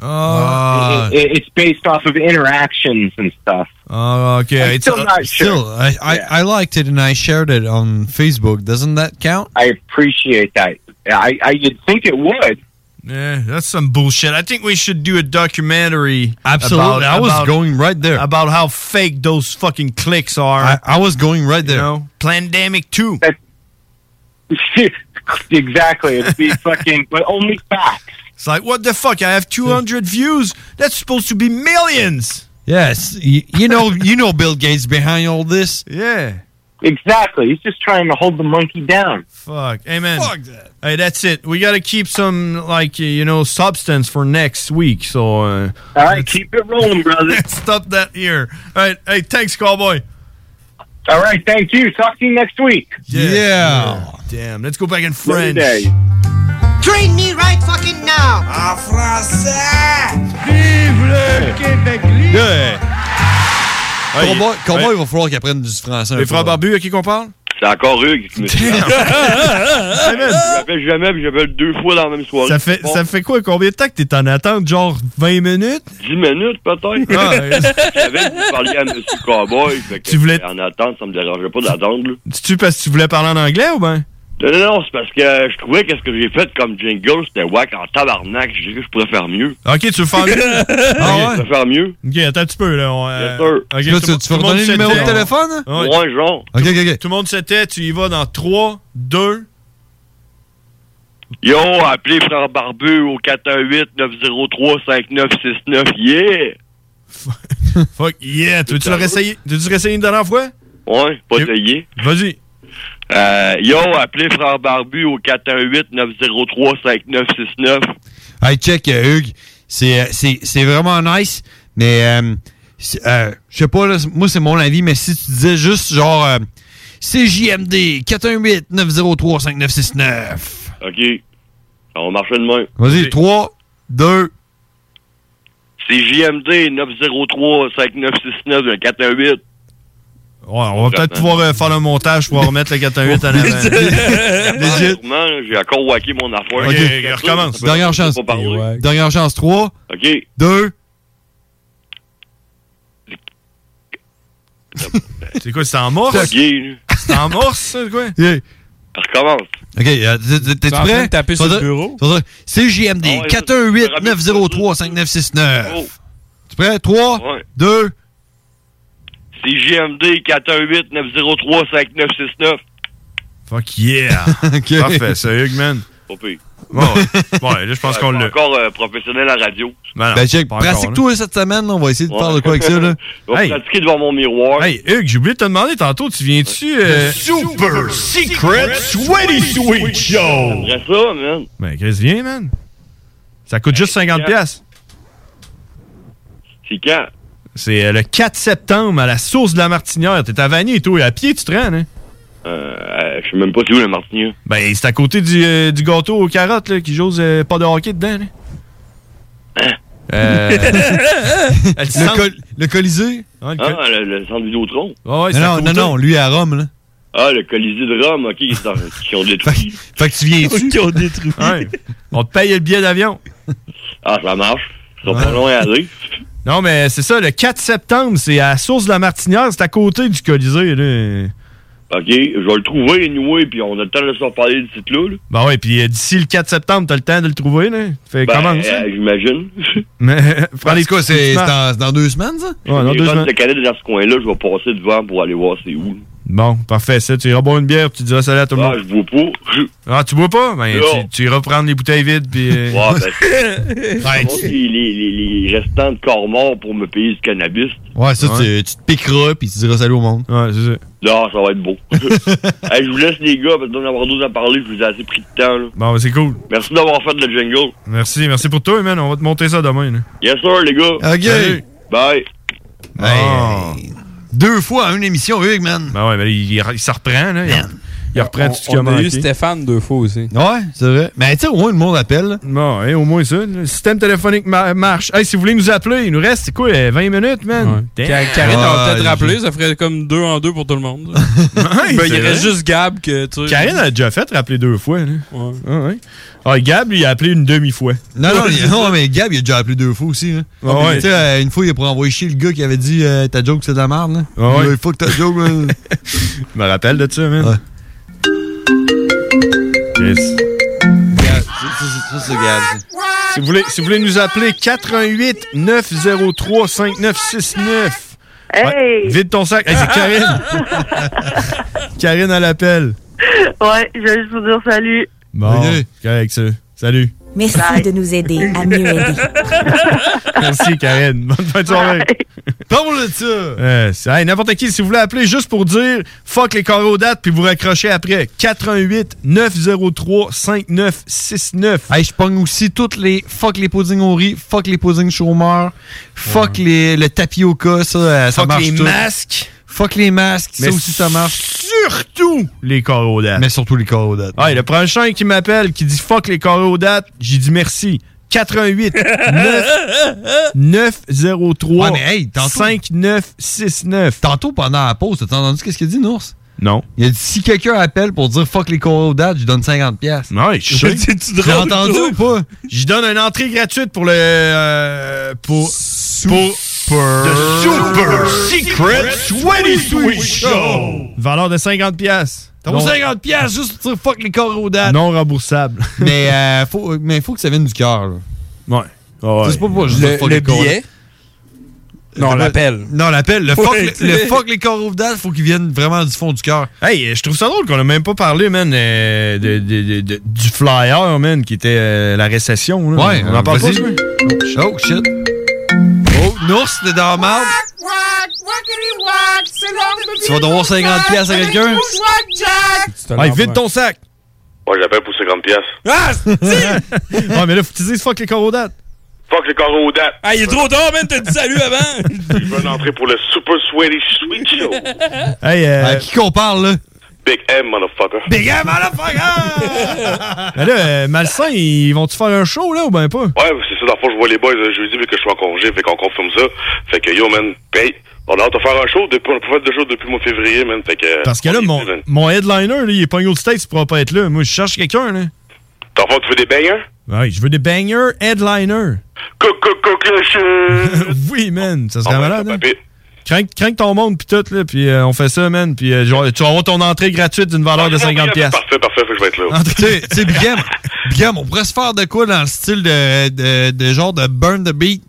[SPEAKER 24] Uh,
[SPEAKER 7] Oh,
[SPEAKER 27] It- it- it's based off of interactions and stuff.
[SPEAKER 7] oh,
[SPEAKER 24] uh,
[SPEAKER 7] okay.
[SPEAKER 27] I'm
[SPEAKER 7] it's
[SPEAKER 27] still not sure.
[SPEAKER 24] Still, I, I, I liked it and I shared it on Facebook. Doesn't that count?
[SPEAKER 27] I appreciate that. I I you'd think it would.
[SPEAKER 7] Yeah, that's some bullshit. I think we should do a documentary.
[SPEAKER 24] Absolutely.
[SPEAKER 7] about-
[SPEAKER 24] I was
[SPEAKER 7] about-
[SPEAKER 24] going right there.
[SPEAKER 7] about how fake those fucking clicks are.
[SPEAKER 24] I, I was going right there.
[SPEAKER 7] You know, Plandemic Two.
[SPEAKER 27] exactly. It'd be fucking, but only facts.
[SPEAKER 7] It's like, what the fuck? I have 200 views. That's supposed to be millions.
[SPEAKER 24] Yes, you, you know, you know, Bill Gates behind all this.
[SPEAKER 7] Yeah.
[SPEAKER 27] Exactly. He's just trying to hold the monkey down.
[SPEAKER 7] Fuck. Amen. Fuck that. Hey, that's it. We got to keep some, like, uh, you know, substance for next week. So. Uh,
[SPEAKER 27] All right, keep it rolling, brother.
[SPEAKER 7] Stop that here. All right. Hey, thanks, cowboy.
[SPEAKER 27] All right, thank you. Talk to you next week.
[SPEAKER 7] Yeah.
[SPEAKER 24] Yeah.
[SPEAKER 7] Damn. Let's go back in French.
[SPEAKER 1] Train me right fucking now! En français! Vive le Québec libre!
[SPEAKER 7] Yeah.
[SPEAKER 24] Cowboy,
[SPEAKER 7] Ouais,
[SPEAKER 24] cowboy,
[SPEAKER 7] ouais.
[SPEAKER 24] il va falloir qu'il apprenne du français. un
[SPEAKER 7] Les
[SPEAKER 24] peu.
[SPEAKER 7] frères barbus, à qui qu'on parle
[SPEAKER 3] C'est encore eux qui me
[SPEAKER 7] Damn.
[SPEAKER 3] J'appelle jamais, puis j'appelle deux fois dans la même soirée.
[SPEAKER 7] Ça fait,
[SPEAKER 3] Bon,
[SPEAKER 7] ça fait quoi? Combien de temps que t'es en attente? Genre 20 minutes?
[SPEAKER 3] 10 minutes peut-être.
[SPEAKER 7] Ah, ouais.
[SPEAKER 3] Je savais que vous parliez à M. Cowboy. Fait que
[SPEAKER 7] Tu voulais-
[SPEAKER 3] En attente, ça me dérangeait pas d'attendre. là.
[SPEAKER 7] C'est-tu parce que tu voulais parler en anglais ou ben?
[SPEAKER 3] Non, non, non, c'est parce que euh, je trouvais que ce que j'ai fait comme jingle, c'était whack en tabarnak. Je dirais que je pourrais faire mieux.
[SPEAKER 7] Ok, tu veux faire mieux?
[SPEAKER 3] Ok, Je
[SPEAKER 7] ah ouais?
[SPEAKER 3] pourrais faire mieux.
[SPEAKER 7] Ok, attends un petit peu là. On, euh,
[SPEAKER 3] Bien sûr.
[SPEAKER 7] ok,
[SPEAKER 3] Là, tu-
[SPEAKER 7] tout-
[SPEAKER 3] tu
[SPEAKER 7] tout
[SPEAKER 3] veux
[SPEAKER 7] le monde
[SPEAKER 3] redonner le
[SPEAKER 7] se
[SPEAKER 3] numéro de
[SPEAKER 7] tait.
[SPEAKER 3] téléphone, hein?
[SPEAKER 7] Ouais.
[SPEAKER 3] Ouais, genre.
[SPEAKER 7] Tout- Tout le monde se tait, tu y vas dans 3, 2...
[SPEAKER 3] Yo, appelez Frère Barbu au 418-903-5969. Yeah!
[SPEAKER 7] Fuck yeah! Tu veux-tu le réessayer? Tu veux-tu réessayer une dernière fois?
[SPEAKER 3] Ouais, pas essayé.
[SPEAKER 7] Vas-y.
[SPEAKER 3] Euh, yo, appelez Frère Barbu au 418-903-5969.
[SPEAKER 24] Hey, check, euh, Hugues. C'est, euh, c'est, c'est vraiment nice, mais euh, c'est, euh, je sais pas, là, c'est- moi, c'est mon avis, mais si tu disais juste genre euh, CJMD 418-903-5969.
[SPEAKER 3] OK. On marchait de main.
[SPEAKER 24] Vas-y, 3, 2,
[SPEAKER 3] C'est JMD 903-5969 le 418.
[SPEAKER 7] Ouais, on va peut-être pouvoir euh, faire le montage pour remettre le 418 en avant. Legit.
[SPEAKER 3] Sûrement, là, J'ai encore wacké mon affaire.
[SPEAKER 7] Ok, ok, recommence.
[SPEAKER 24] Dernière chance. Dernière chance, 3,
[SPEAKER 3] OK.
[SPEAKER 24] 2,
[SPEAKER 7] C'est quoi, c'est en morse?
[SPEAKER 24] Ok.
[SPEAKER 7] C'est en morse, ça, quoi?
[SPEAKER 3] Recommence.
[SPEAKER 24] OK, euh, t'es- t'es- t'es
[SPEAKER 3] T'es en train
[SPEAKER 24] prêt?
[SPEAKER 3] de taper
[SPEAKER 24] Ça
[SPEAKER 3] sur le
[SPEAKER 24] veut dire-
[SPEAKER 3] bureau?
[SPEAKER 24] ça veut dire
[SPEAKER 7] Ah
[SPEAKER 24] CJMD
[SPEAKER 7] Oh.
[SPEAKER 24] 418-903-5969. Tu prêt? 3,
[SPEAKER 3] Ouais.
[SPEAKER 24] 2,
[SPEAKER 3] C'est JMD 418-903-5969.
[SPEAKER 7] Fuck yeah!
[SPEAKER 24] Ok.
[SPEAKER 7] Parfait, ça, Hugues, man.
[SPEAKER 3] Pas pire.
[SPEAKER 7] Bon, ouais. Ouais, là, je pense
[SPEAKER 3] Ouais,
[SPEAKER 7] qu'on
[SPEAKER 3] pas
[SPEAKER 7] l'a.
[SPEAKER 3] Encore euh, professionnel à radio.
[SPEAKER 7] Ben,
[SPEAKER 24] Ben, check, pratique-toi cette semaine, on va essayer de faire de quoi avec ça, là.
[SPEAKER 3] Je vais pratiquer devant mon miroir.
[SPEAKER 7] Hey, Hugues, j'ai oublié de te demander tantôt, tu viens-tu. euh,
[SPEAKER 3] Super
[SPEAKER 7] Secret Sweaty Sweet Show!
[SPEAKER 3] J'aimerais ça, man.
[SPEAKER 7] Ben, Chris, viens, man. Ça coûte juste 50$. piastres.
[SPEAKER 3] C'est quand?
[SPEAKER 7] C'est euh, le 4 septembre à la source de la Martinière. T'es à Vanier et tout, et à pied, tu traînes, hein?
[SPEAKER 3] Euh, euh, je sais même pas c'est où le Martinier.
[SPEAKER 7] Ben, c'est à côté du, euh, du gâteau aux carottes, là, qui j'ose euh, pas de hockey dedans, là. Euh,
[SPEAKER 24] Le
[SPEAKER 7] centre-
[SPEAKER 24] col- le Colisée?
[SPEAKER 7] Ah,
[SPEAKER 3] le, le centre Vidéotron.
[SPEAKER 24] non, non, non, non, lui à Rome, là.
[SPEAKER 3] Ah, le Colisée de Rome, ok, ils sont- qui ont détruit.
[SPEAKER 24] Fait que tu viens-tu?
[SPEAKER 7] Ouais. On te paye le billet d'avion.
[SPEAKER 3] Ah, ça marche. Ils sont pas loin à aller.
[SPEAKER 7] Non, mais c'est ça, le 4 septembre, c'est à la source de la Martinière, c'est à côté du Colisée, là.
[SPEAKER 3] Ok, je vais le trouver, anyway, puis on a le temps de se reparler de ce titre-là. là.
[SPEAKER 7] Ben ouais, puis euh, d'ici le 4 septembre, t'as le temps de le trouver, là. Fait
[SPEAKER 3] Ben,
[SPEAKER 7] comment ça?
[SPEAKER 3] euh, J'imagine.
[SPEAKER 7] Mais, prends les
[SPEAKER 24] quoi, c'est c'est
[SPEAKER 7] Ouais,
[SPEAKER 24] dans, c'est dans deux semaines, ça?
[SPEAKER 7] dans
[SPEAKER 3] Les
[SPEAKER 7] deux
[SPEAKER 3] runs
[SPEAKER 7] semaines.
[SPEAKER 3] de Canada dans ce coin-là, je vais passer devant pour aller voir c'est où.
[SPEAKER 7] Bon, parfait, ça, tu iras boire une bière, puis tu diras salut à tout le
[SPEAKER 3] Ah,
[SPEAKER 7] monde.
[SPEAKER 3] je bois pas.
[SPEAKER 7] Ah, tu bois pas? Ben,
[SPEAKER 3] Non.
[SPEAKER 7] tu, tu iras prendre les bouteilles vides, puis... euh,
[SPEAKER 3] Ouais, ben, je pense que les, les- les restants de corps morts pour me payer du cannabis.
[SPEAKER 24] Ouais, ça, Tu, tu te piqueras, puis tu diras salut au monde.
[SPEAKER 7] Ouais, c'est ça.
[SPEAKER 3] Non, ça va être beau. Hey, je vous laisse les gars, parce que d'en avoir d'autres à parler, je vous ai assez pris de temps. là.
[SPEAKER 7] Bon, ben, c'est cool.
[SPEAKER 3] Merci d'avoir fait le jingle.
[SPEAKER 7] Merci, merci pour toi, man. On va te monter ça demain, là.
[SPEAKER 3] Yes sir, les gars.
[SPEAKER 7] Ok. Salut.
[SPEAKER 3] Bye.
[SPEAKER 7] Hey.
[SPEAKER 24] Deux fois à une émission, Hugues, man.
[SPEAKER 7] Ah. Ben ouais, ben, il, il, il s'en reprend, là. Il, il reprend tout ce qu'il a
[SPEAKER 8] on, on a
[SPEAKER 7] manqué.
[SPEAKER 8] eu Stéphane deux fois aussi.
[SPEAKER 24] Ouais, c'est vrai. Mais tu sais, au moins, le monde appelle.
[SPEAKER 7] Bon, hein, au moins ça. Le système téléphonique ma- marche. Hey, si vous voulez nous appeler, il nous reste, c'est quoi, euh, 20 minutes, man? Damn.
[SPEAKER 8] Ca- Karine, on va
[SPEAKER 24] Ah,
[SPEAKER 8] peut-être
[SPEAKER 7] Ouais,
[SPEAKER 8] rappeler, ça ferait comme deux en deux pour tout le monde.
[SPEAKER 7] Ouais,
[SPEAKER 8] ben,
[SPEAKER 7] c'est
[SPEAKER 8] il
[SPEAKER 7] vrai.
[SPEAKER 8] reste juste Gab que tu sais.
[SPEAKER 7] Karine a déjà fait rappeler deux fois. Là. Ouais. Ah, ouais. Ah, Gab, lui, il a appelé une demi-fois.
[SPEAKER 24] Non, non, il- non, mais Gab, il a déjà appelé deux fois aussi. Hein.
[SPEAKER 7] Ah ouais.
[SPEAKER 24] Tu sais, euh, une fois, il a pour envoyer chier le gars qui avait dit euh, ta joke, c'est de la merde. Là.
[SPEAKER 7] Ah ouais.
[SPEAKER 24] Il a dit, fuck ta joke. là.
[SPEAKER 7] Je me rappelle de ça, man. Yes. Si vous, voulez, si vous voulez nous appeler, 88 903 5969. Ouais, vide ton sac. Hey, c'est Karine. Karine à l'appel.
[SPEAKER 20] ouais, je vais juste vous dire salut.
[SPEAKER 7] Bon, correct, ça. Salut.
[SPEAKER 10] Merci de nous aider à mieux aider.
[SPEAKER 7] Merci, Karine. Bonne fin de soirée.
[SPEAKER 24] Parle de ça.
[SPEAKER 7] Euh, c'est- hey, N'importe qui, si vous voulez appeler juste pour dire fuck les carreaux dates puis vous raccrochez après. 88 903 5969.
[SPEAKER 24] Hey, je pogne aussi toutes les fuck les puddings au riz, fuck les puddings chômeurs, fuck les, le tapioca, ça, euh, ça
[SPEAKER 7] Fuck
[SPEAKER 24] marche.
[SPEAKER 7] les
[SPEAKER 24] tout.
[SPEAKER 7] masques.
[SPEAKER 24] Fuck les masques,
[SPEAKER 7] Mais
[SPEAKER 24] ça aussi, ça marche.
[SPEAKER 7] Surtout les carreaux dates.
[SPEAKER 24] Mais surtout les carreaux dates.
[SPEAKER 7] Ouais, le prochain qui m'appelle, qui dit fuck les carreaux dates, j'ai dit merci. 88 9 903
[SPEAKER 24] Ouais, mais hey, tantôt-
[SPEAKER 7] 5969.
[SPEAKER 24] Tantôt, pendant la pause, t'as entendu qu'est-ce qu'il dit, Nours?
[SPEAKER 7] Non.
[SPEAKER 9] Il a dit si quelqu'un appelle pour dire fuck les coraux dates, je donne 50$. piastres.
[SPEAKER 7] Ouais, je sais. C'est-tu drôle,
[SPEAKER 9] J'ai entendu
[SPEAKER 7] toi?
[SPEAKER 9] ou pas?
[SPEAKER 7] Je donne une entrée gratuite pour le. euh, pour. Pour. The Super Secret Sweaty Sweet Show! Valeur de 50$. piastres.
[SPEAKER 9] T'as pour 50$ piastres juste pour dire fuck les coraux dates. Non remboursable. mais euh, faut, mais faut que ça vienne du cœur, là.
[SPEAKER 7] Ouais.
[SPEAKER 9] C'est pas pour juste dire fuck les coraux dates.
[SPEAKER 8] Non, l'appel.
[SPEAKER 9] Non, l'appel. Le,
[SPEAKER 7] Ouais,
[SPEAKER 9] fuck,
[SPEAKER 7] tu
[SPEAKER 9] le
[SPEAKER 7] sais.
[SPEAKER 9] fuck les coraux dates, faut qu'ils viennent vraiment du fond du cœur.
[SPEAKER 7] Hey, je trouve ça drôle qu'on a même pas parlé, man, euh, de, de- de- de- du flyer, man, qui était euh, la récession. là.
[SPEAKER 9] Ouais,
[SPEAKER 7] on en parle pas.
[SPEAKER 9] vas-y.
[SPEAKER 7] ça?
[SPEAKER 9] Oh shit. Oh, Nours, t'es dans la merde. Tu vas devoir 50 pièces à quelqu'un?
[SPEAKER 7] Hey, vide ton sac!
[SPEAKER 3] Moi, j'appelle pour 50 pièces.
[SPEAKER 7] Ah! ouais, mais là, faut que tu dises fuck les corodates.
[SPEAKER 3] Fuck le corps aux dates.
[SPEAKER 8] Ah, il est trop tard, man, t'as dit salut avant!
[SPEAKER 3] Je veux une entrée pour le Super Sweaty Sweet Show.
[SPEAKER 7] Hey, euh,
[SPEAKER 9] Ben, qui qu'on parle, là?
[SPEAKER 3] Big M, motherfucker.
[SPEAKER 7] Big M, Mais là, euh, Malsain, ils vont-tu faire un show, là, ou ben pas?
[SPEAKER 3] Ouais, c'est ça, dans le fond, je vois les boys euh, jeudi, vu que je suis en congé, fait qu'on confirme ça. Fait que yo, man, hey, on a hâte de faire un show, depuis, on a pas fait de show depuis le mois de février, man, fait que...
[SPEAKER 7] Parce que là, mon, mon headliner, là, il est pas au States, il pourra pas être là. Moi, je cherche quelqu'un, là.
[SPEAKER 3] Dans le fond, tu veux des bangers?
[SPEAKER 7] Ouais, je veux des bangers headliner. oui, man, ça
[SPEAKER 3] Ah
[SPEAKER 7] serait malade. hein. Crank, crank ton monde, pis tout, là, pis euh, on fait ça, man, pis euh, genre, tu vas avoir ton entrée gratuite d'une valeur
[SPEAKER 3] Ah,
[SPEAKER 7] de 50$. piastres.
[SPEAKER 3] Parfait, parfait, fait que je vais être là.
[SPEAKER 9] Tu sais- tu sais, Bigam, Bigam, on pourrait se faire de quoi dans le style de, de- de genre de Burn the Beat?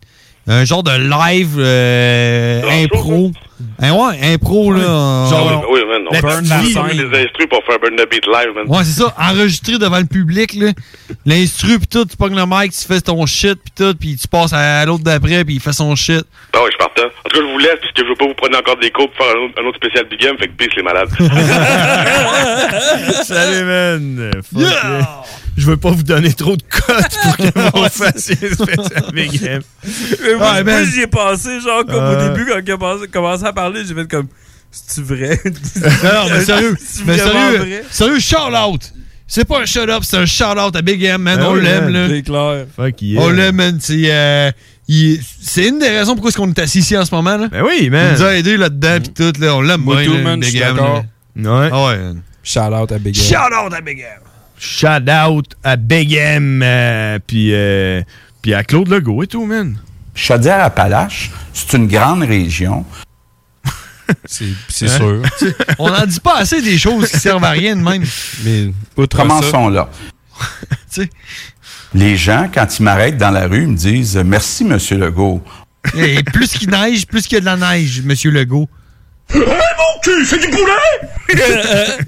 [SPEAKER 9] Un genre de live euh, impro. Hein, ouais, impro, là.
[SPEAKER 3] Ah,
[SPEAKER 9] en-
[SPEAKER 3] oui, oui, man, on
[SPEAKER 9] la
[SPEAKER 3] peut
[SPEAKER 9] petite vie.
[SPEAKER 3] les instrus pour faire Burn the Beat live, man.
[SPEAKER 9] Ouais, c'est ça, enregistré devant le public, là. L'instru, pis tout, tu pognes le mic, tu fais ton shit, pis tout, pis tu passes à l'autre d'après, pis il fait son shit.
[SPEAKER 3] Ah ouais, je partais. En tout cas, je vous laisse, parce que je veux pas vous prendre encore des cours pour faire un autre, un autre spécial Big M, fait que peace les malades.
[SPEAKER 7] Salut, man. Fuck yeah. Je veux pas vous donner trop de cotes pour que vous fassiez une spéciale Big M.
[SPEAKER 8] Mais moi, moi,
[SPEAKER 7] Ouais, man.
[SPEAKER 8] j'y ai pensé, genre, comme au
[SPEAKER 7] Euh.
[SPEAKER 8] début, quand il a commencé- commencé à parler, j'ai fait comme. C'est-tu vrai?
[SPEAKER 9] Non, mais sérieux,
[SPEAKER 8] C'est-tu
[SPEAKER 9] mais
[SPEAKER 8] vraiment
[SPEAKER 9] sérieux,
[SPEAKER 8] vrai?
[SPEAKER 9] sérieux, shout out! C'est pas un shut up, c'est un shout out à Big M, man.
[SPEAKER 8] Ben
[SPEAKER 9] on
[SPEAKER 8] oui,
[SPEAKER 9] l'aime,
[SPEAKER 8] man,
[SPEAKER 9] là.
[SPEAKER 8] C'est clair.
[SPEAKER 7] Fuck
[SPEAKER 9] On l'aime, man. C'est, euh, il- c'est une des raisons pourquoi est-ce qu'on est assis ici en ce moment, là.
[SPEAKER 7] Ben oui, man.
[SPEAKER 9] Il nous a aidés là-dedans, pis tout, là. On l'aime,
[SPEAKER 8] Moi,
[SPEAKER 9] bien,
[SPEAKER 8] tout,
[SPEAKER 9] là,
[SPEAKER 8] man, je
[SPEAKER 9] Big
[SPEAKER 8] suis
[SPEAKER 9] M,
[SPEAKER 8] d'accord.
[SPEAKER 9] là.
[SPEAKER 7] Ouais.
[SPEAKER 9] Ah ouais.
[SPEAKER 8] Shout out à Big M.
[SPEAKER 9] Shout out à Big M.
[SPEAKER 7] Shout out à Big M, euh, puis euh, puis à Claude Legault et tout, man.
[SPEAKER 21] Chaudière-Appalaches, c'est une grande région.
[SPEAKER 8] C'est sûr.
[SPEAKER 9] Hein? On n'en dit pas assez des choses qui servent à rien de même.
[SPEAKER 8] Mais
[SPEAKER 21] Commençons là.
[SPEAKER 9] Tu sais.
[SPEAKER 21] Les gens, quand ils m'arrêtent dans la rue, ils me disent « Merci, Monsieur Legault.
[SPEAKER 9] Et plus qu'il neige, plus qu'il y a de la neige, Monsieur Legault.
[SPEAKER 21] Hey, Eh, mon cul, c'est du poulet!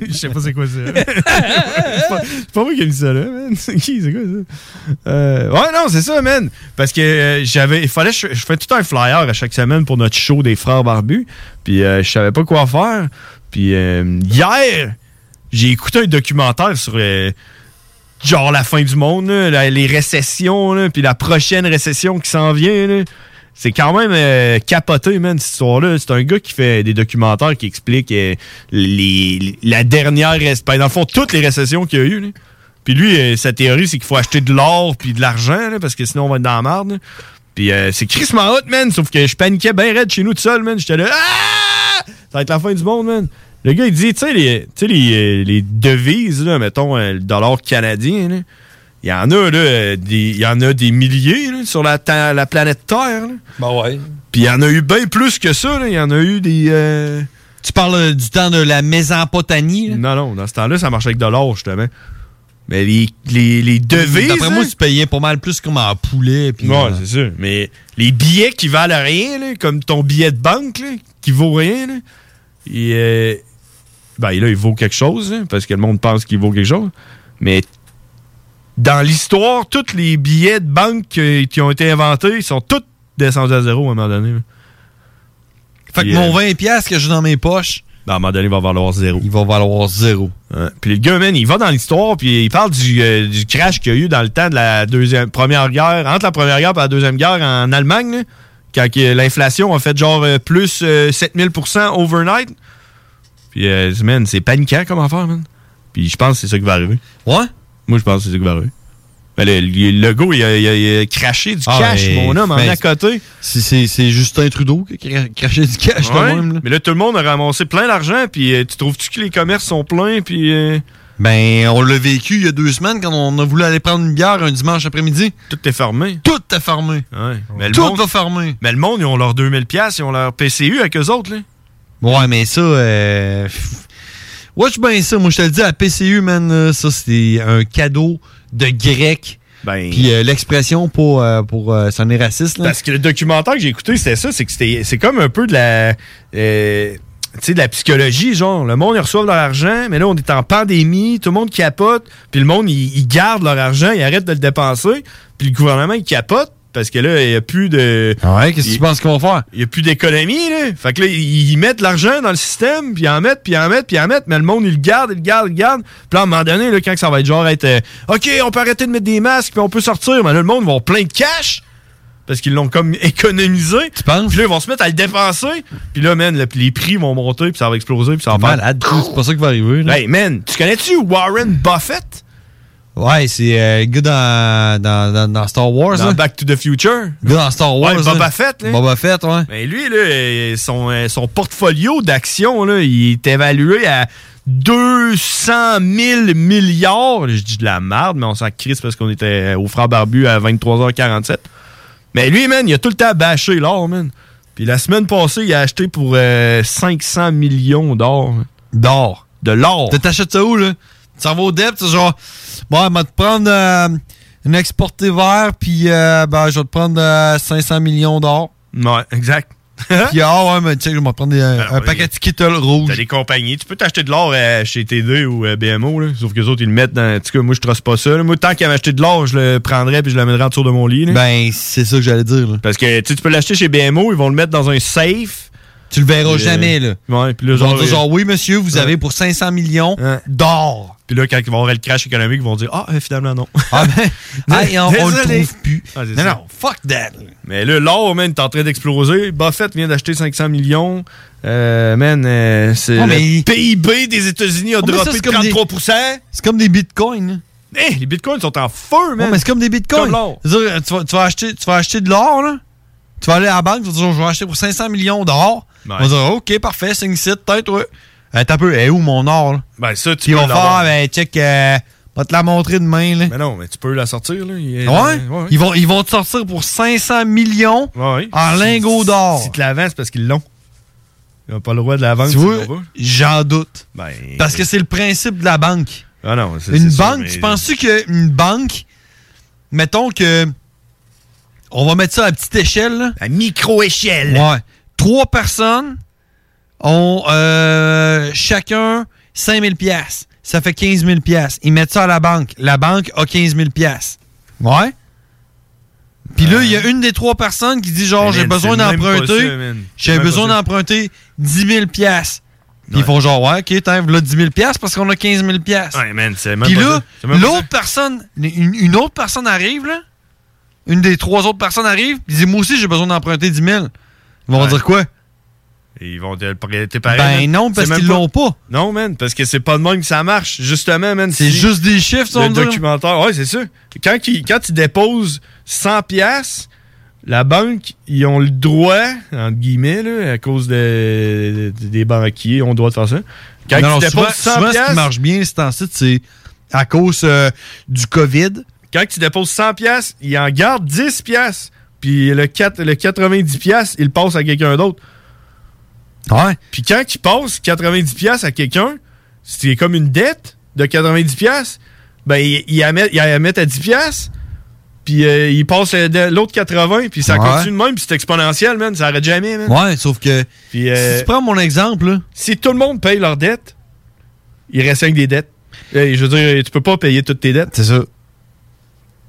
[SPEAKER 7] Je sais pas c'est quoi ça. c'est pas, c'est pas moi qui ai mis ça là, man. C'est qui, c'est quoi ça? Euh, ouais, non, c'est ça, man. Parce que euh, j'avais. Il fallait. que Je, je fais tout un flyer à chaque semaine pour notre show des frères barbus. Puis euh, je savais pas quoi faire. Puis euh, hier, j'ai écouté un documentaire sur. euh, genre la fin du monde, là, la- les récessions, là, puis la prochaine récession qui s'en vient. là. C'est quand même euh, capoté, man, cette histoire-là. C'est un gars qui fait des documentaires qui expliquent euh, les, la dernière récession. Dans le fond, toutes les récessions qu'il y a eu. là. Puis lui, euh, sa théorie, c'est qu'il faut acheter de l'or puis de l'argent, là, parce que sinon, on va être dans la merde. là. Puis euh, c'est Chris hot, man. Sauf que je paniquais bien raide chez nous tout seul, man. J'étais là, Ah! ça va être la fin du monde, man. Le gars, il dit, tu sais, les, tu sais, les, euh, les devises, là, mettons, euh, le dollar canadien, là, il y en a, là, euh, des, il y en a des milliers là, sur la, ta- la planète Terre. là.
[SPEAKER 8] Bah ouais.
[SPEAKER 7] Puis il y en a eu bien plus que ça. là. Il y en a eu des.
[SPEAKER 9] Tu parles euh, du temps de la Mésopotamie. là?
[SPEAKER 7] Non, non, dans ce temps-là, ça marchait avec de l'or, justement. Mais les, les, les devises.
[SPEAKER 9] D'après moi,
[SPEAKER 7] hein,
[SPEAKER 9] tu payais pas mal plus comme en poulet. Puis,
[SPEAKER 7] Ouais,
[SPEAKER 9] euh,
[SPEAKER 7] c'est sûr. Mais les billets qui valent rien, là, comme ton billet de banque, là, qui vaut rien, là, il, euh, ben, là, il vaut quelque chose, là, parce que le monde pense qu'il vaut quelque chose. Mais dans l'histoire, tous les billets de banque qui, qui ont été inventés, ils sont tous descendus à zéro à un moment donné. là.
[SPEAKER 9] Fait que
[SPEAKER 7] Puis,
[SPEAKER 9] mon
[SPEAKER 7] euh,
[SPEAKER 9] 20$ piastres que j'ai dans mes poches.
[SPEAKER 7] non, à un moment donné, il va valoir zéro.
[SPEAKER 9] Il va valoir zéro.
[SPEAKER 7] Puis le gars, man, il va dans l'histoire, puis il parle du, euh, du crash qu'il y a eu dans le temps de la deuxième, première guerre, entre la première guerre et la deuxième guerre en Allemagne, là, quand que l'inflation a fait genre euh, plus euh, 7000% overnight. Puis, euh, man, c'est paniquant comment faire, man. Puis je pense que c'est ça qui va arriver.
[SPEAKER 9] Ouais?
[SPEAKER 7] Moi, je pense que c'est ça qui va arriver. Mais le, le- le go, il a, il a- il a craché du
[SPEAKER 11] Ah,
[SPEAKER 7] cash,
[SPEAKER 11] mais-
[SPEAKER 7] mon homme, en
[SPEAKER 9] ben,
[SPEAKER 11] mais-
[SPEAKER 7] à côté.
[SPEAKER 11] Si c'est c'est Justin Trudeau qui a cra- craché du cash quand
[SPEAKER 7] Ouais,
[SPEAKER 11] même. là.
[SPEAKER 7] Mais là, tout le monde a ramassé plein d'argent, puis euh, tu trouves-tu que les commerces sont pleins, puis... euh,
[SPEAKER 11] Ben, on l'a vécu il y a deux semaines quand on a voulu aller prendre une bière un dimanche après-midi.
[SPEAKER 7] Tout est fermé.
[SPEAKER 11] Tout est fermé.
[SPEAKER 7] mais le
[SPEAKER 11] Tout
[SPEAKER 7] monde-
[SPEAKER 11] va fermer.
[SPEAKER 7] Mais le monde, ils ont leurs 2000 pièces, ils ont leur PCU avec eux autres, là.
[SPEAKER 11] Ouais, mais ça, euh, pff, watch bien ça. Moi, je te le dis, à PCU, man, euh, ça, c'est un cadeau de grec. Puis euh, l'expression pour, euh, pour euh, sonner raciste, là.
[SPEAKER 7] Ben, Parce que le documentaire que j'ai écouté, c'était ça, c'est que c'était- c'est comme un peu de la. euh, tu sais, de la psychologie, genre. Le monde, ils reçoivent leur argent, mais là, on est en pandémie, tout le monde capote, puis le monde, il, il garde leur argent, il arrête de le dépenser, puis le gouvernement, il capote. Parce que là, il n'y a plus de.
[SPEAKER 11] Ah Ouais, qu'est-ce que tu penses qu'ils vont faire?
[SPEAKER 7] Il n'y a plus d'économie, là. Fait que là, ils ils mettent l'argent dans le système, puis ils en mettent, puis ils en mettent, puis ils en mettent, mais le monde, il le garde, il le garde, il le garde. Puis là, à un moment donné, là, quand ça va être genre être. euh, OK, on peut arrêter de mettre des masques, puis on peut sortir, mais là, le monde, ils vont avoir plein de cash. Parce qu'ils l'ont comme économisé. Tu
[SPEAKER 11] penses?
[SPEAKER 7] Puis là, ils vont se mettre à le dépenser. Puis là, man, le- les prix vont monter, puis ça va exploser, puis ça va faire.
[SPEAKER 11] Malade, c'est pas ça qui va arriver. là.
[SPEAKER 7] Hey, man, tu connais-tu Warren Buffett?
[SPEAKER 11] Ouais, c'est euh, le gars dans, dans, dans, dans Star Wars. uh?
[SPEAKER 7] Dans
[SPEAKER 11] là.
[SPEAKER 7] Back to the Future?
[SPEAKER 11] Le gars dans Star Wars.
[SPEAKER 7] Ouais,
[SPEAKER 11] là.
[SPEAKER 7] Boba Fett, là.
[SPEAKER 11] Boba Fett, ouais.
[SPEAKER 7] Mais lui, là, euh, son, euh, son portfolio d'actions, là, il est évalué à 200 000 milliards. Je dis de la merde, mais on s'en crisse parce qu'on était au frère Barbu à 23h47. Mais lui, man, il a tout le temps bâché l'or, man. Puis la semaine passée, il a acheté pour euh, 500 millions d'or. D'or? De l'or.
[SPEAKER 11] Tu t'achètes ça où, là? Tu s'en vas au DEP, tu genre, bon, va te prendre euh, une exportée vert, puis euh, ben, je vais te prendre euh, 500 millions d'or.
[SPEAKER 7] Ouais, exact.
[SPEAKER 11] puis, ah ouais, mais tu sais, je vais prendre des, un paquet de Kittle rouge.
[SPEAKER 7] T'as des compagnies. Tu peux t'acheter de l'or euh, chez TD ou euh, BMO, là. sauf que les autres, ils le mettent dans. En tout cas, moi, je trosse pas ça. là. Moi, tant qu'à m'acheter de l'or, je le prendrais puis je l'amènerais autour de mon lit.
[SPEAKER 11] Ben, c'est ça que j'allais dire.
[SPEAKER 7] Parce que tu sais, tu peux l'acheter chez BMO, ils vont le mettre dans un safe.
[SPEAKER 11] Tu le verras
[SPEAKER 7] Puis, euh,
[SPEAKER 11] jamais, là.
[SPEAKER 7] Ouais, puis là,
[SPEAKER 11] Ils vont
[SPEAKER 7] genre. euh,
[SPEAKER 11] dire genre, oui, monsieur, vous
[SPEAKER 7] Ouais.
[SPEAKER 11] avez pour 500 millions d'or.
[SPEAKER 7] Puis là, quand ils vont avoir le crash économique, ils vont dire Ah, euh, finalement, non.
[SPEAKER 11] Ah, ben, hey, on, on le
[SPEAKER 7] Désolé.
[SPEAKER 11] trouve plus.
[SPEAKER 7] Ah, c'est
[SPEAKER 11] non,
[SPEAKER 7] ça.
[SPEAKER 11] non, fuck that.
[SPEAKER 7] Mais là, l'or, man, est en train d'exploser. Buffett vient d'acheter 500 millions. Euh, man, euh, c'est. le
[SPEAKER 11] Ouais, mais-
[SPEAKER 7] PIB des États-Unis a
[SPEAKER 11] Ouais, mais ça,
[SPEAKER 7] droppé
[SPEAKER 11] c'est comme des-
[SPEAKER 7] 33
[SPEAKER 11] C'est comme des bitcoins. là.
[SPEAKER 7] Hey, Eh, les bitcoins sont en feu, man.
[SPEAKER 11] Ouais, mais c'est comme des bitcoins.
[SPEAKER 7] Comme l'or.
[SPEAKER 11] C'est-à-dire, tu, vas, tu vas acheter, tu vas acheter de l'or, là. Tu vas aller à la banque, tu vas dire, je vais acheter pour 500 millions d'or.
[SPEAKER 7] Ouais.
[SPEAKER 11] On va dire, OK, parfait, signe site, peut-être, ouais. Euh, T'as peu, est où mon or, là?
[SPEAKER 7] Ben, ça, tu
[SPEAKER 11] Puis ils
[SPEAKER 7] peux
[SPEAKER 11] vont faire,
[SPEAKER 7] l'avoir.
[SPEAKER 11] ah, ben, check, euh, va te la montrer demain, là.
[SPEAKER 7] Mais non, mais tu peux la sortir, là. Il est-
[SPEAKER 11] Ouais? Ils, vont, ils vont te sortir pour 500 millions en lingots d'or.
[SPEAKER 7] Si tu la vends, c'est parce qu'ils l'ont. Ils n'ont pas le droit de la vendre.
[SPEAKER 11] Tu vois, j'en doute. Parce que c'est le principe de la banque.
[SPEAKER 7] Ben, Ah non, c'est-
[SPEAKER 11] Une
[SPEAKER 7] c'est sûr,
[SPEAKER 11] banque,
[SPEAKER 7] mais-
[SPEAKER 11] tu penses-tu qu'une banque, mettons que. On va mettre ça à petite échelle. là.
[SPEAKER 7] À micro-échelle.
[SPEAKER 11] Ouais. Trois personnes ont euh, chacun 5 000 pièces. Ça fait 15 000 pièces. Ils mettent ça à la banque. La banque a 15 000 pièces. Ouais. Puis là, il y a une des trois personnes qui dit genre,
[SPEAKER 7] Mais
[SPEAKER 11] j'ai
[SPEAKER 7] man,
[SPEAKER 11] besoin
[SPEAKER 7] c'est même pas
[SPEAKER 11] d'emprunter.
[SPEAKER 7] ça, man. C'est
[SPEAKER 11] J'ai
[SPEAKER 7] même pas
[SPEAKER 11] besoin
[SPEAKER 7] ça.
[SPEAKER 11] d'emprunter 10 000 pièces. Puis ils font genre, ouais, ok, t'as là 10 000 pièces parce qu'on a 15 000 pièces.
[SPEAKER 7] Ouais, man, c'est même
[SPEAKER 11] Puis
[SPEAKER 7] pas
[SPEAKER 11] là,
[SPEAKER 7] ça. C'est même pas
[SPEAKER 11] l'autre personne, une, une autre personne arrive, là. Une des trois autres personnes arrive, puis dit, moi aussi, j'ai besoin d'emprunter 10 000. Ils vont
[SPEAKER 7] Ouais.
[SPEAKER 11] dire quoi?
[SPEAKER 7] ça. Ils vont te le prêter pareil.
[SPEAKER 11] Ben
[SPEAKER 7] man.
[SPEAKER 11] non, parce
[SPEAKER 7] C'est même
[SPEAKER 11] qu'ils l'ont pas.
[SPEAKER 7] Non, man, parce que c'est pas de même que ça marche. Justement, man.
[SPEAKER 11] C'est juste des chiffres, ça, on
[SPEAKER 7] Le
[SPEAKER 11] dirait.
[SPEAKER 7] documentaire, ouais, c'est ça. Quand, ils- quand tu déposes 100 pièces la banque, ils ont le droit, entre guillemets, là, à cause de- de- des banquiers, ont le droit de faire ça. Quand
[SPEAKER 11] Non, non,
[SPEAKER 7] tu
[SPEAKER 11] souvent,
[SPEAKER 7] déposes 100
[SPEAKER 11] souvent, ce qui
[SPEAKER 7] piastres-
[SPEAKER 11] marche bien, c'est en site, c'est à cause euh, du COVID.
[SPEAKER 7] Quand tu déposes 100 pièces, il en garde 10 pièces, puis le, 4 le 90 pièces, il le passe à quelqu'un d'autre.
[SPEAKER 11] Ouais.
[SPEAKER 7] Puis quand il passe 90 pièces à quelqu'un, c'est comme une dette de 90 pièces, ben il, il la met, il la met à 10 pièces. Puis euh, il passe le- de- l'autre 80, puis ça
[SPEAKER 11] Ouais.
[SPEAKER 7] continue de même, puis c'est exponentiel, man. Ça arrête jamais, man.
[SPEAKER 11] Ouais, sauf que
[SPEAKER 7] Puis,
[SPEAKER 11] si
[SPEAKER 7] euh,
[SPEAKER 11] tu prends mon exemple, là,
[SPEAKER 7] si tout le monde paye leurs dettes, il reste avec des dettes. Hey, je veux dire, tu peux pas payer toutes tes dettes.
[SPEAKER 11] C'est ça.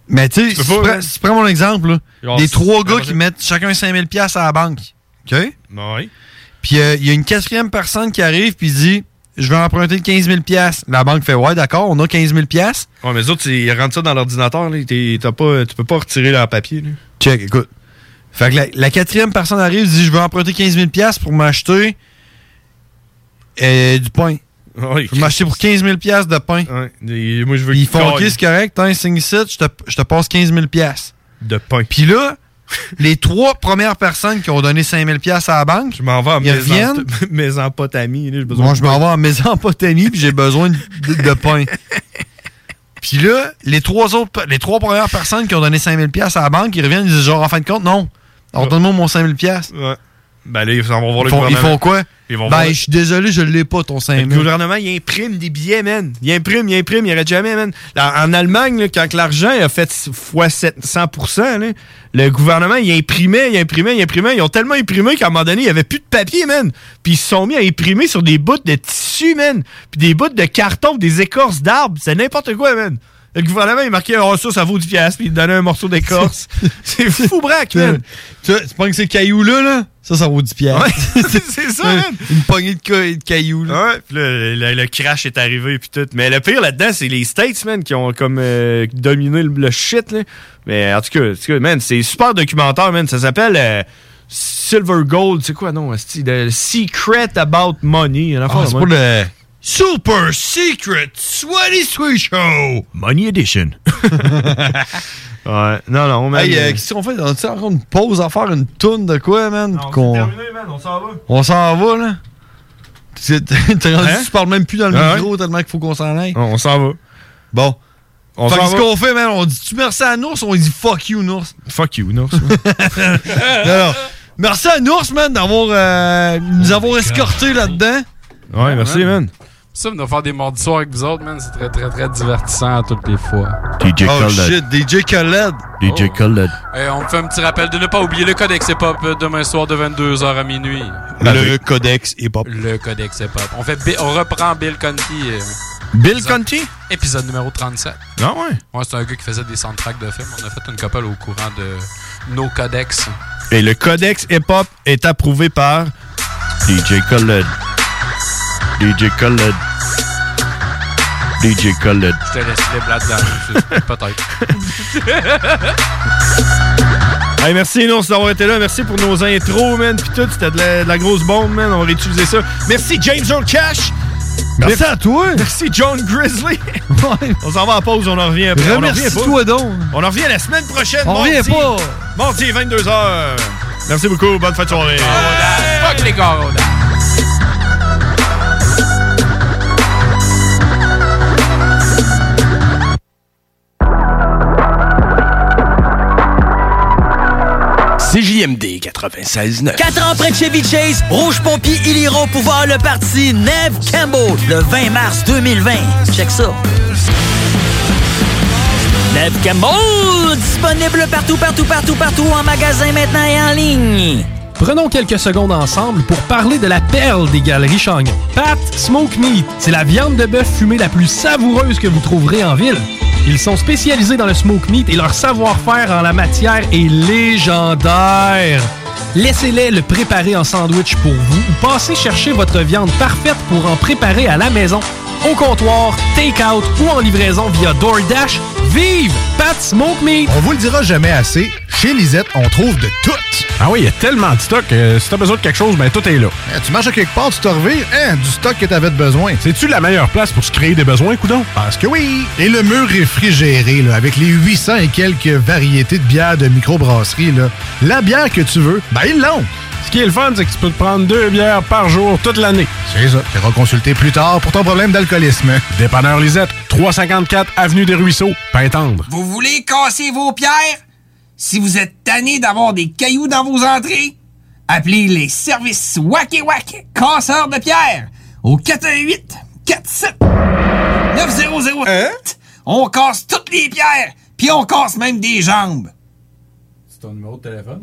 [SPEAKER 11] Mais tu sais, si,
[SPEAKER 7] peux
[SPEAKER 11] tu
[SPEAKER 7] pas,
[SPEAKER 11] prends-
[SPEAKER 7] hein.
[SPEAKER 11] si tu prends mon exemple, là,
[SPEAKER 7] Genre,
[SPEAKER 11] les
[SPEAKER 7] si-
[SPEAKER 11] trois
[SPEAKER 7] ah,
[SPEAKER 11] gars
[SPEAKER 7] vas-y.
[SPEAKER 11] qui mettent chacun 5000 pièces à la banque, OK?
[SPEAKER 7] Ouais.
[SPEAKER 11] Puis euh, il y a une quatrième personne qui arrive puis dit « Je vais emprunter 15 000 pièces. La banque fait « Ouais, d'accord, on a 15 000 pièces.
[SPEAKER 7] Ouais, mais les autres, ils rentrent ça dans l'ordinateur, là. T'es- t'as pas, tu peux pas retirer leur papier. Là. »
[SPEAKER 11] Check, écoute. Fait que la, la quatrième personne arrive dit « Je vais emprunter 15 000 pièces pour m'acheter euh, du pain.
[SPEAKER 10] Je vais m'acheter pour 15 000 piastres de pain.
[SPEAKER 7] moi, je veux
[SPEAKER 10] Ils
[SPEAKER 7] qu'ils
[SPEAKER 10] font OK,
[SPEAKER 7] gagnent.
[SPEAKER 10] c'est correct, hein, signe ici, je te, je te passe 15 000 piastres.
[SPEAKER 7] De pain.
[SPEAKER 10] Puis là, les trois premières personnes qui ont donné 5 000 piastres à la banque, je m'en vais
[SPEAKER 7] Ah,
[SPEAKER 10] ils
[SPEAKER 7] mes
[SPEAKER 10] reviennent.
[SPEAKER 7] en- Mes empotamis. là, j'ai besoin
[SPEAKER 10] Moi,
[SPEAKER 7] de
[SPEAKER 10] je m'en
[SPEAKER 7] pain.
[SPEAKER 10] vais en Mésopotamie puis j'ai besoin de, de- de pain. Puis là, les trois autres, pe- les trois premières personnes qui ont donné 5000 pièces à la banque, ils reviennent, ils disent genre en fin de compte, non, alors donne-moi mon 5000 pièces.
[SPEAKER 7] Ouais. Ben là, ils s'en vont voir
[SPEAKER 10] Ils
[SPEAKER 7] le
[SPEAKER 10] font, ils
[SPEAKER 7] gouvernement.
[SPEAKER 10] font quoi
[SPEAKER 7] Ils vont voir
[SPEAKER 10] Ben,
[SPEAKER 7] le- Ben,
[SPEAKER 10] je suis désolé, je l'ai pas ton 5000.
[SPEAKER 7] Le gouvernement, il imprime des billets, man. Il imprime, il imprime, il arrête jamais, man. Là, en Allemagne, là, quand que l'argent a fait x 700 là, le gouvernement, il imprimait, il imprimait, il imprimait. Ils ont tellement imprimé qu'à un moment donné, il n'y avait plus de papier, man. Puis ils se sont mis à imprimer sur des bouts de tissu, man. Puis des bouts de carton, puis des écorces d'arbres. C'est n'importe quoi, man. Le gouvernement, il marquait, oh, ça, ça vaut 10 piastres, puis il donnait un morceau d'écorce. c'est fou, braque, man.
[SPEAKER 10] Tu vois, tu prends que ces cailloux-là, là, ça, ça vaut 10 pièces.
[SPEAKER 7] c'est ça, man.
[SPEAKER 10] Une poignée de, ca- de cailloux.
[SPEAKER 7] Là. Ouais, puis là, le, le crash est arrivé puis tout. Mais le pire là-dedans, c'est les States, man, qui ont comme euh, dominé le, le shit, là. Mais en tout cas, en tout cas, man, c'est super documentaire, man. Ça s'appelle euh, Silver Gold, c'est quoi, non? esti, The Secret About Money.
[SPEAKER 10] Ah, c'est pas le-
[SPEAKER 7] Super Secret Sweaty Sweet Show! Money Edition. ouais, non, non, man.
[SPEAKER 10] Hey, euh,
[SPEAKER 7] euh,
[SPEAKER 10] qu'est-ce qu'on fait? On a encore une pause à faire, une toune de quoi, man? Qu'on-
[SPEAKER 7] on s'en va.
[SPEAKER 10] On s'en va, là. C'est- T'es rendu,
[SPEAKER 7] Hein?
[SPEAKER 10] tu parles même plus dans le
[SPEAKER 7] Ah ouais?
[SPEAKER 10] micro tellement qu'il faut qu'on s'en aille.
[SPEAKER 7] On s'en va.
[SPEAKER 10] Bon.
[SPEAKER 7] On
[SPEAKER 10] fait que
[SPEAKER 7] s'en
[SPEAKER 10] ce
[SPEAKER 7] va.
[SPEAKER 10] qu'on fait, man, on dit tu merci à Nours, on dit fuck you, Nours.
[SPEAKER 7] Fuck you, Nours.
[SPEAKER 10] Alors, merci à Nours, man, d'avoir euh, nous avoir escortés là-dedans.
[SPEAKER 7] Oh Ouais, merci, man.
[SPEAKER 8] Ça, on va faire des mordis soirs avec vous autres, man. C'est très, très, très divertissant à toutes les fois.
[SPEAKER 10] DJ oh shit, Oh. DJ Khaled.
[SPEAKER 8] DJ Khaled. Et Oh. on me fait un petit rappel de ne pas oublier le Codex Hip Hop euh, demain soir de 22h à minuit.
[SPEAKER 28] Le codex hip-hop.
[SPEAKER 8] Le Codex Hip Hop. On, fait Bi- on reprend Bill Conti. euh,
[SPEAKER 7] Bill
[SPEAKER 8] épisode-
[SPEAKER 7] Conti?
[SPEAKER 8] Épisode numéro 37.
[SPEAKER 7] Ah ouais?
[SPEAKER 8] Ouais, c'est un gars qui faisait des soundtracks de films. On a fait une couple au courant de No Codex.
[SPEAKER 7] Et le codex hip-hop est approuvé par DJ Khaled. DJ Khaled. DJ Khaled.
[SPEAKER 8] Je te laisse les blagues là Peut-être.
[SPEAKER 7] Hey, merci, non, d'avoir été là. Merci pour nos intros, man. Puis tout, c'était de la, de la grosse bombe, man. On va réutiliser ça. Merci, James Earl Cash.
[SPEAKER 10] Merci à toi.
[SPEAKER 7] Merci, John Grizzly. on s'en va en pause, on en revient après. On en revient pas.
[SPEAKER 10] Remercie-toi donc.
[SPEAKER 7] On en revient la semaine prochaine.
[SPEAKER 10] On
[SPEAKER 7] mardi.
[SPEAKER 10] revient pas.
[SPEAKER 7] Mardi, 22h. Merci beaucoup. Bonne fin de soirée.
[SPEAKER 8] Fuck les gars, on a-
[SPEAKER 29] CJMD 96.9.
[SPEAKER 6] 4 ans près de Chevy Chase, Rouge Pompier, il ira au pouvoir le parti Neve Campbell le 20 mars 2020. Check ça. Neve Campbell, disponible partout, partout, partout, partout, en magasin maintenant et en ligne.
[SPEAKER 14] Prenons quelques secondes ensemble pour parler de la perle des galeries Chagnon. Pat Smoke Meat, c'est la viande de bœuf fumée la plus savoureuse que vous trouverez en ville. Ils sont spécialisés dans le smoke meat et leur savoir-faire en la matière est légendaire. Laissez-les le préparer en sandwich pour vous ou passez chercher votre viande parfaite pour en préparer à la maison, au comptoir, take-out ou en livraison via DoorDash. Vive Pat Smoke Meat!
[SPEAKER 15] On vous le dira jamais assez, chez Lisette, on trouve de tout. Ah oui, il y a tellement de stock. si t'as besoin de quelque chose, ben tout est là. tu marches à quelque part, tu te revives, hein, du stock que t'avais de besoin. C'est-tu la meilleure place pour se créer des besoins, coudon? Parce que oui! Et le mur réfrigéré, là, avec les 800 et quelques variétés de bières de microbrasserie, là, la bière que tu veux, ben ils l'ont! Ce qui est le fun, c'est que tu peux te prendre deux bières par jour toute l'année. C'est ça. Tu consulter plus tard pour ton problème d'alcoolisme. Dépanneur Lisette, 354 Avenue des Ruisseaux, Pintendre.
[SPEAKER 4] Vous voulez casser vos pierres? Si vous êtes tanné d'avoir des cailloux dans vos entrées, appelez les services Wack et Wack casseurs de pierres au 418 47 900.
[SPEAKER 7] Hein?
[SPEAKER 4] On casse toutes les pierres, puis on casse même des jambes.
[SPEAKER 8] C'est ton numéro de téléphone?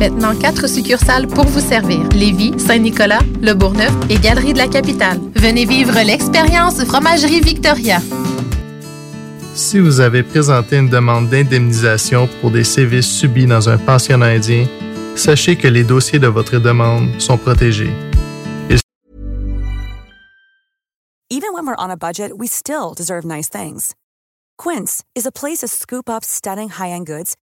[SPEAKER 23] Maintenant, quatre succursales pour vous servir. Lévis, Saint-Nicolas, Le Bourgneuf et Galerie de la Capitale. Venez vivre l'expérience Fromagerie Victoria.
[SPEAKER 11] Si vous avez présenté une demande d'indemnisation pour des sévices subis dans un pensionnat indien, sachez que les dossiers de votre demande sont protégés. Il
[SPEAKER 13] Even when we're on a budget, we still deserve nice things. Quince is a place to scoop up stunning high end goods